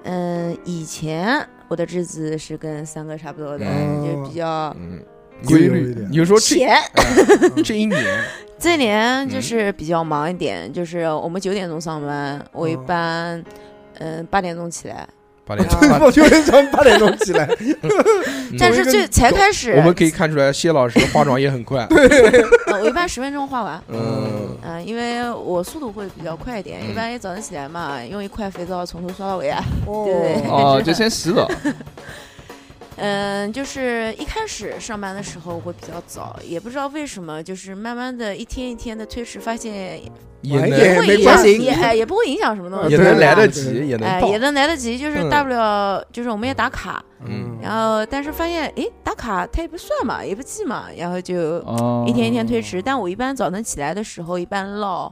嗯，以前我的日子是跟三哥差不多的，嗯就比较嗯，规律一点你就说这闲。 *laughs* 哎这一年，这年就是比较忙一点，就是我们九点钟上班，我一嗯般嗯八点钟起来，八点 *laughs* 啊钟，我就很想八点钟起来，嗯但是最才开始，我们可以看出来谢老师化妆也很快。 *laughs* 呃我一般十分钟画完。嗯，哎嗯，因为我速度会比较快一点，嗯一般一早上起来嘛，用一块肥皂从头刷到尾啊。哦哦，就先洗澡，嗯，就是一开始上班的时候会比较早，也不知道为什么，就是慢慢的一天一天的推迟，发现也哎能也不会没影关响，系也哎也不会影响什么东西，呃也对啊能来得对及，对也能哎到也。能来得及，就是嗯大不了就是我们也打卡，嗯然后但是发现哎打卡它也不算嘛，也不记嘛，然后就哦一天一天推迟。但我一般早晨起来的时候，一般闹，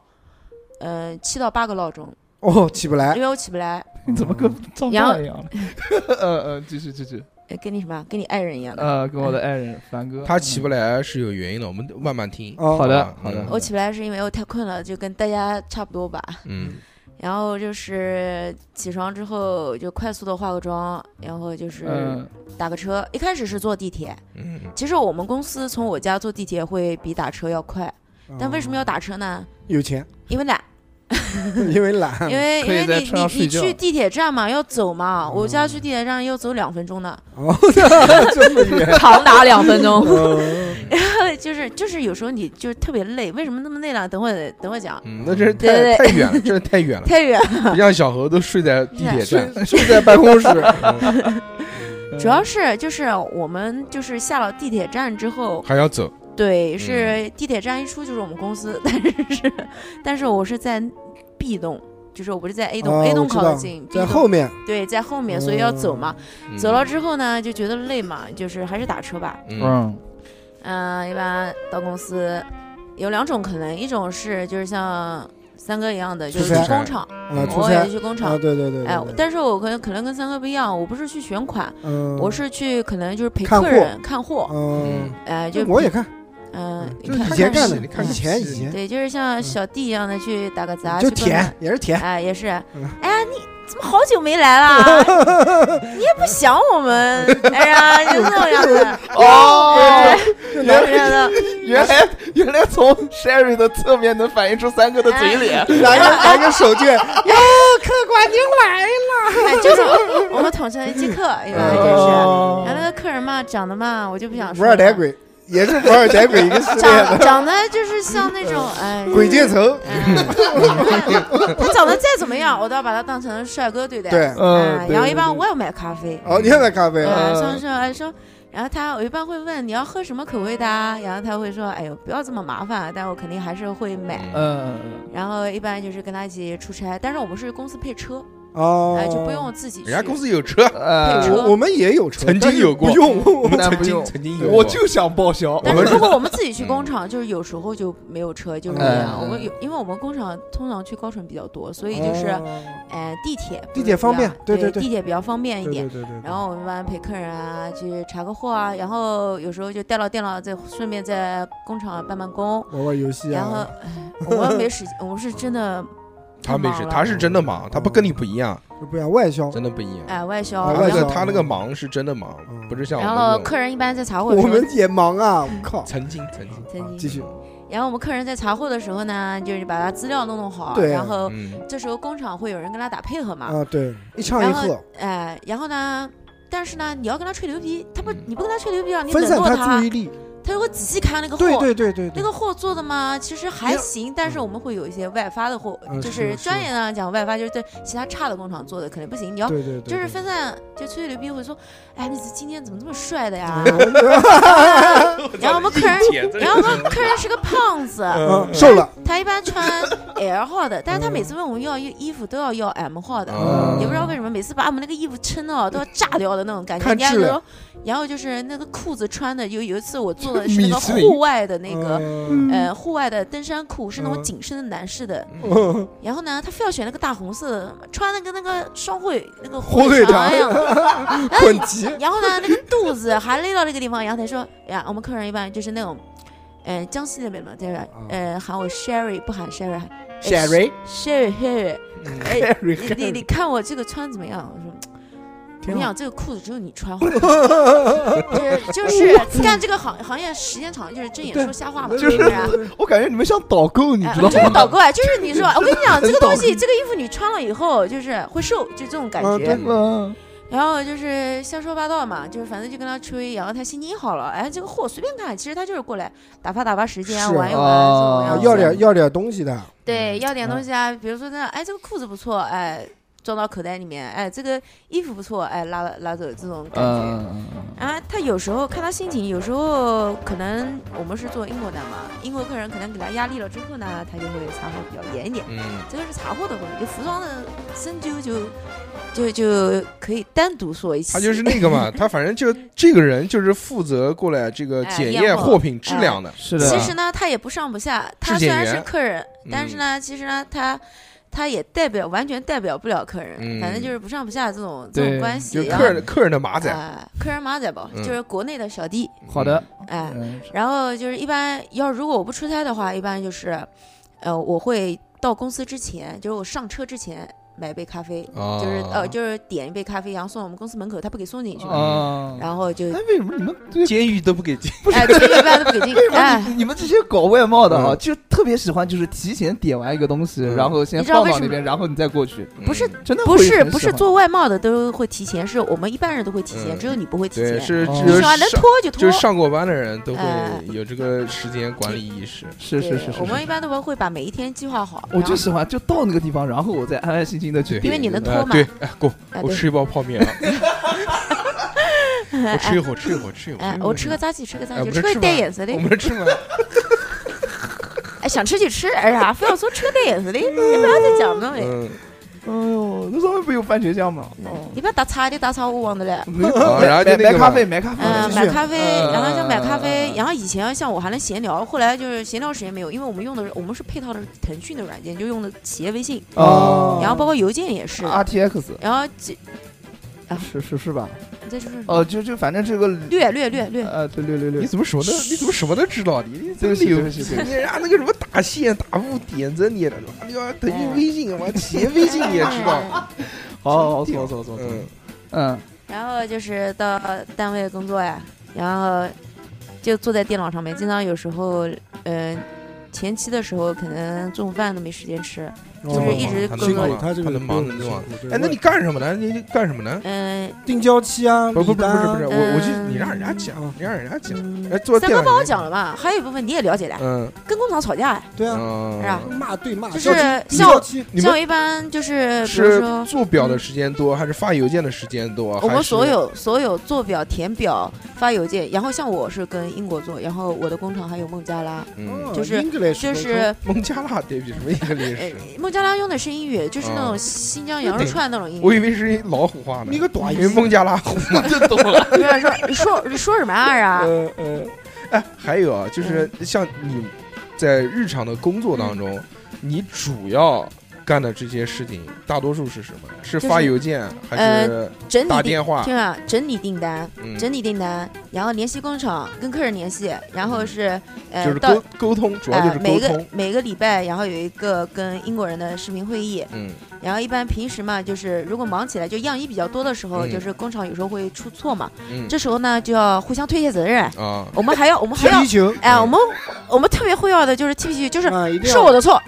嗯、七到八个闹钟，哦起不来哎因，为我起不来，你怎么跟张然后大一样？ *laughs* 呃呃，继续继续，呃跟你什么跟你爱人一样的，呃，跟我的爱人凡哥，他起不来是有原因的，我们慢慢听。哦好的嗯好的我起不来是因为我太困了，就跟大家差不多吧。嗯，然后就是起床之后就快速的化个妆，然后就是嗯，打个车。一开始是坐地铁，嗯，其实我们公司从我家坐地铁会比打车要快，哦但为什么要打车呢？哦有 *laughs* 钱？因为懒，因为懒，因为嗯因可以为在你车上你睡你觉哦去地铁站嘛，要走嘛，我家去地铁站要走两分钟呢，哦，这么远，长达两分钟。哦就是就是有时候你就特别累，为什么那么累呢？等会等会讲，嗯，那真是太对对太远了，真是太远了，太远，不像小何都睡在地铁站。睡睡在办公室， *laughs* 嗯主要是就是我们就是下了地铁站之后，还要走，对，嗯是地铁站一出就是我们公司， *laughs* 但是但是我是在 B 栋，就是我不是在 A 栋、哦 a 栋我知靠道得近，B 在栋后哦面，对，在后面，所以要走嘛。嗯走了，之后呢，就觉得累嘛，就是还是打车吧。嗯嗯，嗯、一般到公司有两种可能，一种是就是像三哥一样的，就是出去差工厂，啊，出嗯我差也去工啊，厂。对对对，对哎对，但是我可能可能跟三哥不一样，我不是去选款，嗯，我是去可能就是陪看客货人看货，嗯，哎，就就我也看，嗯，你就是看以前看干嗯戏的你看，以前戏以前对，就是像小弟一样的去打个杂，哎就去逛舔逛，也是舔，哎，也是，嗯哎呀，你怎么好久没来啦？你也不想我们，哎呀，就这种样子， *laughs* 哎哦，就这的，原来原来从 Sherry 的侧面能反映出三哥的嘴脸， *laughs* 拿个拿个手 *laughs* 绢，哎就是我们统称即刻，一般就是。哦然后那个客人嘛，长得嘛，我就不想不说二了。歹鬼，也是不二歹鬼一个系列长的长得就是像那种哎，鬼见愁，哎。 *laughs* 他长得再怎么样，我都要把他当成帅哥对待。对，哎嗯，对然后一般对我也买咖啡，哦，你也买咖啡啊？呃，呃上升哎说，然后他我一般会问你要喝什么口味的、啊，然后他会说，哎呦不要这么麻烦，啊但我肯定还是会买。嗯嗯嗯然后一般就是跟他一起出差，但是我们是公司配车，哎、哦，就不用自己去。人家公司有车，嗯配呃车我我们也有车，曾经但是有过不 *laughs* 用， *laughs* 我们那曾不经用曾经有过，我就想报销，但我是们如果我们自己去工嗯厂，就是有时候就没有车，就是嗯这样。我嗯们有，因为我们工厂通常去高淳比较多，所以就是，哦哎，地铁地铁方便对对对对地铁比较方便一对点对。对对，然后我们一般陪客人啊，去查个货啊，然后有时候就带到电脑，再顺便在工厂办办公。玩玩游戏 *laughs* 然后啊，，哎我们没时间，我们是真的他没事，忙了他是真的忙，啊他不跟你不一样，就不然外销，真的不一样。嗯哎外销他啊，那外然个后销他那个忙是真的忙，不是像我然们后那种客人一般在查货的哦 *laughs* 我时候们，也忙啊，我靠，曾经曾经曾经啊继续，然后我们客人在查货的时候呢，就是把他资料弄弄好，对然后嗯这时候工厂会有人跟他打配合嘛，啊，对，一唱一然和后，哎，然后呢，但是呢，你要跟他吹牛逼，他不嗯你不跟他吹牛逼啊，你分冷散落注意力，他他就会仔细看那个货，对对对对对，那个货做的嘛，其实还行，但是我们会有一些外发的货，嗯就是是的专是的业上讲外发，就是对其他差的工厂做的肯定不行，你要。对对对，就是对分散，就吹吹牛逼会说，哎，你今天怎么这么帅的 *laughs* 啊呀？然后我们客人， *laughs* 然后我们客人是个胖子，嗯瘦了，他一般穿 L 号的，但是他每次问我们要衣服都要要 M 号的，嗯也不知道为什么，每次把我们那个衣服撑到都要炸掉的那种感觉。看人家质就量说，然后就是那个裤子穿的，有有一次我做的是米那个其林户外 *laughs* 的 *laughs* 那个。嗯呃，户外的登山裤是那种嗯紧身的男士的，嗯 *laughs* 然后呢，他非要选那个大红色的，穿的跟那个双汇那个火腿肠肠一样，捆急，然后呢，那个肚子还勒到那个地方，然后他说：“哎呀，我们客人一般就是那种，呃，江西那边嘛，就是啊呃，喊我 Sherry 不喊 Sherry，喊哎 Sherry Sherry Sherry，哎，嗯你你 Harry，你看我这个穿怎么样？”我说。我跟你讲，这个裤子只有你穿 *laughs* 会，就是就是干这个行行业时间长，就是睁眼说瞎话嘛，就是不是啊？我感觉你们像导购，你哎知道就是导吗？购啊，就是 *laughs* 你说，我跟你讲，这个东西，很这个衣服你穿了以后，就是会瘦，就这种感嗯觉对。嗯，然后就是瞎说八道嘛，就是反正就跟他吹，然后他心情好了，哎，这个货随便看，其实他就是过来打发打发时间，是玩一玩，哦啊怎么样？要点要点东西的，对，要点东西啊，比如说那哎这个裤子不错，哎装到口袋里面，哎这个衣服不错，哎拉拉走这种感觉。嗯，啊，他有时候看他心情，有时候可能我们是做英国单嘛，英国客人可能给他压力了之后呢，他就会查货比较严一点。嗯，这个是查货的问题，服装的深究就就就可以单独说一期。他就是那个 *laughs* 嘛，他反正就这个人就是负责过来这个哎检验验货嗯货品质量的，是其实呢，他也不上不下，他质检虽然是员客人，但是呢，其实呢，他他也代表完全代表不了客人，嗯反正就是不上不下这种这对种关系就。然后客人客人的马仔，哎客人马仔吧，嗯就是国内的小弟，好的，哎，嗯，然后就是一般要如果我不出差的话，一般就是，呃，我会到公司之前，就是我上车之前买杯咖啡，啊，就是呃就是点一杯咖啡，然后送到我们公司门口，他不给送进去嘛，啊，然后就哎，为什么你们对监狱都不给 *laughs* 进，哎，这个一般都不给进为什，么哎你。你们这些搞外贸的啊，嗯就特别喜欢就是提前点完一个东西，嗯然后先你知道放为到什那么边，然后你再过去，嗯不是真的不会是很喜不是欢做外贸的都会提前，是我们一般人都会提前，嗯只有你不会提对前。是哦只你有是吧？能上拖就拖就。是上过班的人都哎会有这个时间管理意识，是是对是是，我们是一般都会把每一天计划好。我然后就喜欢就到那个地方，然后我再安安心心的去对点，因为你能拖呃嘛对，哎，够，哎我对吃一包泡面 *laughs* 啊，我吃一会儿，吃一会儿，吃一会哎儿，，我吃个炸鸡，吃个炸哎鸡，不是个吃带吗眼色的我，们吃吗？哎，想吃就吃，哎呀，非要说吃个带眼色的，你不要再讲了喂。嗯，哎呦，那上面不有番茄酱吗？哦你不要打岔的，打岔我忘得了。没有啊然后就买那买个咖嘛啡，买咖啡，嗯，继续买咖啡，嗯然后就买咖嗯嗯啡嗯，然后以前像我还能闲聊，后来就是闲聊时间没有，因为我们用的是我们是配套的腾讯的软件，就用的企业微信，哦，啊嗯然后包括邮件也是， RTX 然后这是是是吧？这就是哦，就就反正这个略略略略，呃，对对对你对，怎么什么都你怎么什么都知道？你你真对不起对牛不逼！起，对不你起人家那个什么打线打雾点着你了，你要腾讯微信，哦我企业微信你也知道， *laughs* 道。好好好，走走走走，嗯，嗯，然后就是到单位工作呀，然后就坐在电脑上面，经常有时候，嗯、前期的时候可能中午饭都没时间吃，就是一直他工能忙作里吗哦他这个能忙能忙。哎，那你你干什么呢？你你干什么呢？嗯、定交期啊，不不不礼是单不啊是，我我就嗯你让人家讲，你让人家讲。嗯哎，做三电哥脑帮我讲了嘛，还有一部分你也了解的，嗯跟工厂吵架呀，对啊，嗯，是吧骂对骂，就交期是定像交我期啊你像我们一般就是呃比如是说嗯做表的时间多，还是发邮件的时间多？我还们是所有所有做表、填表、发邮件，然后像我是跟英国做，然后我的工厂还有孟加拉，嗯，就是就。就是孟加拉对比什么一个历呃史？，孟加拉用的是英语，就是那哦种新疆羊肉串那种英语。我以为是一老虎话呢，你个短因为孟加拉虎嘛，就懂了。 *laughs* 有点说你说你说什么玩意儿啊？呃呃，哎，还有啊，就是嗯像你在日常的工作当中，你主要干的这些事情，大多数是什么？是就是呃发邮件还是整理打订电话？听啊，整理订单，嗯，整理订单，然后联系工厂，跟客人联系，然后是呃就是到沟沟通，主要就呃是每沟个通。每个礼拜，然后有一个跟英国人的视频会议，嗯然后一般平时嘛，就是如果忙起来，就样衣比较多的时候，嗯就是工厂有时候会出错嘛，嗯这时候呢就要互相推卸责任，啊，我们还要我们踢还要皮球哎、嗯我们我们特别会要的就是踢皮球，就是啊，一定是我要的错，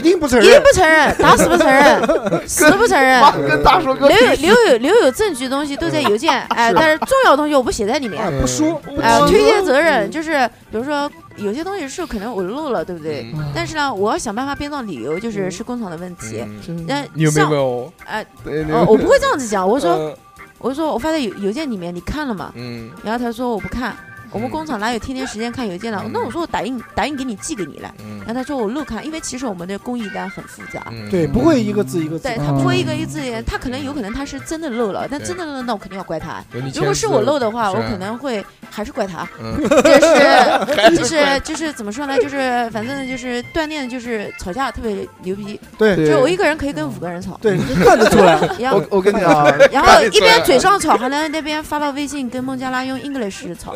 嗯，定不承一定认。不承认，打死不 *laughs* 承认，死不承认。妈跟大硕哥留有留有留有证据的东西都在 *laughs* 邮件，哎，但是重要的东西我不写在里面哎，。不说，不哎，说推嗯卸责任就是，比如说有些东西是可能我漏了，对不对？嗯但是呢，我要想办法编造理由，就是是工厂的问题。那嗯你有没有像问我？哎，对呃，我不会这样子讲，我说呃，我说我发在邮邮件里面，你看了吗？嗯，然后他说我不看，我们工厂哪有天天时间看邮件了？嗯那我说我打印打印给你寄给你了。嗯，然后他说我漏看，因为其实我们的工艺单很复杂，嗯对，不会一个字一个字对。他不会一个一字眼，他可能有可能他是真的漏了，但真的漏了，那我肯定要怪他。有你如果签字是我漏的话，是我可能会还是怪他， *laughs* 嗯就是就是就是怎么说呢？就是反正就是锻炼，就是吵架特别牛逼，对就是我一个人可以跟五个人吵，对，你看得出来。然后我我跟你讲啊，然后一边嘴上吵，还能那边发到微信跟孟加拉用 English 吵，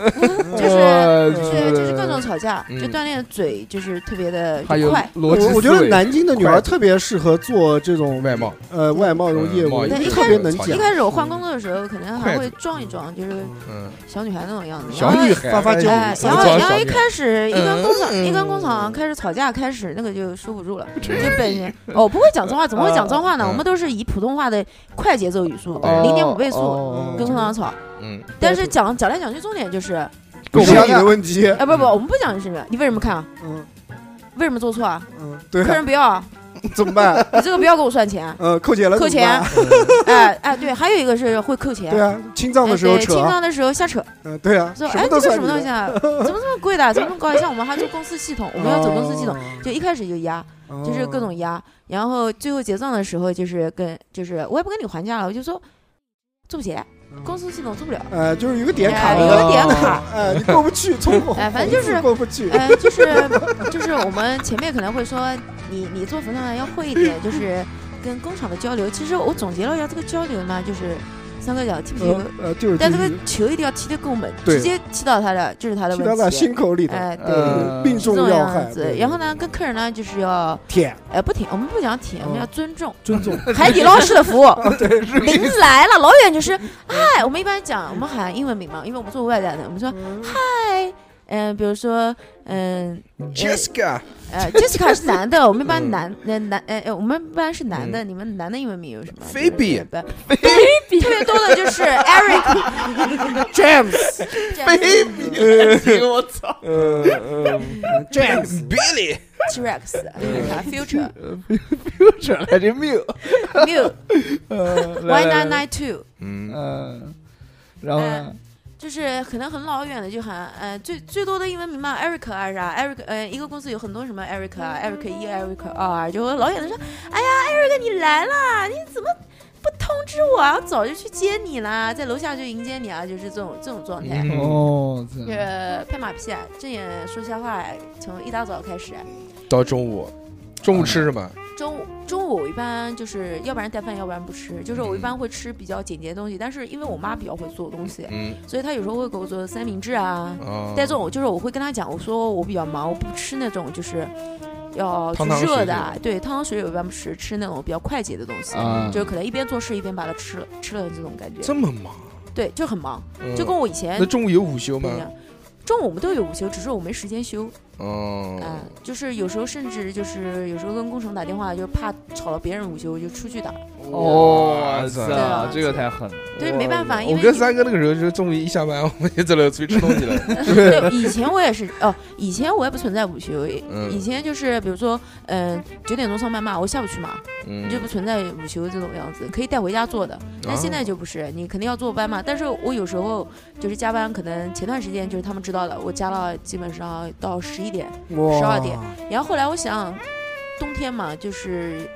就是呃就是就是各种吵架，嗯就锻炼嘴就是特别的还有快。逻辑思我维，我觉得南京的女快孩递特别适合做这种外贸，呃外贸这种业嗯贸务，易因为对特别能一一讲。开始我换工作的时候，可能还筷会装一装，就是嗯，小女孩那种样子。小然后女孩发发酒哎，嗯小然后女孩然后一开始一跟工厂嗯一跟工厂开始吵架，开始那个就收不 *laughs* 住了，就本身哦不会讲脏话，怎么会讲脏话呢？嗯我们都是以普通话的快节奏语速哦，零点五倍速哦 *laughs* 跟工厂吵，嗯，但是讲讲来讲去，重点就是不啊是想 *laughs* 你的问题。哎不不，我们不讲是什么，你为什么看啊？嗯为什么做错啊？嗯，对啊，客人不要啊，怎么办？，你这个不要给我算钱 *laughs* 呃，扣钱了，扣钱。嗯哎哎对，还有一个是会扣钱对。啊，清账哎的时候对，扯清啊，账的时候瞎扯，嗯，对啊，说什么哎这都个算什么东西啊，啊，怎么这么贵的，怎么这么高？像我们还做公司系统，我们要走公司哦系统，就一开始就压，统，就是各种压，然后最后结账的时候就是跟就是我也不跟你还价了，我就说做不起来，公司系统做不了呃，就是有个点卡哎了，有个 *laughs* 点卡哎，你过不去，冲我，哎反正就是过不去，呃，就是就是我们前面可能会说你你做房地产要会一点，就是跟工厂的交流。其实我总结了一下这个交流嘛，就是三个角踢不呃踢球，呃，就是但这个球一定要踢得够猛，对直接踢到他的就是他的踢到他问题。心口里头，哎，对。呃嗯病这重种要样害。子，然后呢，跟客人呢就是要，舔呃，不舔，我们不讲舔，我嗯们要尊 *laughs* 重尊 *laughs* 重，海底捞式的服务。名字来了，老远就是哎嗨，我们一般讲，我们喊英文名嘛，因为我们做外带的，我们说嗨，嗯，比如说，嗯， Jessica，呃，Jessica 是男的，我们一般嗯男，呃男，呃，呃我们一般是男的，你们男的英文名有什么？菲比不菲比特别多的就是 Eric、 James James、我操，呃嗯 *laughs* James Billy， T-Rex、Future、呃又 *laughs* 扯来这命， Mew、Y Nine Nine 嗯 Two，嗯，嗯，然后呢？就是可能很老远的就喊，呃，最最多的英文名嘛，Eric 啊啥，Eric，呃，一个公司有很多什么 Eric 啊，Eric 一，Eric 二，就老远的说，哎呀，Eric 你来啦，你怎么不通知我啊？早就去接你啦，在楼下就迎接你啊，就是这种这种状态，嗯 *laughs* 哦，这就是拍马屁啊，睁眼说瞎话，啊从一大早开始，啊到中午，中午吃什么？中午中午我一般就是要不然带饭，要不然不吃，就是嗯我一般会吃比较简洁的东西，但是因为我妈比较会做东西，嗯，所以她有时候会给我做三明治啊。啊，带这种就是我会跟他讲，我说我比较忙，我不吃那种就是要去汤汤水热水的啊，对，汤汤水水我一般不吃，吃那种比较快捷的东西，啊就是可能一边做事一边把它吃了，吃了这种感觉，嗯这么忙，对，就很忙，嗯就跟我以前那中午有午休不吗一？样。中午我们都有午休，只是我没时间休。哦嗯，，就是有时候甚至就是有时候跟工程打电话，就怕吵了别人午休，就出去打。哦，对操啊，这个太狠了。对，没办法，因哦我为跟三哥那个时候就是中午一下班，我们就走楼出去吃东西 *laughs* 了。对，以前我也是哦，以前我也不存在午休，嗯以前就是比如说，嗯、九点钟上班嘛，我下不去嘛，嗯你就不存在午休这种样子，可以带回家做的。但现哦在就不是，你肯定要坐班嘛。但是我有时候就是加班，可能前段时间就是他们知道了，我加了基本上到十一点。12点然后后来我想，冬天嘛，就是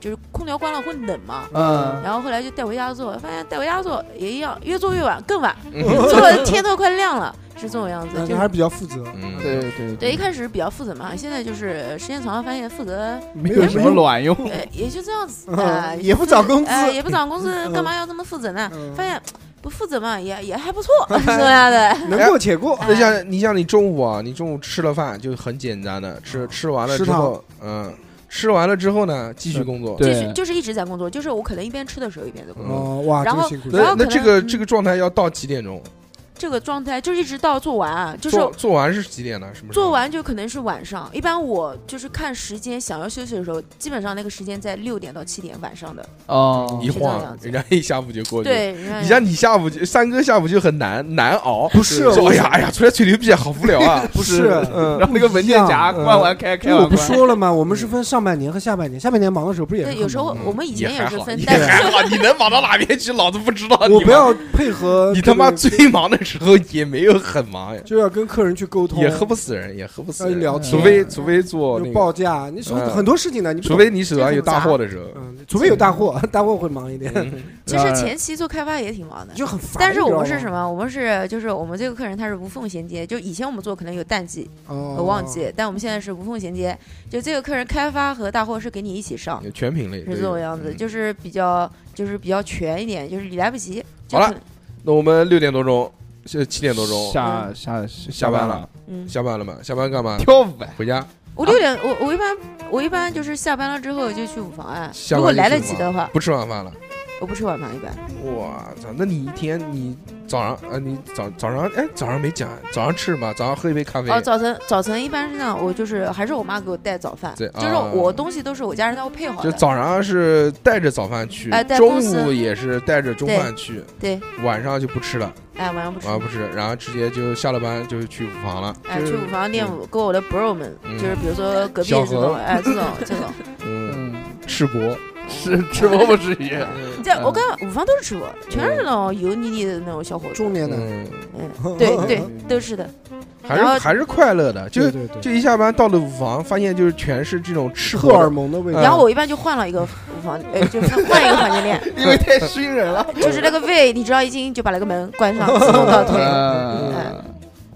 就是空调关了会冷嘛。嗯，然后后来就带回家做，发现带回家做也一样，越做越晚，更晚，做的天都快亮了，是这种样子。那就还是比较负责，嗯，对对对，一，开始比较负责嘛，现在就是时间长了发现负责，没有什么卵用。呃，也就这样子，啊，嗯也不涨工资，哎，也不涨工资，嗯干嘛要这么负责呢？嗯哎发现不负责嘛，也也还 *laughs* 不错，是这样的。能过且哎过，那像你像你中午啊，你中午吃了饭就很简单的啊吃，吃完了之后，嗯，吃完了之后呢，继续工作。就对是就是一直在工作，嗯就是我可能一边吃的时候一边在工作。哦，哇，然这个后辛苦，然那后那可这能个这个状态要到几点钟？这个状态，就一直到做完啊，就是做做完是几点呢？什么时候做？完就可能是晚上。一般我就是看时间，想要休息的时候，基本上那个时间在六点到七点晚上的。哦一是这晃样，子人家一下午就过去了。对，嗯人家你像你下午就三哥下午就很难难熬，不是说我，哎呀哎呀，出来吹牛逼好无聊啊不是，呃嗯然呃后那个文件夹不一样关完开，开这完我不关说了吗？我们是分上半年和下半年，下半年忙的时候不是也是对，很有时候忙吗 *laughs* 我们以前也还是好分也，但还是好，你能忙到哪边去，老子不知道。我啊你不忙，要配合你这他妈个最忙的时候也没有很忙呀，就要跟客人去沟通，也喝不死人，也喝不死人，要聊除天非除非做那就个，报价，你手嗯很多事情呢，你除不懂非你手上有大货的时候。嗯，除非有大货， *laughs* 大货会忙一点，嗯其实前期做开发也挺忙的。就很烦。但是我们你知道是吗什？么？我们是就是我们这个客人他是无缝衔接，就以前我们做可能有淡季，哦我忘记，但我们现在是无缝衔接，就这个客人开发和大货是给你一起上，有全品类是这种样子，嗯就是比较就是比较全一点，就是你来不及。就好了可能，那我们六点多钟，是七点多钟下下下下班了了，嗯，下班了嘛？下班干嘛？跳舞呗。回家。我六点，我我一般我一般就是下班了之后就去舞房啊，下如班果就去来得舞及房的话，不吃晚饭了。我不吃晚饭一般。我操！那你一天你早上啊，你早早上哎，早上没讲，早上吃什么？早上喝一杯咖啡。哦，早晨早晨一般是这样，我就是还是我妈给我带早饭，对就是啊我东西都是我家人帮我配好就的。早上是带着早饭去哎，带中公司午也是带着中饭去，对，晚上就不吃了，哎，晚上不吃晚，上不吃，然后直接就下了班啊就去舞房了。哎，就是去舞房练舞，跟我的 bro 们，嗯就是比如说隔壁小这何种，哎，这种这种，嗯，嗯，赤膊，吃吃萝卜吃鱼，这 *laughs* 我跟舞房都是吃过，全是那种油腻腻的那种小伙子中，年的，嗯，*laughs* 嗯，对对，都是的，还是然后还是快乐的，就对对对，就一下班到了舞房，发现就是全是这种赤荷膊尔的，蒙的味嗯然道。后我一般就换了一个舞房，呃，就换一个房间练，嗯因为太熏人了。就是那个胃，你知道一进就把那个门关上，自动嗯倒退，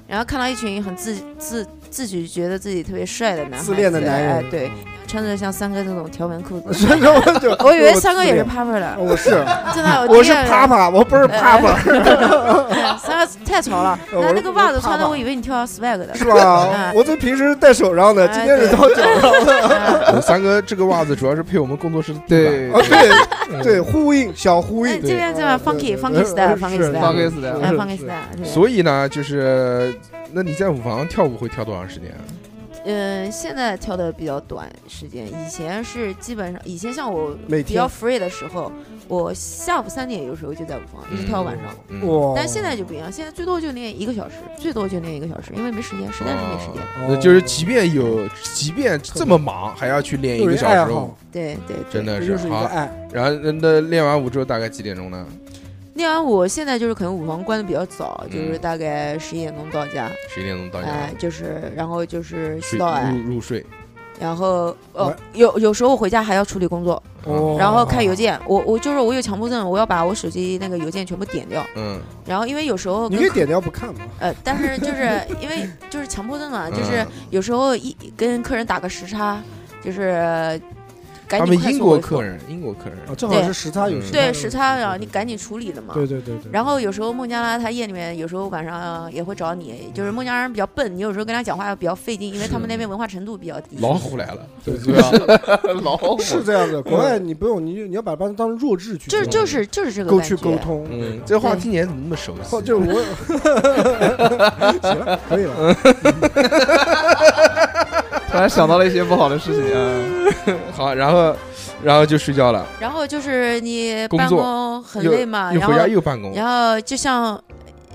然后看到一群很自自自己觉得自己特别帅的男孩子，自恋的男哎人，嗯对，穿着像三哥这种条纹裤 *laughs* 子，真的，我就 *laughs* 我以为三哥也自恋是 Papa 的，我是真的，我第是一眼啪啪，我嗯不是啪啪，哎三哥太潮了，我那那个袜子穿的，我我以为你跳 swag 的，是吧？哎我这平时戴手上的，哎今天是到 *laughs* 脚上。哎呃三哥这个袜子主要是配我们工作室的地板嗯对啊，对对，呼应小呼哎应，这边这边对对 funky 对 funky 是 style 是 funky 是 style， funky style 哎是 funky 是 style，对所以呢，就是那你在舞房跳舞会跳多长时间啊？嗯，现在跳的比较短时间，以前是基本上，以前像我每比较天 free 的时候，我下午三点有时候就在舞房，一直跳到晚上。嗯哇！但是现在就不一样，现在最多就练一个小时，最多就练一个小时，因为没时间，实在是没时间。哦就是即便有，即便这么忙，还要去练一有个人小爱时舞好，，对对对，真的这是就是一个好。爱。然后那练完舞之后大概几点钟呢？练完舞现在就是可能舞房关的比较早，就是嗯大概十一点钟到家，十一点钟到哎、家，就是然后就是洗睡澡哎，入入睡。然后哎哦喂有有时候我回家还要处理工作，嗯哦然后看邮件，我我就是我有强迫症，我要把我手机那个邮件全部点掉，嗯，然后因为有时候你可跟以点掉不看嘛。呃，但是就是 *laughs* 因为就是强迫症嘛，啊就是嗯有时候一跟客人打个时差，就是赶他紧们快英速国回复哦客人，英国客人啊，正好对是时差有时嗯差对有时差，然后你赶紧处理的嘛。对对对对。然后有时候孟加拉他夜里面有时候晚上也会找你，就是孟加拉人比较笨，你有时候跟他讲话比较费劲，因为他们那边文化程度比较低。老虎来了，对对啊对吧？老虎是这样的，国外你不用，你你要把它当成弱智去嗯就是沟就通是就是这个沟感去觉。沟通。嗯，这话听起来怎么那么熟悉？ *laughs* 或哦就我行了，可以了。突然想到了一些不好的事情啊。 *laughs* 好，然后然后就睡觉了，然后就是你工办作公很又累嘛，又啊然后回家又办公，然后就像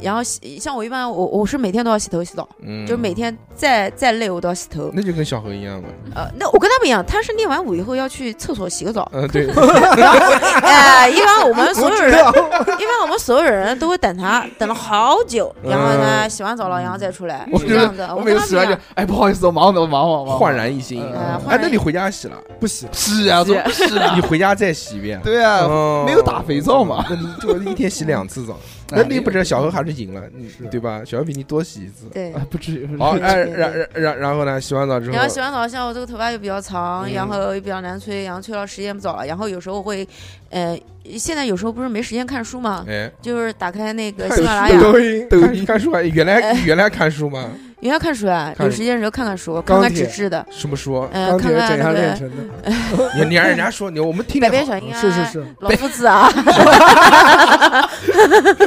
然后洗像我一般我我是每天都要洗头洗澡，嗯，就是每天再再累我都要洗头。那就跟小何一样嘛。。呃，那我跟他不一样，他是练完舞以后要去厕所洗个澡 *laughs* 嗯，对，哎，一般我们所有人，我知道 *laughs* 一般我们所有人都会等他，等了好久，然后呢，洗完澡了，然后再出来，我是觉这样得的。我每跟次洗完他不一就样，哎，不好意思，我忙我忙我忙。焕然一新。呃嗯哎，那你回家洗了？不洗，是啊，怎么是啊你？回家再洗一遍。对啊，哦没有打肥皂嘛？那你就一天洗两次 *laughs* 澡，那你不知知道小何还是赢了，你是嗯对吧？小何比你多洗一 *laughs* 次。对。啊不至于。不至于好， *laughs* 哎，对对然然然然后呢？洗完澡之后然后，洗完澡，像我这个头发又比较长，嗯然后又比较难吹，然后吹到时间不早了，然后有时候会，呃，现在有时候不是没时间看书嘛，哎，就是打开那个看 *laughs* 喜马拉雅，抖音 *laughs* 哎看看书啊？原来原来看书吗？也要看书啊，有时间的时候看看书，看钢看铁纸质的，什么 *laughs* 说？嗯、钢铁看是怎看那样炼个成的？你你让人家说你，我们听百着变好。小樱啊，是是是，老夫子 *laughs* 啊，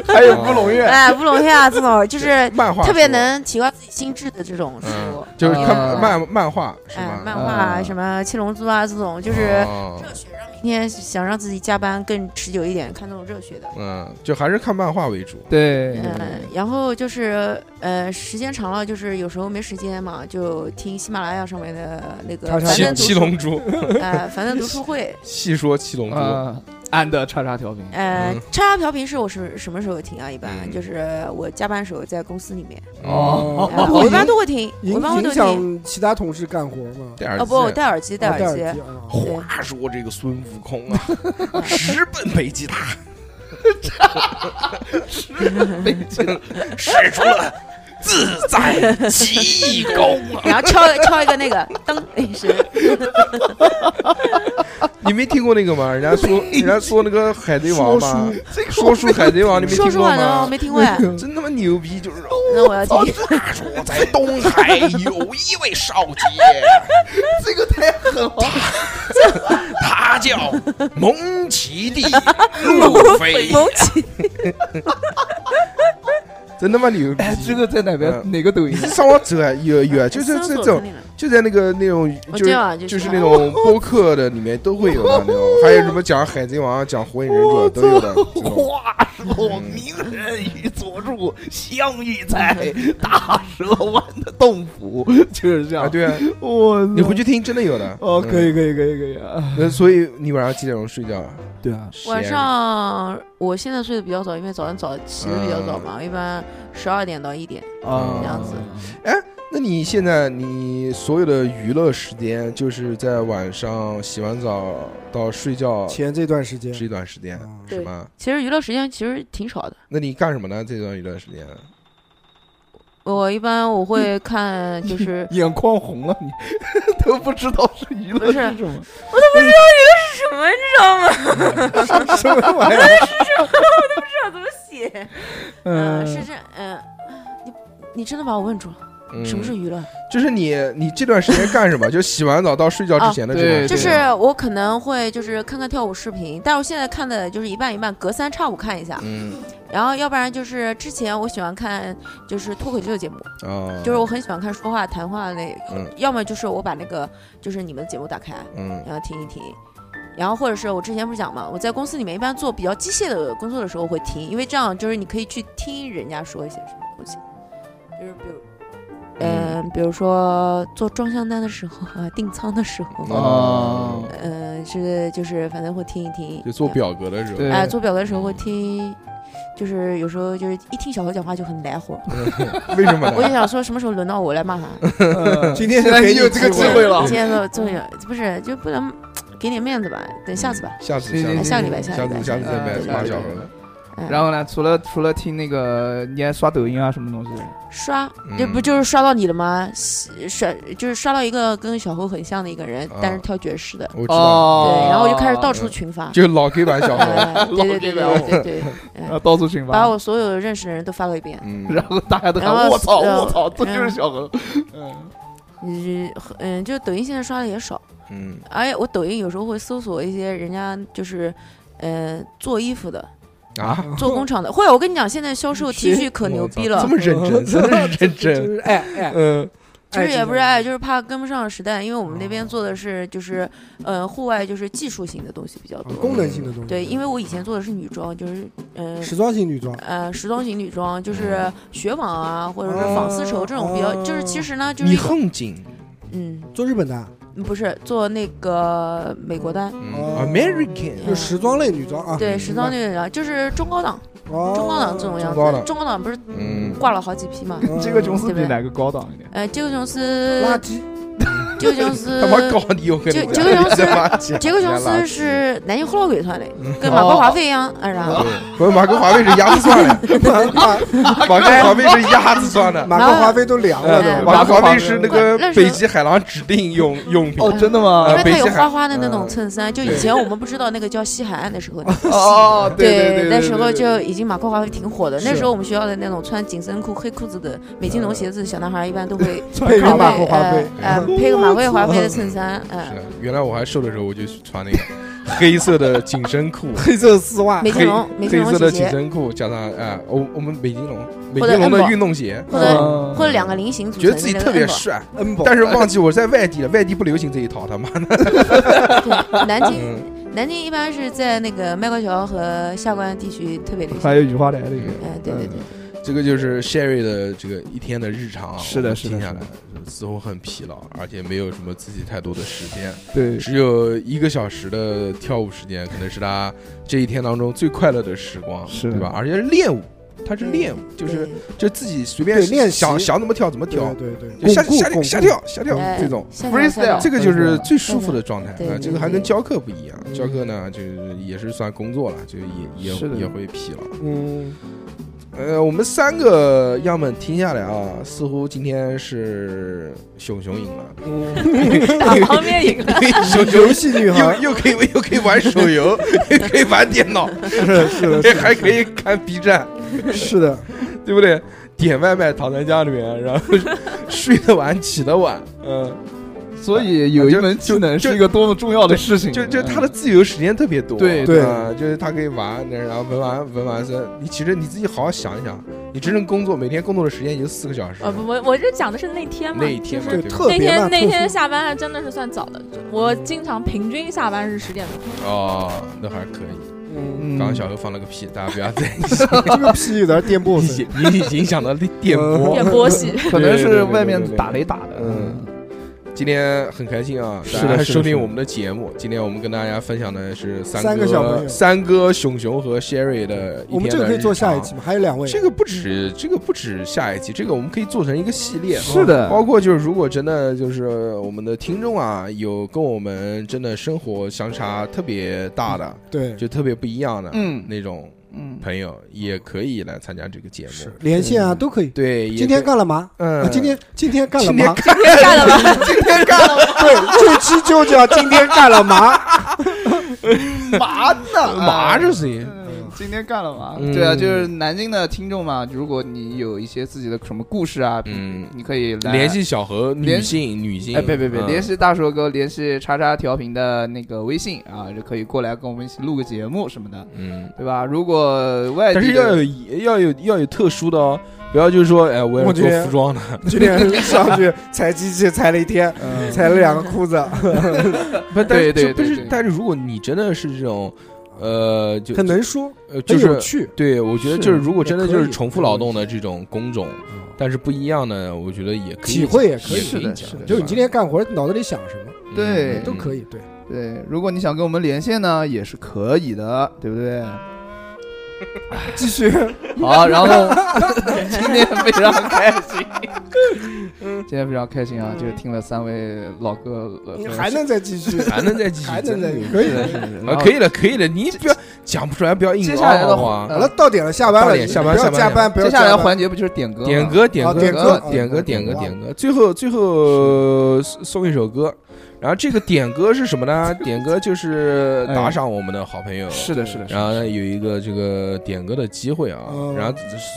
还有乌龙院，哎，乌龙院啊这种，就是漫画特别书能启发自己心智的这种书。嗯，就是看嗯漫漫画是哎吧，？漫画啊，嗯什么《七龙珠》啊，这种就是哦热血，让明天想让自己加班更持久一点，看这种热血的。嗯，就还是看漫画为主。对嗯，然后就是呃，时间长了，就是有时候没时间嘛，就听喜马拉雅上面的那个叉叉樊七登读七书，龙珠，呃，樊登读书 *laughs* 会，细说七龙珠，啊，安的叉叉调频，呃嗯，叉叉调频是我是什么时候听啊？一般嗯就是我加班时候在公司里面，哦呃我一般都会听，我影一般会影都听。响其他同事干活嘛？戴耳哦机不，我戴耳机，戴啊戴耳耳机机，啊，话说这个孙悟空啊，直奔北极塔，嗯哎使出了自在奇功啊！然后敲敲一个那 *laughs* 个噔哎一声， *laughs* 你没听过那个吗？人家说，人家说那个海贼王吗？说书海贼王，你没说听出过来了我吗？没听 *laughs* 过呀，真他妈牛逼！就是那我要听。话说在东海有一位少杰，这个太狠了，他叫蒙奇 *laughs* 弟路 *laughs* *laughs* 飞，蒙 *laughs* 奇，真他妈牛逼！ *laughs* 哎，这个在哪边嗯哪个抖音你？上网走啊，有有啊，哎就是这这种，就在那个那种我就这是样啊就就是是那种播客的里面都会有的那 *laughs* 种，还有什么讲海贼王、讲火影忍者都有的这种。话说名人与佐助相遇在大蛇丸的洞府，就是这啊，样。对啊，我你回去听，真的有的。哦，嗯可以，可以，可以，可以啊！呃，所以你晚上几点钟睡觉啊？对啊，晚10上我现在睡得比较早，因为早上早起的比较早嗯嘛，一般十二点到一点。啊，这样子哎，那你现在你所有的娱乐时间就是在晚上洗完澡到睡觉前这段时间这段时间嗯啊是吗？其实娱乐时间其实挺少的，那你干什么呢？这段娱乐时间？我一般我会 *laughs* 看，就是眼眶红了，你 *laughs* 都不知道是娱乐不是是什 *laughs* 么？什么你知 *laughs* 道吗？什么玩意儿？这怎么写？嗯，是嗯，这，嗯，你你真的把我问住了，嗯什么是娱乐？就是你你这段时间干什 *laughs* 么？就洗完澡到睡觉之前的这段对时就间，是我可能会就是看看跳舞视频，但是我现在看的就是一半一半，隔三差五看一下，嗯然后要不然就是之前我喜欢看就是脱口秀节目，啊，就是我很喜欢看说话谈话类，嗯要么就是我把那个就是你们的节目打开，嗯然后听一听，然后或者是我之前不是讲嘛，我在公司里面一般做比较机械的工作的时候会听，因为这样就是你可以去听人家说一些什么东西，就是比如。嗯、比如说做装箱单的时候啊，订仓的时候，哦哦，嗯、是就是反正会听一听，就做表格的时候对，哎、做表格的时候会听，就是有时候就是一听小何讲话就很来火， *laughs* 为什么我就呢？想说什么时候轮到我来骂他，嗯今天现在给你你 *laughs* 有这个机机会了今。天都终于不是就不能给点面子吧？等下次吧，下次行哎行次下个礼拜，下个礼拜，次下次个再买礼拜马对小对猴对了。嗯然后呢？除了除了听那个，你还刷抖音啊，什么东西？刷，嗯这不就是刷到你了吗？刷就是刷到一个跟小猴很像的一个人啊，但是跳爵士的，我知道，嗯哦嗯对，然后我就开始到处群发，就老 gay 版小猴， *laughs* *laughs* 哎对对对老对对对， *laughs* 啊，到处群把发，我所有认识的人都发了一遍，嗯，然后大家都喊然后我操然后我操，这就是嗯小何。嗯，嗯嗯，就抖音现在刷的也少，嗯而哎且我抖音有时候会搜索一些人家就是。嗯，做衣服的，啊，做工厂的，会。我跟你讲，现在销售 T 恤可牛逼我操这，了么认真，真的是 *laughs* *laughs* 认真，是哎哎，嗯就是也不是爱爱，就是怕跟不上时代，因为我们那边做的是就是，嗯、户外就是技术型的东西比较多。功能性的东西。对，因为我以前做的是女装，就是嗯时装性女装，呃时装型女装，就是雪纺啊，或者是哦纺丝绸这种比较，就是其实呢，就是你一个横井，嗯，做日本的啊不是做那个美国单，嗯哦，American，就时装类女装啊。对时装女装就是中高档，哦中高档这种样中高档子，中高档不是嗯，挂了好几批嘛？嗯这个琼斯对不比对哪个高档一点？呃，杰克琼垃斯圾，杰克琼 *laughs* 斯他妈搞你！我跟杰你杰克 *laughs* 琼斯斯杰克琼斯是南京欢乐鬼团的，嗯跟马哦国华费一样，啊，然后对，不是马克华为是鸭子 *laughs* 算的，马马马克华为是鸭子算的，马克华菲都凉 *laughs* 了呃哎嗯马都，克马克华华为为是那个北极海狼指定用用品哦，，真的吗因？呃为北它极有海花花的那种嗯衬衫，就以前我们不知道那个叫西海岸的时候，哦哦，对对，那时候就已经马克华菲挺火的。那是时候我们学校的那种穿紧身裤、黑裤子的美津浓嗯鞋子的小男孩，一般 *laughs* 都会配考个马克华菲，呃，配个马克华菲的衬衫，嗯是，的原来我还瘦的时候，我就穿那个 *laughs* 黑色的紧身 *laughs* 裤，黑色丝袜美，津黑浓、美津黑色浓的姐紧姐，身裤加上啊，我我们美津浓美或者津浓 N 的宝运动鞋，呃或者嗯或者两个菱形组觉成得自己的那特个别 N 宝帅，恩宝，但是忘记我在外地了，外地不流行这一套，他妈的，对，南京 *laughs* 嗯，南京一般是在那个麦高桥和下关地区特别流行。还有雨花台那个，嗯，对对对，这个就是 Sherry 的这个一天的日常啊，是我的们是的听下是来似乎很疲劳，而且没有什么自己太多的时间，对，只有一个小时的跳舞时间，可能是他这一天当中最快乐的时光，是的对吧？而且是练舞，他是对练舞，就是对就自己随便对练习想想怎么跳怎么跳对，对对，就下巩固下巩固哎下跳下跳哎这种。下 freestyle 下这个就是最舒服的状态对啊！对这个还对跟对教课不一样，教课呢就是也是算工作了，就也是也的也会疲劳。嗯，呃，我们三个样本听下来啊，似乎今天是熊熊赢 *laughs* 了，嗯，哪方面赢了？因为 *laughs* 熊熊游戏女孩又又可以又可以玩手 *laughs* 游，又可以玩电脑，是的， *laughs* 是的，还可以看 B 站，是的，对不对？点外卖躺在家里面，然后 *laughs* 睡得晚起得晚，嗯，所以有一门技能是一个多么重要的事情，就就他的自由时间特别多，对嗯对啊就是他可以玩，那然后纹完纹完身，你其实你自己好好想一想，你真正工作每天工作的时间也就四个小时呃，，不，我我是讲的是那天嘛，那一天嘛，就是对就不对特那别天慢，那天特下班还真的是算早的，就我经常平均下班是十点多。哦，那还可以。殊嗯，嗯刚刚小何放了个屁，大家不要 *laughs* 在意。这个屁有点电波声，影影影响到电电哦波。电波系，可能是外面打雷打的，嗯，今天很开心啊，是的大家是的收是听的我们的节目。今天我们跟大家分享的是三三哥、个小朋友三哥、熊熊和 Sherry 的一天的我们这个可以做下一期日吗？还有两位常。，这个不止，这个不止下一期，这个我们可以做成一个系列。是的包括就是如果真的就是我们的听众啊，有跟我们真的生活相差特别大的，嗯对，就特别不一样的，嗯那种嗯，朋友也可以来参加这个节目。是连线啊，都可以。对，也今天可以干了嘛？嗯啊，今天今天干了今天嘛？干干了吧？对， *laughs* 这期就叫今天干了嘛？麻呢嘛是谁？啊嗯今天干了嘛？嗯对啊，就是南京的听众嘛，如果你有一些自己的什么故事啊，嗯你可以来联。系小何，女联性，女性。哎，别别别，嗯联系大硕哥，联系叉叉调频的那个微信啊，就可以过来跟我们一起录个节目什么的，嗯，对吧？如果外但地是的要有要有要有特殊的哦，不要就是说，哎，我也我是觉做得服装的，今天 *laughs* 上去踩机器踩了一天，嗯踩了两个裤子，不，但是对对就不对是对，但是如果你真的是这种，呃，就很能说，呃就很是。有趣。对，我觉得是就是，如果真的也就可是以重复劳动的这种工种，嗯但是不一样的，我觉得也可以体会也可以以是讲的嗯是的就你今天干活，脑子里想什么对都可以。以。对，对，如果你想跟我们连线呢，也是可以的，对不 *laughs* 对？继续。 *laughs* 好，然后今天非常开 *laughs* 心，今天非常开心啊，就是听了三位老哥，呃你还能再继续，还能再继续， *laughs* 还能再真的可以是。的是的是的啊，然后可以了，可以了，你不要讲不出来，不要硬接凹，下来的好不好话好了，到点了，下班到了，点下班不要下班加班，不要接下来加的班环节不就是嗯点歌吗？点歌，点好歌，点点歌歌，啊点歌，点歌点歌。最后，最后送送一首歌。然后这个点歌是什么呢？点歌就是哎打赏我们的好朋友。是的，是的，是然的。后呢，有一个这个点歌的机会啊嗯。然后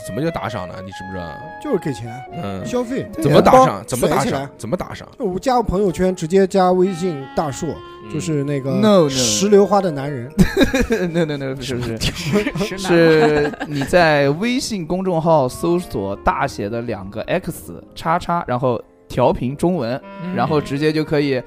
怎么叫打赏呢？你知不知道？就是给钱嗯，消费，怎么打赏？包怎么打？甩起来赏？怎么打赏？就我加我朋友圈，直接加微信大硕，嗯嗯就是那个 No，no 石榴花的男人， *laughs* no no no，是不是？ *laughs* 是是你在微信公众号搜索大写的两个 X 叉叉，然后调频中文，嗯然后直接就可以，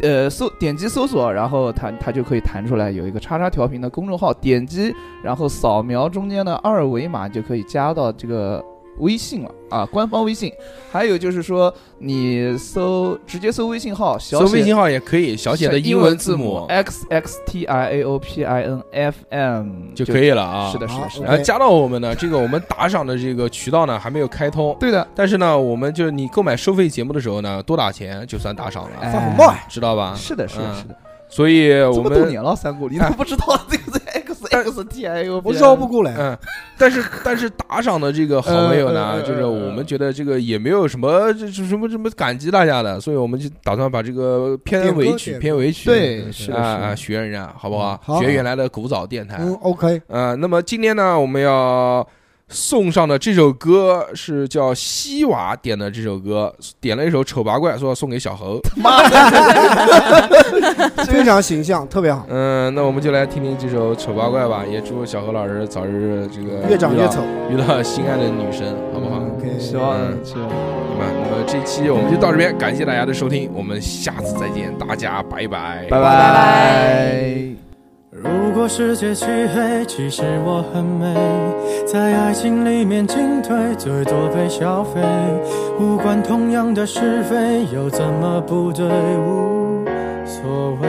呃，搜点击搜索，然后它它就可以弹出来有一个叉叉调频的公众号，点击然后扫描中间的二维码就可以加到这个微信了啊，官方微信。还有就是说，你搜直接搜微信号，小搜写微信号也可以，小写的英英文字字母 x x t i a o p i n f m 就可。以了啊。是的，是好的，是的。然后加到我们呢，这个我们打赏的这个渠道呢还没有开通，对的，但是呢，我们就是你购买收费节目的时候呢，多打钱就算打赏了，哎发红包哎，知道吧？是的，是的，嗯是的。所以这我么多们年了，三姑，你 *laughs* 都不知道这个是 x x t i o，我绕不过来。嗯，但是但是打赏的这个好朋友呢，嗯嗯嗯就是我嗯们觉得这个也没有什么这这什么什么感激大家的，所以我们就打算把这个片点歌尾点曲歌片尾曲对，是啊的，啊是嗯学人家好不好？好学原来的古早电台。嗯，OK，呃，那么今天呢，我们要送上的这首歌是叫西娃点的这首歌，点了一首《丑八怪》，说要送给小 *laughs* 猴。非常形象，特别好，嗯、那我们就来听听这首《丑八怪》吧，也祝小何老师早日这个越长遇越到丑。遇到心爱的女神，好不好？的， OK，希望嗯希望。好吧，那么这期我们就到这边，感谢大家的收听，我们下次再见，大家拜拜，拜拜如果世界漆黑，其实我很美，在爱情里面进退，最多被消费。无关同样的是非，又怎么不对？无所谓。